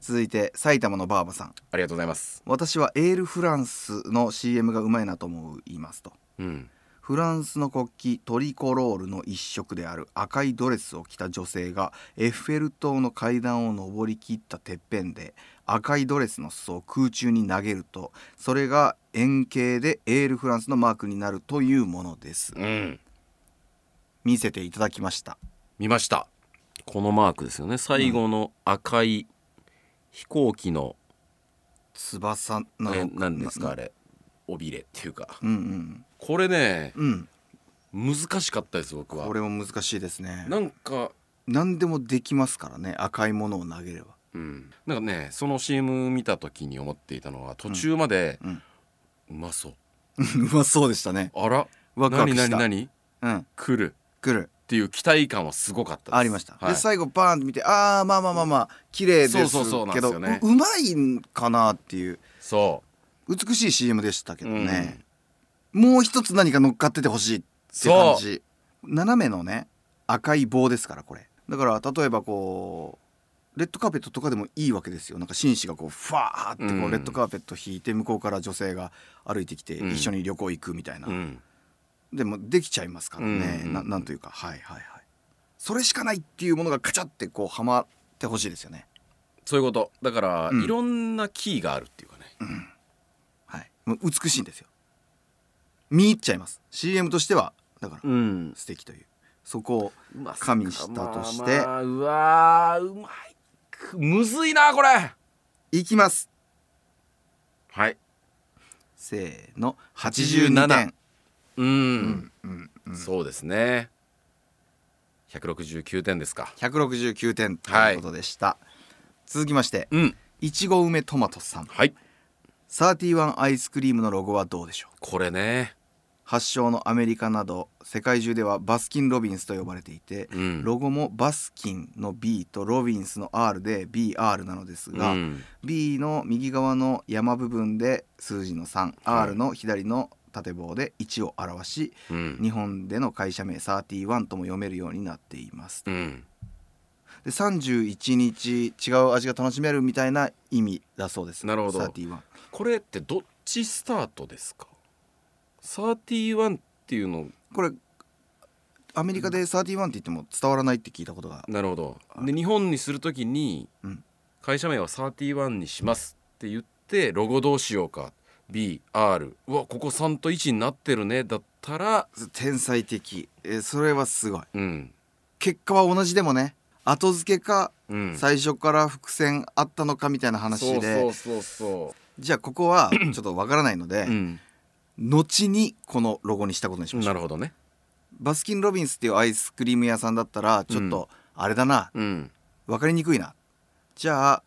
Speaker 2: 続いて埼玉のバーバさん
Speaker 1: ありがとうございます
Speaker 2: 私はエールフランスの CM がうまいなと思いますと
Speaker 1: うん
Speaker 2: フランスの国旗トリコロールの一色である赤いドレスを着た女性がエッフェル塔の階段を上りきったてっぺんで赤いドレスの裾を空中に投げるとそれが円形でエールフランスのマークになるというものです
Speaker 1: うん
Speaker 2: 見せていただきました
Speaker 1: 見ましたこのマークですよね最後の赤い飛行機の、
Speaker 2: 翼な
Speaker 1: え
Speaker 2: の
Speaker 1: なんですか
Speaker 2: な
Speaker 1: あれ尾びれっていうか
Speaker 2: うん
Speaker 1: これね
Speaker 2: うんうん
Speaker 1: 難しかったです僕は
Speaker 2: これも難しいですね
Speaker 1: なんか
Speaker 2: 何でもできますからね赤いものを投げれば
Speaker 1: うんなんかねその CM 見た時に思っていたのは途中まで、
Speaker 2: うん
Speaker 1: うまそう
Speaker 2: うんうまそうでしたね
Speaker 1: あら
Speaker 2: ワクワクした
Speaker 1: 何何何
Speaker 2: うん
Speaker 1: 来る
Speaker 2: 来る
Speaker 1: っていう期待感はすごかったです
Speaker 2: ありました、
Speaker 1: はい
Speaker 2: で最後バーンって見てああまあまあまあまあ綺麗ですけど
Speaker 1: そうそうそうなんですよね
Speaker 2: ううまいんかなっていう
Speaker 1: そ
Speaker 2: 美しい CM でしたけ
Speaker 1: う、
Speaker 2: どね、もう一つ何か乗っかっててほしいって感じ斜めのね赤い棒ですからこれだから例えばこうレッドカーペットとかでもいいわけですよなんか紳士がこうファーってこ
Speaker 1: う
Speaker 2: うんレッドカーペット引いて向こうから女性が歩いてきて
Speaker 1: うん
Speaker 2: 一緒に旅行行くみたいな、
Speaker 1: うん、うん
Speaker 2: でもできちゃいますからね、
Speaker 1: うん
Speaker 2: ななんというかはいはいはいそれしかないっていうものがカチャってこうはまってほしいですよね
Speaker 1: そういうことだから、
Speaker 2: うん
Speaker 1: いろんなキーがあるっていうかね
Speaker 2: はいもう美しいんですよ見入っちゃいます CM としてはだから
Speaker 1: うん
Speaker 2: 素敵というそこを
Speaker 1: うまそう
Speaker 2: 加味したとして
Speaker 1: まあまあうわーうまいくむずいなこれ
Speaker 2: いきます
Speaker 1: はい
Speaker 2: せーの87点
Speaker 1: うん、
Speaker 2: うんうんうん
Speaker 1: そうですね169点ですか
Speaker 2: 169点ということでした、続きまして
Speaker 1: うん
Speaker 2: いちご梅トマトさん
Speaker 1: はい
Speaker 2: 31アイスクリームのロゴはどうでしょう
Speaker 1: これね
Speaker 2: 発祥のアメリカなど世界中ではバスキン・ロビンスと呼ばれていて、
Speaker 1: うん
Speaker 2: ロゴもバスキンの B とロビンスの R で BR なのですが、
Speaker 1: うん
Speaker 2: B の右側の山部分で数字の 3R の左の縦棒で1を表し、
Speaker 1: うん
Speaker 2: 日本での会社名31とも読めるようになっています。
Speaker 1: うん
Speaker 2: で31日違う味が楽しめるみたいな意味だそうです。
Speaker 1: なるほど
Speaker 2: 31
Speaker 1: これってどっちスタートですか31っていうの
Speaker 2: これアメリカで31って言っても伝わらないって聞いたことが
Speaker 1: なるほどで日本にするときに
Speaker 2: うん
Speaker 1: 会社名は31にしますって言ってロゴどうしようか BR うわここ3と1になってるねだったら
Speaker 2: 天才的えーそれはすごい
Speaker 1: うん
Speaker 2: 結果は同じでもね後付けか、
Speaker 1: うん
Speaker 2: 最初から伏線あったのかみたいな話で
Speaker 1: そうそうそうそ
Speaker 2: じゃあこ こはちょっとわからないので、
Speaker 1: う、うん、
Speaker 2: 後にこのロゴにしたことにしましょ
Speaker 1: な
Speaker 2: う
Speaker 1: るほどね
Speaker 2: バスキン・ロビンスっていうアイスクリーム屋さんだったらちょっとあれだな、
Speaker 1: うん
Speaker 2: わかりにくいなじゃあ、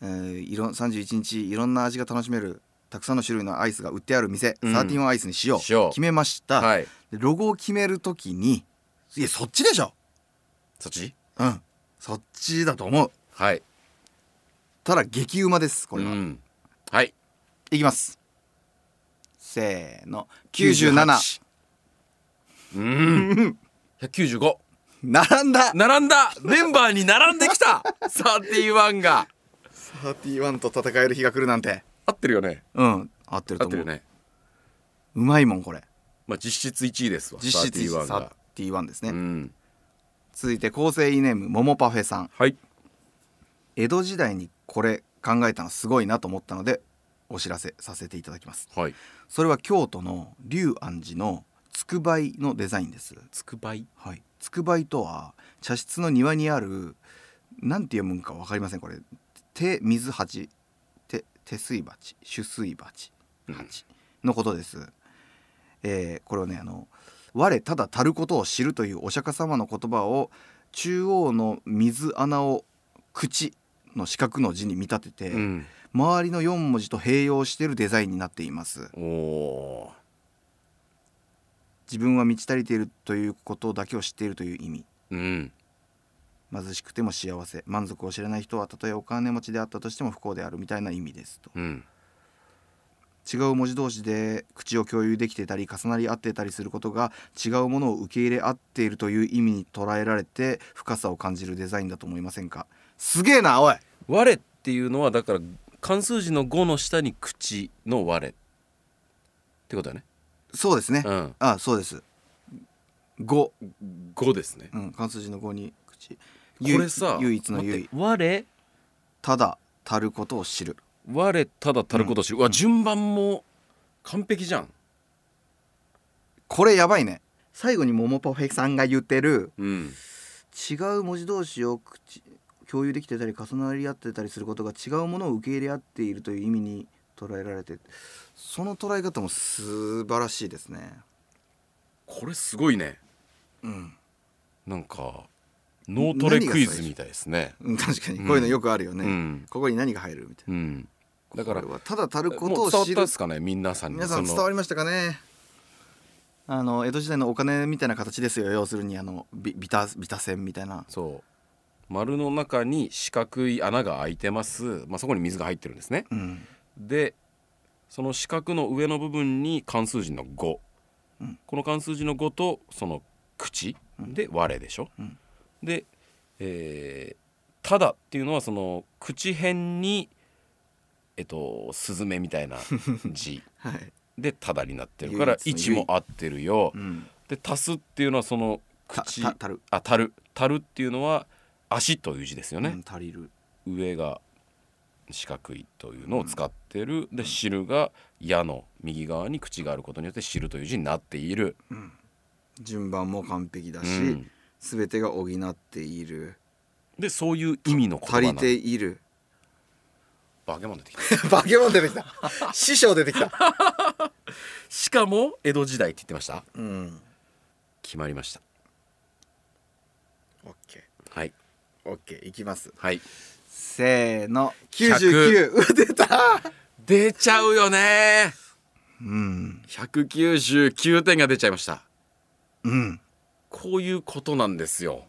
Speaker 2: ええーいろん31日いろんな味が楽しめるたくさんの種類のアイスが売ってある店、
Speaker 1: うん
Speaker 2: サーティワンアイスにしよう
Speaker 1: しよう
Speaker 2: 決めました、
Speaker 1: はい
Speaker 2: でロゴを決めるときにいやそっちでしょ
Speaker 1: そっち
Speaker 2: うんそっちだと思う
Speaker 1: はい
Speaker 2: ただ激うまですこれは、
Speaker 1: うんはい
Speaker 2: いきますせーの97
Speaker 1: 98うん195
Speaker 2: 並んだ
Speaker 1: 並んだメンバーに並んできた サーティワンが
Speaker 2: 31と戦える日が来るなんて
Speaker 1: 合ってるよね
Speaker 2: うん合ってる
Speaker 1: 合
Speaker 2: と
Speaker 1: ってる
Speaker 2: 思
Speaker 1: よ
Speaker 2: う、
Speaker 1: ね
Speaker 2: うまいもんこれ
Speaker 1: まあ実質1位ですわ
Speaker 2: 実質
Speaker 1: 31
Speaker 2: 31
Speaker 1: が
Speaker 2: ですね、
Speaker 1: うん
Speaker 2: 続いて構成イネームももパフェさん
Speaker 1: はい
Speaker 2: 江戸時代にこれ考えたのすごいなと思ったのでお知らせさせていただきます
Speaker 1: はい
Speaker 2: それは京都の龍安寺のつくばいのデザインです
Speaker 1: つくばい
Speaker 2: はいつくばいとは茶室の庭にあるなんて読むんかわかりませんこれ手水鉢手手水鉢取水鉢
Speaker 1: うん
Speaker 2: 鉢のことです、えーこれはねあの我ただ足ることを知るというお釈迦様の言葉を中央の水穴を口の四角の字に見立てて、
Speaker 1: うん
Speaker 2: 周りの4文字と併用しているデザインになっています
Speaker 1: おお
Speaker 2: 自分は満ち足りているということだけを知っているという意味
Speaker 1: ーうん
Speaker 2: 貧しくても幸せ満足を知らない人はたとえお金持ちであったとしても不幸であるみたいな意味ですと
Speaker 1: うん
Speaker 2: 違う文字同士で口を共有できてたり重なり合ってたりすることが違うものを受け入れ合っているという意味に捉えられて深さを感じるデザインだと思いませんかすげえなおい
Speaker 1: 我っていうのはだから漢数字の5の下に口の我ってことだね
Speaker 2: そうですね、
Speaker 1: うん
Speaker 2: あそうです5、
Speaker 1: 5ですね
Speaker 2: うん、漢数字の5に口
Speaker 1: これさ
Speaker 2: 唯一の唯
Speaker 1: 待って我
Speaker 2: ただ足ることを知る
Speaker 1: 我ただたることを知る、うわ順番も完璧じゃん
Speaker 2: これやばいね最後にモモパフェさんが言ってる
Speaker 1: うん
Speaker 2: 違う文字同士を口共有できてたり重なり合ってたりすることが違うものを受け入れ合っているという意味に捉えられてその捉え方も素晴らしいですね
Speaker 1: これすごいね
Speaker 2: うん、
Speaker 1: なんか脳トレクイズみたいですね
Speaker 2: うん確かに
Speaker 1: うん
Speaker 2: こういうのよくあるよね、
Speaker 1: うん
Speaker 2: ここに何が入るみたい
Speaker 1: うん
Speaker 2: な
Speaker 1: だから
Speaker 2: これはただ足るこ
Speaker 1: も
Speaker 2: と
Speaker 1: う
Speaker 2: を
Speaker 1: 伝わっ
Speaker 2: 知
Speaker 1: た
Speaker 2: る
Speaker 1: ですかね皆さんに
Speaker 2: 皆さ
Speaker 1: そ
Speaker 2: ん伝
Speaker 1: の
Speaker 2: わりましたかねあの江戸時代のお金みたいな形ですよ要するにあのビビタビタ線みたいな
Speaker 1: そう丸の中に四角い穴が開いてます、まあ、そこに水が入ってるんですね
Speaker 2: うん
Speaker 1: でその四角の上の部分に漢数字の5、
Speaker 2: うん
Speaker 1: この漢数字の5とその口で我でしょ、
Speaker 2: うん
Speaker 1: で、えーただっていうのはその口辺にえっとスズメみた いな字
Speaker 2: はい、
Speaker 1: でただになってるから位
Speaker 2: 唯
Speaker 1: 置
Speaker 2: 一の唯
Speaker 1: も合ってるよ、
Speaker 2: うん、
Speaker 1: で足すっていうのはその
Speaker 2: た
Speaker 1: 口
Speaker 2: た足る、
Speaker 1: あ足る足るっていうのは足という字ですよ
Speaker 2: う
Speaker 1: ね
Speaker 2: ん、足りる
Speaker 1: 上が四角いというのを使ってる、で汁が矢の右側に口があることによって汁という字になっている、
Speaker 2: 順番も完璧だし、
Speaker 1: うん
Speaker 2: 全てが補っている
Speaker 1: でそういう意味の言葉
Speaker 2: 足
Speaker 1: な
Speaker 2: り
Speaker 1: の
Speaker 2: てい る
Speaker 1: バケモン出てきた
Speaker 2: バケモン出てきた師匠出てきた
Speaker 1: しかも江戸時代って言ってました
Speaker 2: うん
Speaker 1: 決まりました
Speaker 2: オッケ
Speaker 1: はい
Speaker 2: ーオッケーいきます
Speaker 1: はい
Speaker 2: せーの
Speaker 1: 100
Speaker 2: 99出た
Speaker 1: 出ちゃうよね
Speaker 2: うん
Speaker 1: 199点が出ちゃいました
Speaker 2: うん
Speaker 1: こういうことなんですよ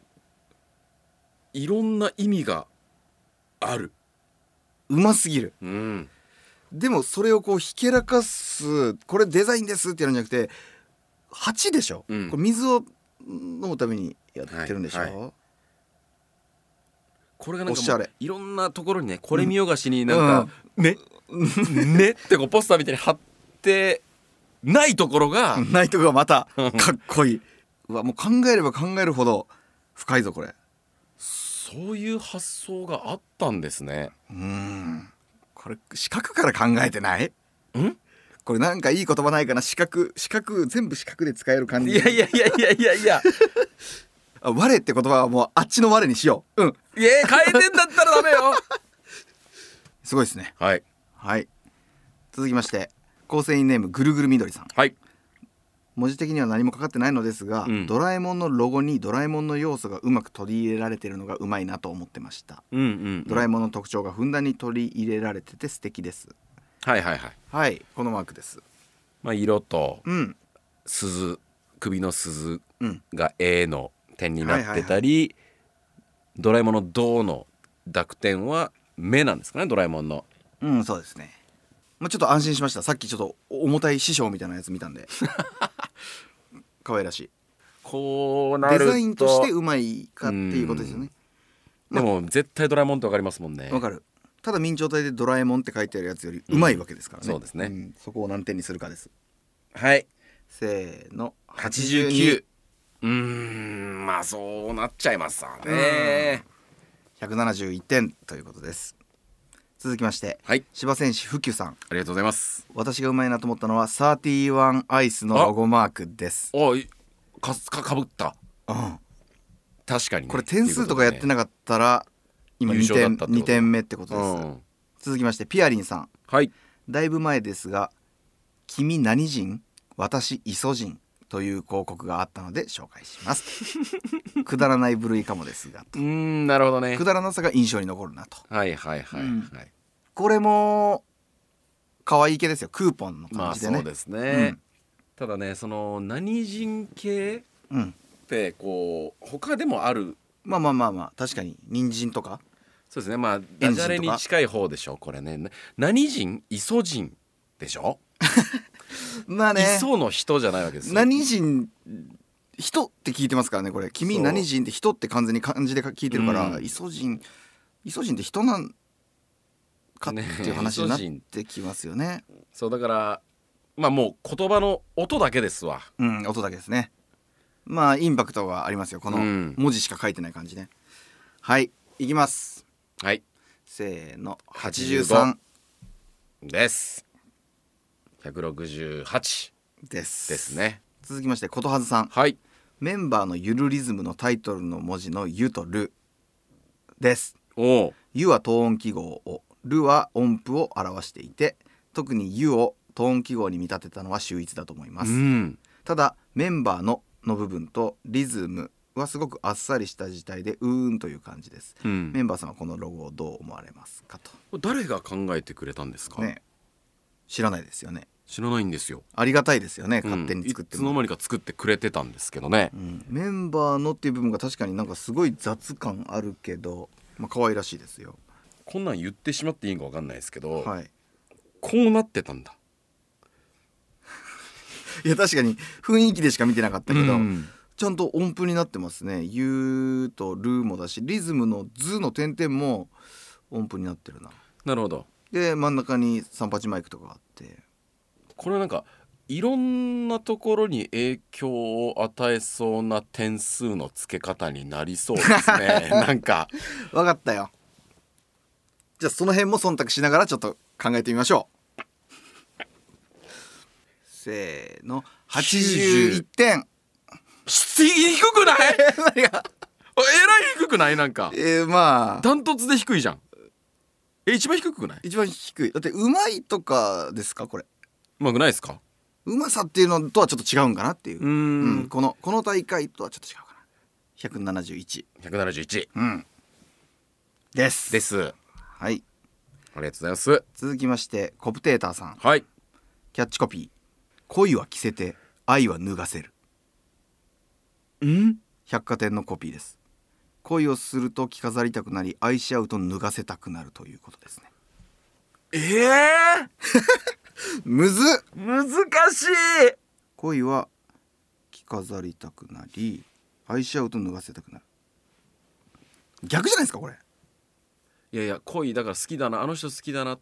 Speaker 1: いろんな意味がある
Speaker 2: うますぎる
Speaker 1: うん
Speaker 2: でもそれをこうひけらかすこれデザインですってやるんじゃなくて8でしょ、
Speaker 1: うん
Speaker 2: これ水を飲むためにやってるんでしょ、
Speaker 1: はいこれがなん
Speaker 2: おしゃ
Speaker 1: かも
Speaker 2: れ
Speaker 1: ういろんなところにねこれ見よがしになんか、ねねってこうポスターみたいに貼ってないところが
Speaker 2: ないとこがまたかっこいいうわもう考えれば考えるほど深いぞこれ
Speaker 1: そういう発想があったんですね。
Speaker 2: うんこれ四角から考えてない
Speaker 1: ん
Speaker 2: これなんかいい言葉ないかな四角四角全部四角で使える感じ
Speaker 1: いやいやいやいやいやいや
Speaker 2: あ我って言葉はもうあっちの我にしよううん
Speaker 1: いや変えてんだったらダメよ。
Speaker 2: すごいですね
Speaker 1: はい
Speaker 2: はい続きまして構成員ネームぐるぐるみどりさん
Speaker 1: はい
Speaker 2: 文字的には何もかかってないのですが、
Speaker 1: うん
Speaker 2: ドラえもんのロゴにドラえもんの要素がうまく取り入れられてるのがうまいなと思ってました、
Speaker 1: うんうん
Speaker 2: ドラえ
Speaker 1: ん
Speaker 2: もんの特徴がふんだんに取り入れられてて素敵です
Speaker 1: はいはいはい
Speaker 2: はいこのマークです
Speaker 1: まあ色と
Speaker 2: うん
Speaker 1: 鈴首の鈴
Speaker 2: うん
Speaker 1: が A の点になってたり、ドラえもんの「ド」の濁点は目なんですかねドラえもんの
Speaker 2: うんそうですねまあ、ちょっと安心しましたさっきちょっと重たい師匠みたいなやつ見たんで可愛らしい
Speaker 1: こうな
Speaker 2: デ
Speaker 1: ると
Speaker 2: ザインとしてうまいかっていうことですよね
Speaker 1: でも絶対ドラえもんってわかりますもんね
Speaker 2: わかるただ明朝体で「ドラえもん」って書いてあるやつよりうまいわけですからね、
Speaker 1: うんそうですね
Speaker 2: んそこを何点にするかです
Speaker 1: はい
Speaker 2: せーの
Speaker 1: 89うーんまあそうなっちゃいますわね
Speaker 2: 171点ということです続きまして
Speaker 1: はい
Speaker 2: 柴戦士不久さん
Speaker 1: ありがとうございます
Speaker 2: 私がうまいなと思ったのは31アイスのロゴマークです、
Speaker 1: おいかすかかぶった
Speaker 2: うん、
Speaker 1: 確かにね、
Speaker 2: これ点数とかやってなかったら今
Speaker 1: 優
Speaker 2: 2
Speaker 1: 勝だ
Speaker 2: 点
Speaker 1: ったってこと
Speaker 2: 二点目ってこと
Speaker 1: う
Speaker 2: です、
Speaker 1: ん
Speaker 2: 続きましてピアリンさん
Speaker 1: はい
Speaker 2: だいぶ前ですが「君何人私イソ人」という広告があったので紹介します くだらない部類かもですが
Speaker 1: うーんなるほどね
Speaker 2: くだらなさが印象に残るなと
Speaker 1: はいはいはいはい、
Speaker 2: うんこれも可愛い系ですよクーポンの
Speaker 1: ま
Speaker 2: 感
Speaker 1: あ
Speaker 2: じで
Speaker 1: そう
Speaker 2: ね
Speaker 1: ですね、
Speaker 2: うん
Speaker 1: ただねその何人系っ
Speaker 2: うん
Speaker 1: てこう他でもある
Speaker 2: まあまあまあまあ確かに人参とか
Speaker 1: そうですねまあダジャレに近い方でしょうこれねな何人磯人でしょ、
Speaker 2: まあね
Speaker 1: 磯の人じゃないわけですよ
Speaker 2: 何人人って聞いてますからねこれ「君
Speaker 1: そう
Speaker 2: 何人」って人って完全に漢字で聞いてるから
Speaker 1: うん
Speaker 2: イソ人イソ人って人なんかって
Speaker 1: ね
Speaker 2: いう話になってきますよね。
Speaker 1: そうだからまあもう言葉の音だけですわ
Speaker 2: うん、音だけですね。まあインパクトがありますよこの
Speaker 1: うん
Speaker 2: 文字しか書いてない感じね。はいいきます。
Speaker 1: はい
Speaker 2: せーの
Speaker 1: 85
Speaker 2: 83
Speaker 1: です168で
Speaker 2: です。
Speaker 1: す。ね
Speaker 2: 続きましてことはずさん
Speaker 1: はい
Speaker 2: メンバーのゆるリズムのタイトルの文字の「ゆ」と「る」です。
Speaker 1: おう
Speaker 2: 湯は等音記号をるは音符を表していて特に湯を等音記号に見立てたのは秀逸だと思いま
Speaker 1: う
Speaker 2: す、
Speaker 1: ん
Speaker 2: ただメンバーのの部分とリズムはすごくあっさりした字体でうーんという感じです、
Speaker 1: うん
Speaker 2: メンバーさんはこのロゴをどう思われますか
Speaker 1: 誰が考えてくれたんです
Speaker 2: と
Speaker 1: か、
Speaker 2: ね知らないですよね
Speaker 1: 知らないんですよ
Speaker 2: ありがたいですよね勝手に作って
Speaker 1: うんいつの
Speaker 2: も、
Speaker 1: 間にか作ってくれてたんですけどね、
Speaker 2: うんメンバーのっていう部分が確かになんかすごい雑感あるけどまあ可愛らしいですよ
Speaker 1: こんなん言ってしまっていいんかわかんないですけど、
Speaker 2: はい
Speaker 1: こうなってたんだ
Speaker 2: いや確かに雰囲気でしか見てなかったけど、
Speaker 1: うん
Speaker 2: ちゃんと音符になってますね「ゆ」と「る」もだしリズムの「ず」の点々も音符になってるな
Speaker 1: なるほど
Speaker 2: で真ん中に三八マイクとかがあって
Speaker 1: これなんかいろんなところに影響を与えそうな点数の付け方になりそうです ねなんか
Speaker 2: わかったよじゃあその辺も忖度しながらちょっと考えてみましょうせーの81点
Speaker 1: 質低くないえらい低くないなんか
Speaker 2: えー、まあ
Speaker 1: ダントツで低いじゃんえ一番低くない
Speaker 2: 一番低いだってうまいとかですかこれ
Speaker 1: うまくないですか
Speaker 2: うまさっていうのとはちょっと違うんかなっていう
Speaker 1: うーん
Speaker 2: うんこのこの大会とはちょっと違うかな171
Speaker 1: 171
Speaker 2: うんです
Speaker 1: です
Speaker 2: はい
Speaker 1: ありがとうございます
Speaker 2: 続きましてコプテーターさん
Speaker 1: はい
Speaker 2: キャッチコピー「恋は着せて愛は脱がせる
Speaker 1: うん」
Speaker 2: 百貨店のコピーです恋をすると着飾りたくなり愛し合うと脱がせたくなるということですね
Speaker 1: ええ
Speaker 2: むずっ
Speaker 1: 難しい
Speaker 2: 恋は着飾りたくなり愛し合うと脱がせたくなる逆じゃないですかこれ
Speaker 1: いやいや恋だから好きだなあの人好きだなっ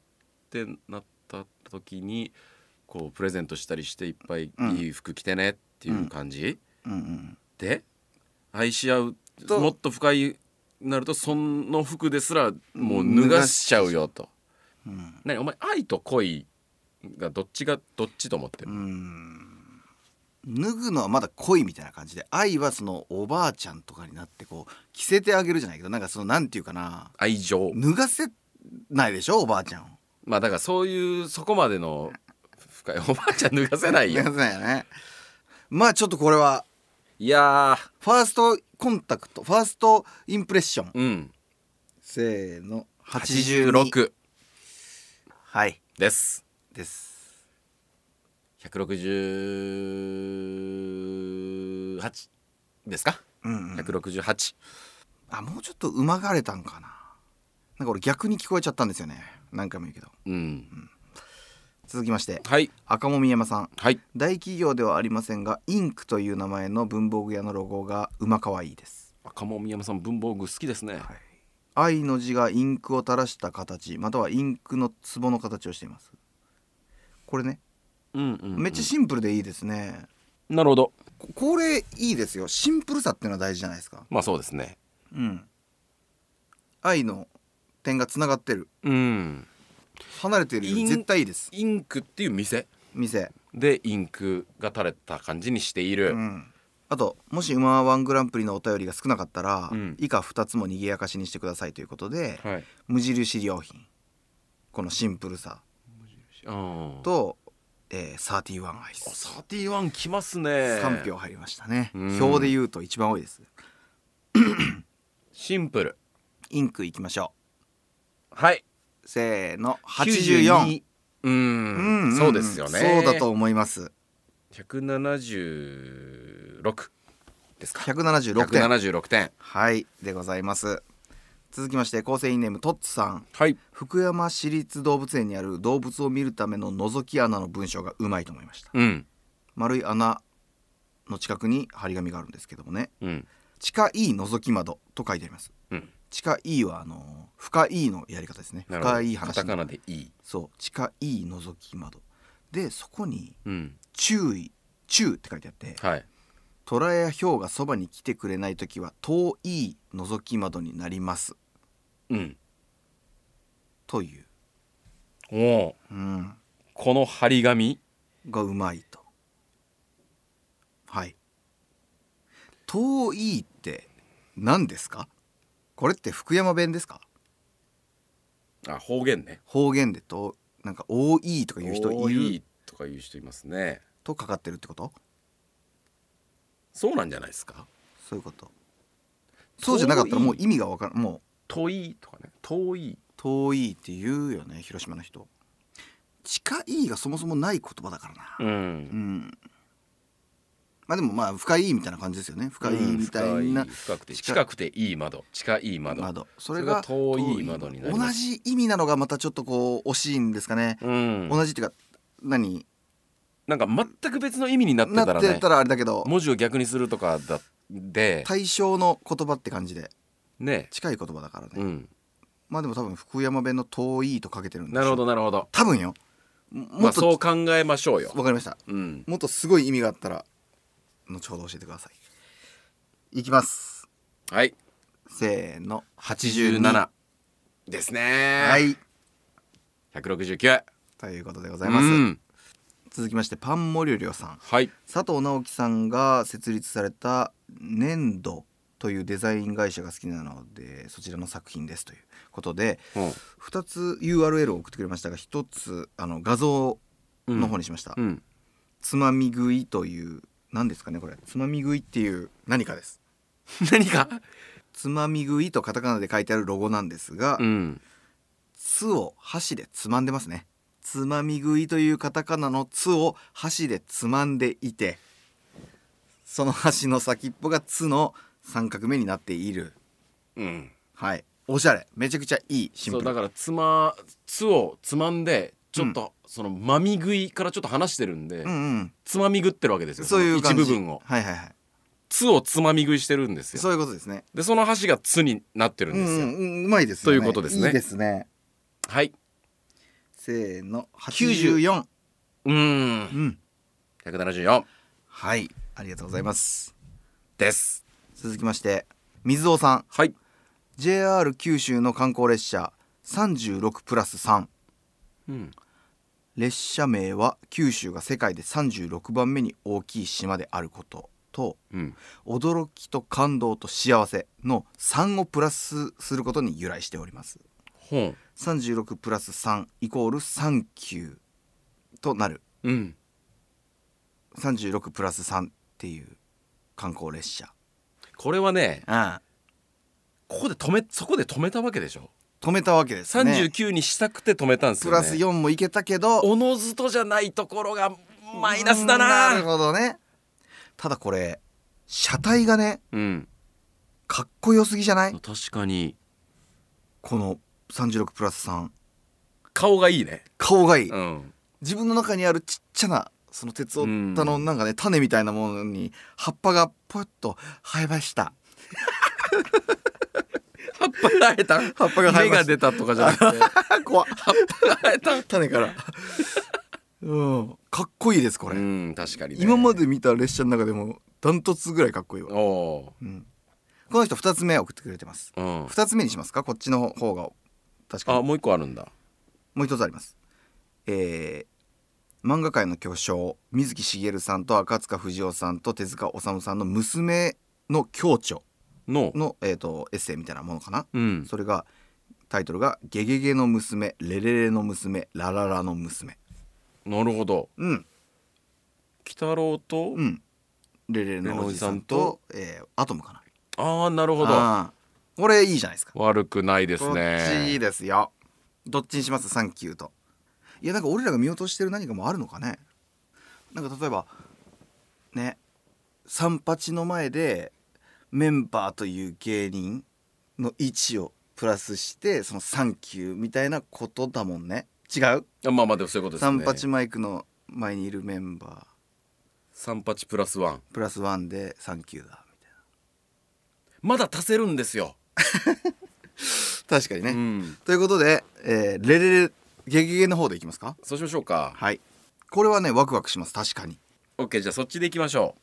Speaker 1: てなった時にこうプレゼントしたりしていっぱい
Speaker 2: うん
Speaker 1: いい服着てねっていう感じ、
Speaker 2: うんうん
Speaker 1: で愛し合う
Speaker 2: と
Speaker 1: もっと深いなるとその服ですらもう脱がしちゃうよと。
Speaker 2: うん
Speaker 1: 何お前愛と恋がどっちがどっちと思って
Speaker 2: う
Speaker 1: る、
Speaker 2: ん脱ぐのはまだ恋みたいな感じで愛はそのおばあちゃんとかになってこう着せてあげるじゃないけどなんかそのなんていうかな
Speaker 1: 愛情
Speaker 2: 脱がせないでしょおばあちゃんを
Speaker 1: まあだから そういうそこまでの深いおばあちゃん脱がせないよ
Speaker 2: 脱がせないよねまあちょっとこれはい
Speaker 1: や
Speaker 2: ファーストコンタクトファーストインプレッション
Speaker 1: ーうん
Speaker 2: せーの
Speaker 1: 86
Speaker 2: はい
Speaker 1: です
Speaker 2: です
Speaker 1: 168ですか
Speaker 2: うん、うん、
Speaker 1: 168
Speaker 2: あもうちょっとうまがれたんかななんか俺逆に聞こえちゃったんですよね何回も言うけど
Speaker 1: うん
Speaker 2: 続きまして
Speaker 1: はい
Speaker 2: 赤もみ山さん
Speaker 1: はい
Speaker 2: 大企業ではありませんがインクという名前の文房具屋のロゴが馬かわいいです、
Speaker 1: 赤門宮山さん文房具好きですね
Speaker 2: はい、愛の字がインクを垂らした形またはインクの壺の形をしていますこれね
Speaker 1: うんうんうん
Speaker 2: めっちゃシンプルでいいですね、
Speaker 1: なるほど
Speaker 2: ここれいいですよシンプルさっていうのは大事じゃないですか
Speaker 1: まあそうですね
Speaker 2: うん愛の点がつながってる
Speaker 1: うん
Speaker 2: 離れてるよ
Speaker 1: イ
Speaker 2: り
Speaker 1: ン
Speaker 2: 絶対いいです
Speaker 1: インクっていう店
Speaker 2: 店
Speaker 1: でインクが垂れた感じにしている、
Speaker 2: うんあともし「馬ワングランプリ」のお便りが少なかったら、
Speaker 1: うん
Speaker 2: 以下2つも賑やかしにしてくださいということで、
Speaker 1: はい
Speaker 2: 無印良品このシンプルさ
Speaker 1: あと
Speaker 2: と、えー、31アイス
Speaker 1: サーティワン来ますね
Speaker 2: 3票入りましたね、
Speaker 1: うん
Speaker 2: 表で言うと一番多いです
Speaker 1: シンプル
Speaker 2: インクいきましょ
Speaker 1: はい。
Speaker 2: うせーの84
Speaker 1: う、
Speaker 2: うんんん
Speaker 1: そうですよね。
Speaker 2: そうだと。思います
Speaker 1: 百七十六ですか。
Speaker 2: 176
Speaker 1: 百
Speaker 2: 点
Speaker 1: 七十六点。
Speaker 2: はいでございます続きまして構成員ネームトッツさん
Speaker 1: はい。
Speaker 2: 福山市立動物園にある動物を見るための覗き穴の文章がうまいと思いました
Speaker 1: うん。
Speaker 2: 丸い穴の近くに張り紙があるんですけどもね
Speaker 1: うん。
Speaker 2: 「地下いい覗き窓」と書いてあります
Speaker 1: うん。
Speaker 2: 地下いいはあの深いいのやり方ですね
Speaker 1: なるほど
Speaker 2: 深い
Speaker 1: カ
Speaker 2: 話
Speaker 1: タカナでいい。
Speaker 2: そう地下いい覗き窓でそこに
Speaker 1: うん。
Speaker 2: 「注意」「注」って書いてあって
Speaker 1: はい。
Speaker 2: 「虎やヒョウがそばに来てくれない時は遠い覗き窓になります
Speaker 1: うん。」
Speaker 2: という、
Speaker 1: おお。
Speaker 2: うん、
Speaker 1: この張り紙。
Speaker 2: がうまいとはい「遠い」って何ですかこれって福山弁ですか
Speaker 1: あ、方言ね。
Speaker 2: 方言でとなんか「多い」とか言う人
Speaker 1: 多
Speaker 2: いる
Speaker 1: とか言う人いますね。
Speaker 2: とかかってるってこと
Speaker 1: そうなんじゃないですか。
Speaker 2: そういうことそうじゃなかったらもう意味がわからんも
Speaker 1: 遠いとかね。遠い。。
Speaker 2: う「遠い」って言うよね広島の人「近い」がそもそもない言葉だからなうんんまあでもまあ深いみたいな感じですよね深いみたいな
Speaker 1: うん深い深くて
Speaker 2: 近
Speaker 1: 近くていい窓近い窓
Speaker 2: 窓それが
Speaker 1: それが遠い窓になりま
Speaker 2: 同じ意味なのがまたちょっとこう惜しいんですかね、
Speaker 1: うん
Speaker 2: 同じっていうか何
Speaker 1: なんか全く別の意味になってた
Speaker 2: な
Speaker 1: ら
Speaker 2: っ
Speaker 1: ね
Speaker 2: てたらあれだけど
Speaker 1: 文字を逆にするとかだで
Speaker 2: 対象の言葉って感じで
Speaker 1: ね
Speaker 2: 近い言葉だからね、
Speaker 1: うん
Speaker 2: まあでも多分福山弁の「遠い」とかけてるんでしょ
Speaker 1: なるほどなるほど
Speaker 2: 多分よもも
Speaker 1: まあ
Speaker 2: っと、
Speaker 1: そう考えましょうよ
Speaker 2: わかりました
Speaker 1: うん
Speaker 2: もっとすごい意味があったら後ほど教えてくださいいきます
Speaker 1: はい
Speaker 2: せーの
Speaker 1: 87ですね
Speaker 2: はい
Speaker 1: 169
Speaker 2: ということでご
Speaker 1: ご
Speaker 2: ざいます、続きましてパンモリョリョさん
Speaker 1: はい
Speaker 2: 佐藤直樹さんが設立された粘土というデザイン会社が好きなのでそちらの作品ですということで2つ URL を送ってくれましたが1つあの画像
Speaker 1: うん
Speaker 2: の方にしました、
Speaker 1: うん
Speaker 2: つまみ食いという何ですかねこれつまみ食いっていう何かです
Speaker 1: 何か
Speaker 2: つまみ食いとカタカナで書いてあるロゴなんですが
Speaker 1: うん
Speaker 2: 「つ」を箸でつまんでますねつまみ食いというカタカナの「つ」を箸でつまんでいてその箸の先っぽが「つ」の三角目になっている
Speaker 1: うん
Speaker 2: はいおしゃれめちゃくちゃいいシ
Speaker 1: そ
Speaker 2: ンプ
Speaker 1: うだ
Speaker 2: ル
Speaker 1: からつまつをつまんでちょっとそのまみ食いからちょっと離してるんで
Speaker 2: うんうん
Speaker 1: つまみ食ってるわけですよ
Speaker 2: そういう
Speaker 1: その
Speaker 2: 感
Speaker 1: 一
Speaker 2: じ
Speaker 1: 部分を
Speaker 2: はいはいはい
Speaker 1: つをつまみ食いしてるんですよ
Speaker 2: そういうことですね
Speaker 1: でその箸が「つ」になってるん
Speaker 2: う
Speaker 1: ですよ、
Speaker 2: んうんうまいですよね
Speaker 1: ということですね
Speaker 2: いいですね
Speaker 1: はい
Speaker 2: せーの
Speaker 1: 90
Speaker 2: 84
Speaker 1: うー
Speaker 2: うんん
Speaker 1: 174
Speaker 2: はいありがとうございます
Speaker 1: です
Speaker 2: 続きまして水尾さん
Speaker 1: はい
Speaker 2: JR 九州の観光列車36プラス3
Speaker 1: うん
Speaker 2: 列車名は九州が世界で36番目に大きい島であることと
Speaker 1: うん
Speaker 2: 驚きと感動と幸せの3をプラスすることに由来しております
Speaker 1: ほ
Speaker 2: 36プラス3イコール3級となる
Speaker 1: ううん
Speaker 2: 36プラス3っていう観光列車
Speaker 1: これはね
Speaker 2: ああ
Speaker 1: ここで止めそこで止めたわけでしょ
Speaker 2: 止めたわけですね
Speaker 1: 39にしたくて止めたんです
Speaker 2: プ
Speaker 1: よ、ね、
Speaker 2: ラス4もいけたけど
Speaker 1: おのずとじゃないところがマイナスだな
Speaker 2: うんなるほどねただこれ車体がね
Speaker 1: うん
Speaker 2: かっこよすぎじゃない
Speaker 1: 確かに
Speaker 2: この36プラス3
Speaker 1: 顔がいいね
Speaker 2: 顔がいい、
Speaker 1: うん
Speaker 2: 自分の中にあるちっちゃなその鉄オタのなんかね種みたいなものに葉っぱがポッと生えました
Speaker 1: 葉っぱが生えた
Speaker 2: 葉っぱが生え
Speaker 1: 芽
Speaker 2: ま
Speaker 1: が
Speaker 2: した
Speaker 1: 出たとかじゃ なくて
Speaker 2: 怖っ
Speaker 1: 生えた
Speaker 2: 種から うんかっこいいですこれ、
Speaker 1: うん確かに、ね、
Speaker 2: 今まで見た列車の中でもダントツぐらいかっこいいわ、
Speaker 1: おお
Speaker 2: うん、この人2つ目送ってくれてます
Speaker 1: ーうん
Speaker 2: 2つ目にしますかこっちの方が確か
Speaker 1: あ
Speaker 2: に
Speaker 1: もう一個あるんだ
Speaker 2: もう一つありますえー漫画界の巨匠水木しげるさんと赤塚不二夫さんと手塚治虫さんの娘の共著
Speaker 1: の
Speaker 2: の、えー、とエッセイみたいなものかな、
Speaker 1: うん
Speaker 2: それがタイトルが「ゲゲゲの娘レレレの娘ラララの娘
Speaker 1: なるほど」
Speaker 2: うん
Speaker 1: 鬼太郎と、
Speaker 2: うんレレレのおじさんとえーアトムかな
Speaker 1: ああなるほど
Speaker 2: あーこれいいじゃないですか
Speaker 1: 悪くないです
Speaker 2: こっちい
Speaker 1: ね
Speaker 2: いですよどっちにしますサンキューといやなんか俺らが見落としてる何かもあるのかねなんか例えばね三八の前でメンバーという芸人の位置をプラスしてそのサンキューみたいなことだもんね違う
Speaker 1: あまあまあでもそういうことです
Speaker 2: 三
Speaker 1: ね
Speaker 2: 八マイクの前にいるメンバ
Speaker 1: 三八プラスワン
Speaker 2: ープラスワンでサンキューだみたい
Speaker 1: まだ足せるんですよ、
Speaker 2: な確かにね、
Speaker 1: うん
Speaker 2: ということで、えーレレレゲゲゲの方でいきますか
Speaker 1: そうしましょうか
Speaker 2: はいこれはねワクワクします確かに
Speaker 1: OK じゃあそっちでいきましょ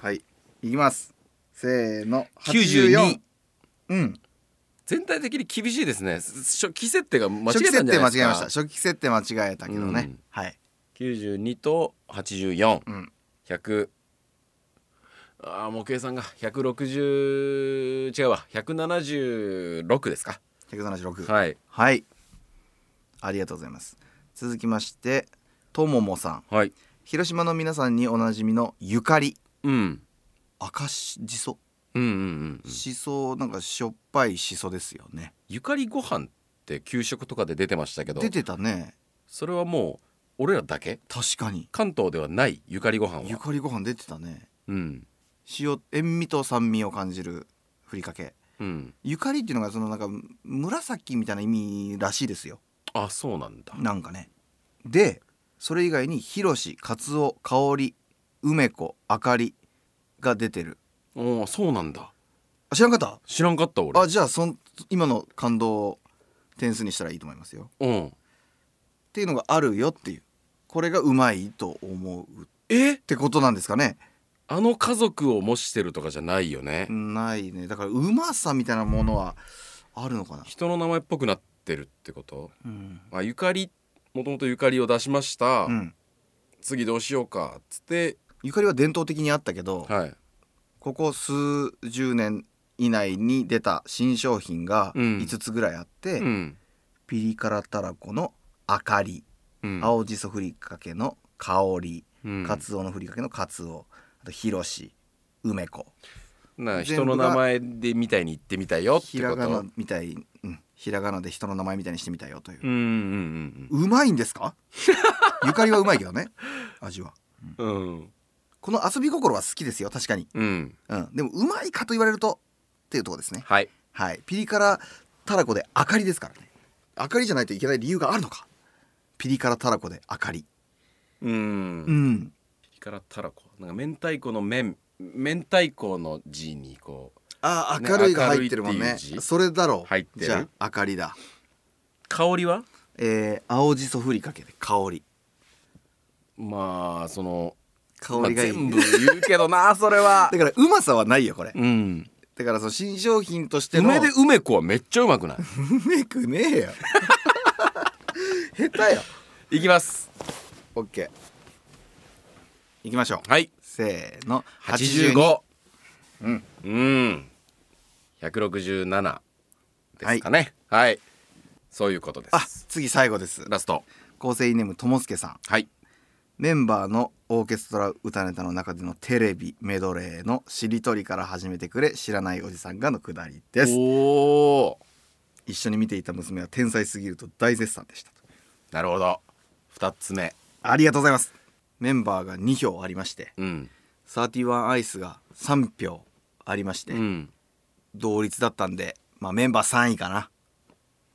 Speaker 2: はい、いきます。せーの、
Speaker 1: う92。
Speaker 2: うん、
Speaker 1: 全体的に厳しいですねしょ期設定が間違
Speaker 2: 初期
Speaker 1: えた
Speaker 2: 設
Speaker 1: んじ
Speaker 2: 定
Speaker 1: ゃな
Speaker 2: 間
Speaker 1: いで
Speaker 2: 違
Speaker 1: す
Speaker 2: え
Speaker 1: か
Speaker 2: ました。初期設定間違えたけどね。
Speaker 1: うん
Speaker 2: はい、
Speaker 1: 92と84100
Speaker 2: うん、
Speaker 1: あーもう計算が160違うわ176ですか
Speaker 2: 百七十六。はい、
Speaker 1: はい
Speaker 2: ありがとうございます。続きまして、とももさん、
Speaker 1: はい
Speaker 2: 広島の皆さんにおなじみのゆかり。
Speaker 1: うん
Speaker 2: 赤しそ、
Speaker 1: うんうんうんうん
Speaker 2: しそなんかしょっぱいしそですよね。
Speaker 1: ゆかりご飯って給食とかで出てましたけど
Speaker 2: 出てたね。
Speaker 1: それはもう俺らだけ
Speaker 2: 確かに。
Speaker 1: 関東ではないゆかりご飯
Speaker 2: ゆ
Speaker 1: は
Speaker 2: かりご飯出てたね。
Speaker 1: うん
Speaker 2: 塩塩味と酸味を感じるふりかけ。
Speaker 1: うん
Speaker 2: ゆかりっていうのがそのなんか紫みたいな意味らしいですよ
Speaker 1: あそうなんだ
Speaker 2: なんかねでそれ以外にひろしかつおかおり梅子あかりが出てる
Speaker 1: おおそうなんだ
Speaker 2: あ知らんかっ
Speaker 1: 知らんかった俺
Speaker 2: たあじゃあそん今の感動を点数にしたらいいと思いますよ
Speaker 1: うん
Speaker 2: っていうのがあるよっていうこれがうまいと思うっ
Speaker 1: え
Speaker 2: てことなんですかね
Speaker 1: あの家族を模してるとかじゃないよね
Speaker 2: ないねだからうまさみたいなものはあるのかな、
Speaker 1: 人の名前っぽくなってるってこと
Speaker 2: うん
Speaker 1: まあゆかりもともとゆかりを出しました、
Speaker 2: うん、
Speaker 1: 次どうしようかっつって
Speaker 2: ゆかりは伝統的にあったけど、
Speaker 1: はい
Speaker 2: ここ数十年以内に出た新商品が
Speaker 1: うん
Speaker 2: 5つぐらいあって、
Speaker 1: うん、
Speaker 2: ピリ辛たらこの「あかり」
Speaker 1: うん、
Speaker 2: 青じそふりかけの「香り」
Speaker 1: うん
Speaker 2: かつおのふりかけの「かつお」あと「ひろし」「梅子
Speaker 1: なあ
Speaker 2: 全
Speaker 1: 人
Speaker 2: 部
Speaker 1: の
Speaker 2: が
Speaker 1: 名前でみたいに言ってみたい」よってこと
Speaker 2: ひらがなみたい、うん、ひらがなで人の名前みたいにしてみたよという
Speaker 1: う、んうん
Speaker 2: うまいんですか ゆかりはうまいけどね味は
Speaker 1: うんうん
Speaker 2: この遊び心は好きですよ確かに、
Speaker 1: うん
Speaker 2: うん、でもうまいかと言われるとっていうとこですね
Speaker 1: はい
Speaker 2: はい、ピリ辛たらこで明かりですからね明かりじゃないといけない理由があるのかピリ辛たらこで明かり
Speaker 1: うん、
Speaker 2: うん
Speaker 1: ピリ辛たらこなんか明太子の麺明太子の字にこう
Speaker 2: あー
Speaker 1: ね
Speaker 2: 明るいが入ってるもん
Speaker 1: 明るい
Speaker 2: ね
Speaker 1: っていう字
Speaker 2: それだろう
Speaker 1: 入ってる
Speaker 2: じゃあ明かりだ
Speaker 1: 香りは
Speaker 2: えー、青じそふりかけで香り
Speaker 1: まあその
Speaker 2: 香りがいい、
Speaker 1: まあ全部言うけどなそれは
Speaker 2: だからうまさはないよこれ
Speaker 1: うん
Speaker 2: だからその新商品としての
Speaker 1: 梅で梅子はめっちゃうま くない
Speaker 2: うめくねえよ下手よ
Speaker 1: いきます
Speaker 2: オッケーいきましょう
Speaker 1: はい
Speaker 2: せーの
Speaker 1: 85
Speaker 2: うん
Speaker 1: うん167ですかねはい、そういうことで
Speaker 2: あ
Speaker 1: す
Speaker 2: 次最後です
Speaker 1: ラスト
Speaker 2: 構成員ネームともすけさん
Speaker 1: はい
Speaker 2: メンバーのオーケストラ歌ネタの中でのテレビメドレーの「しりとり」から始めてくれ知らないおじさんがのくだりです
Speaker 1: おお
Speaker 2: 一緒に見ていた娘は天才すぎると大絶賛でしたと
Speaker 1: なるほど2つ目
Speaker 2: ありがとうございますメンバーが2票ありまして
Speaker 1: うん
Speaker 2: 31アイスが3票ありまして、
Speaker 1: うん
Speaker 2: 同率だったんで、まあ、メンバー3位かな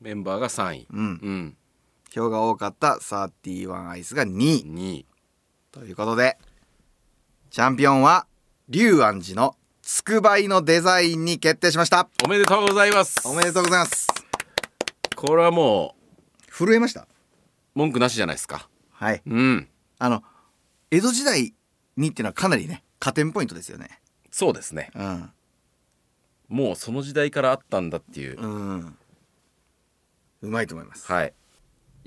Speaker 1: メンバーが3位
Speaker 2: うん
Speaker 1: うん
Speaker 2: 票が多かった31アイスが2位
Speaker 1: 2位
Speaker 2: ということでチャンピオンは龍安寺のつくばいのデザインに決定しました
Speaker 1: おめでとうございます
Speaker 2: おめでとうございます
Speaker 1: これはも
Speaker 2: 震えました
Speaker 1: う文句なしじゃないですか
Speaker 2: はいう
Speaker 1: うん
Speaker 2: あの江戸時代にっていうのはかなりね加点ポイントですよね
Speaker 1: そうですね
Speaker 2: うん
Speaker 1: もうその時代からあったんだっていう、
Speaker 2: うんうまいと思います、
Speaker 1: はい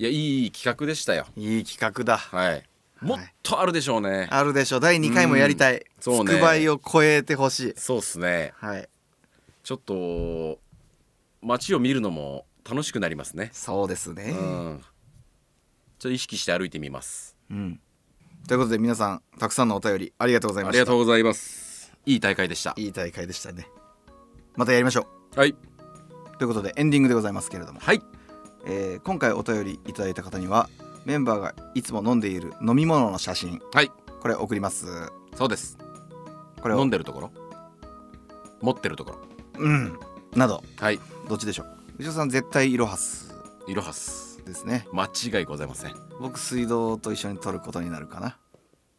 Speaker 1: いやいい企画でしたよ
Speaker 2: いい企画だ
Speaker 1: はいもっとあるでしょうね、
Speaker 2: あるでしょ第2回もやりたい
Speaker 1: んそうね
Speaker 2: つくばいを超えてほしい
Speaker 1: そうっすね
Speaker 2: はい
Speaker 1: ちょっと街を見るのも楽しくなりますね
Speaker 2: そうです
Speaker 1: う
Speaker 2: ね
Speaker 1: んちょっと意識して歩いてみます
Speaker 2: うんということで皆さんたくさんのお便りありがとうござい
Speaker 1: あ
Speaker 2: ま
Speaker 1: り
Speaker 2: し
Speaker 1: が
Speaker 2: た
Speaker 1: とうございますいい大会でした
Speaker 2: いい大会でしたねまたやりましょ
Speaker 1: はい、
Speaker 2: うということでエンディングでございますけれども、
Speaker 1: はい、
Speaker 2: えー今回お便りいただいた方にはメンバーがいつも飲んでいる飲み物の写真
Speaker 1: はい
Speaker 2: これ送ります
Speaker 1: そうです
Speaker 2: これを
Speaker 1: 飲んでるところ持ってるところ
Speaker 2: うんなど
Speaker 1: はい
Speaker 2: どっちでしょう藤尾さん絶対イロハス
Speaker 1: いろはす
Speaker 2: ですね
Speaker 1: 間違いございません
Speaker 2: 僕水道と一緒に取ることになるか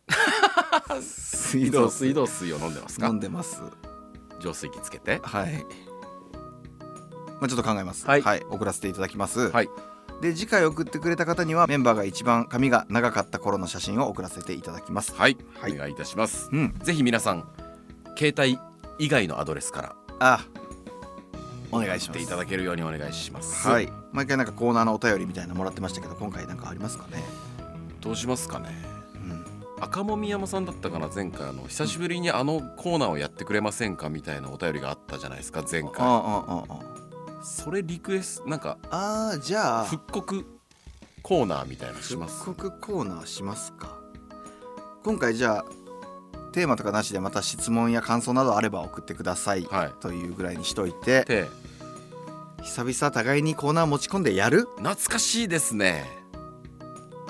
Speaker 2: な水
Speaker 1: 水道
Speaker 2: 道
Speaker 1: 水道水を飲んでます
Speaker 2: 飲
Speaker 1: か
Speaker 2: んでます
Speaker 1: 浄水器つけて
Speaker 2: はいまあちょっと考えます
Speaker 1: はい
Speaker 2: 送らせていただきます
Speaker 1: はい
Speaker 2: で次回送ってくれた方にはメンバーが一番髪が長かった頃の写真を送らせていただきます
Speaker 1: はい、
Speaker 2: はい
Speaker 1: お願いいたします
Speaker 2: うん
Speaker 1: ぜひ皆さん携帯以外のアドレスから
Speaker 2: あお願いし
Speaker 1: 送っ
Speaker 2: ま
Speaker 1: て
Speaker 2: す
Speaker 1: いただけるようにお願いします
Speaker 2: はい毎回なんかコーナーのお便りみたいなのもらってましたけど今回なんかありますかね
Speaker 1: どうしますかね
Speaker 2: うん
Speaker 1: 赤もみ山さんだったかな前回あの久しぶりにあのコーナーをやってくれませんかみたいなお便りがあったじゃないですか前
Speaker 2: あ
Speaker 1: 回
Speaker 2: あああ
Speaker 1: それリクエストなんか
Speaker 2: ああーじゃあ
Speaker 1: 復刻コーナーみたいなのします
Speaker 2: 復刻コーナーしますか今回じゃあテーマとかなしでまた質問や感想などあれば送ってください、
Speaker 1: はい
Speaker 2: というぐらいにしといて
Speaker 1: で
Speaker 2: 久々互いにコーナー持ち込んでやる
Speaker 1: 懐かしいですね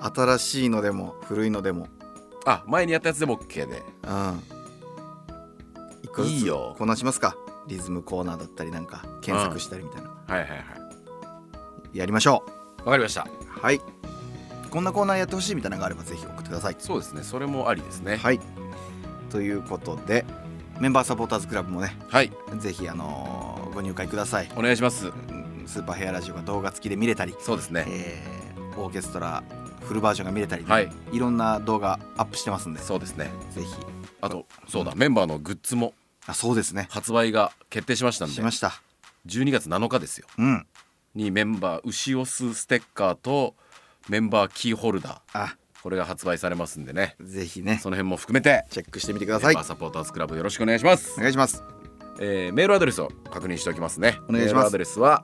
Speaker 2: 新しいのでも古いのでも
Speaker 1: あ前にやったやつでも OK で
Speaker 2: うん一個ず
Speaker 1: いい
Speaker 2: つ
Speaker 1: よ
Speaker 2: コーナーしますかリズムコーナーだったりなんか検索したりみたいな、
Speaker 1: はいはいはい
Speaker 2: やりましょ
Speaker 1: わかりました
Speaker 2: うはいこんなコーナーやってほしいみたいなのがあればぜひ送ってください
Speaker 1: そうですねそれもありですね
Speaker 2: はいということでメンバーサポーターズクラブもね
Speaker 1: はい
Speaker 2: ぜひあのーご入会ください
Speaker 1: お願いします
Speaker 2: うんスーパーヘアラジオが動画付きで見れたり、
Speaker 1: そうですね
Speaker 2: えーオーケストラフルバージョンが見れたりね、
Speaker 1: はい
Speaker 2: いろんな動画アップしてますんでぜ
Speaker 1: そうですね
Speaker 2: ひ
Speaker 1: あとそうだメンバーのグッズも
Speaker 2: あそうですね
Speaker 1: 発売が決定しましたんで
Speaker 2: しました
Speaker 1: 12月7日ですよ
Speaker 2: うん
Speaker 1: にメンバー牛オスステッカーとメンバーキーホルダ
Speaker 2: あ
Speaker 1: ーこれが発売されますんでね
Speaker 2: ぜひね
Speaker 1: その辺も含めて
Speaker 2: チェックしてみてくだ
Speaker 1: メ
Speaker 2: さ
Speaker 1: ン
Speaker 2: い
Speaker 1: バーサポーターズクラブよろしくお願いします
Speaker 2: お、願いします
Speaker 1: えーメールアドレスを確認しておきますね
Speaker 2: お願いし
Speaker 1: メー
Speaker 2: ます
Speaker 1: ルアドレスは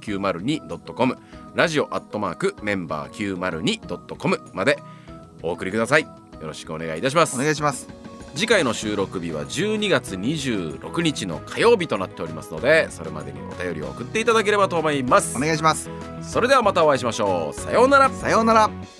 Speaker 1: radio.member902.com ラジオアットマークメンバー 902.com までお送りくださいよろしくお願いいたします
Speaker 2: お願いします
Speaker 1: 次回の収録日は12月26日の火曜日となっておりますのでそれまでにお便りを送っていただければと思います
Speaker 2: お願いします
Speaker 1: それではまたお会いしましょうさようなら
Speaker 2: さようなら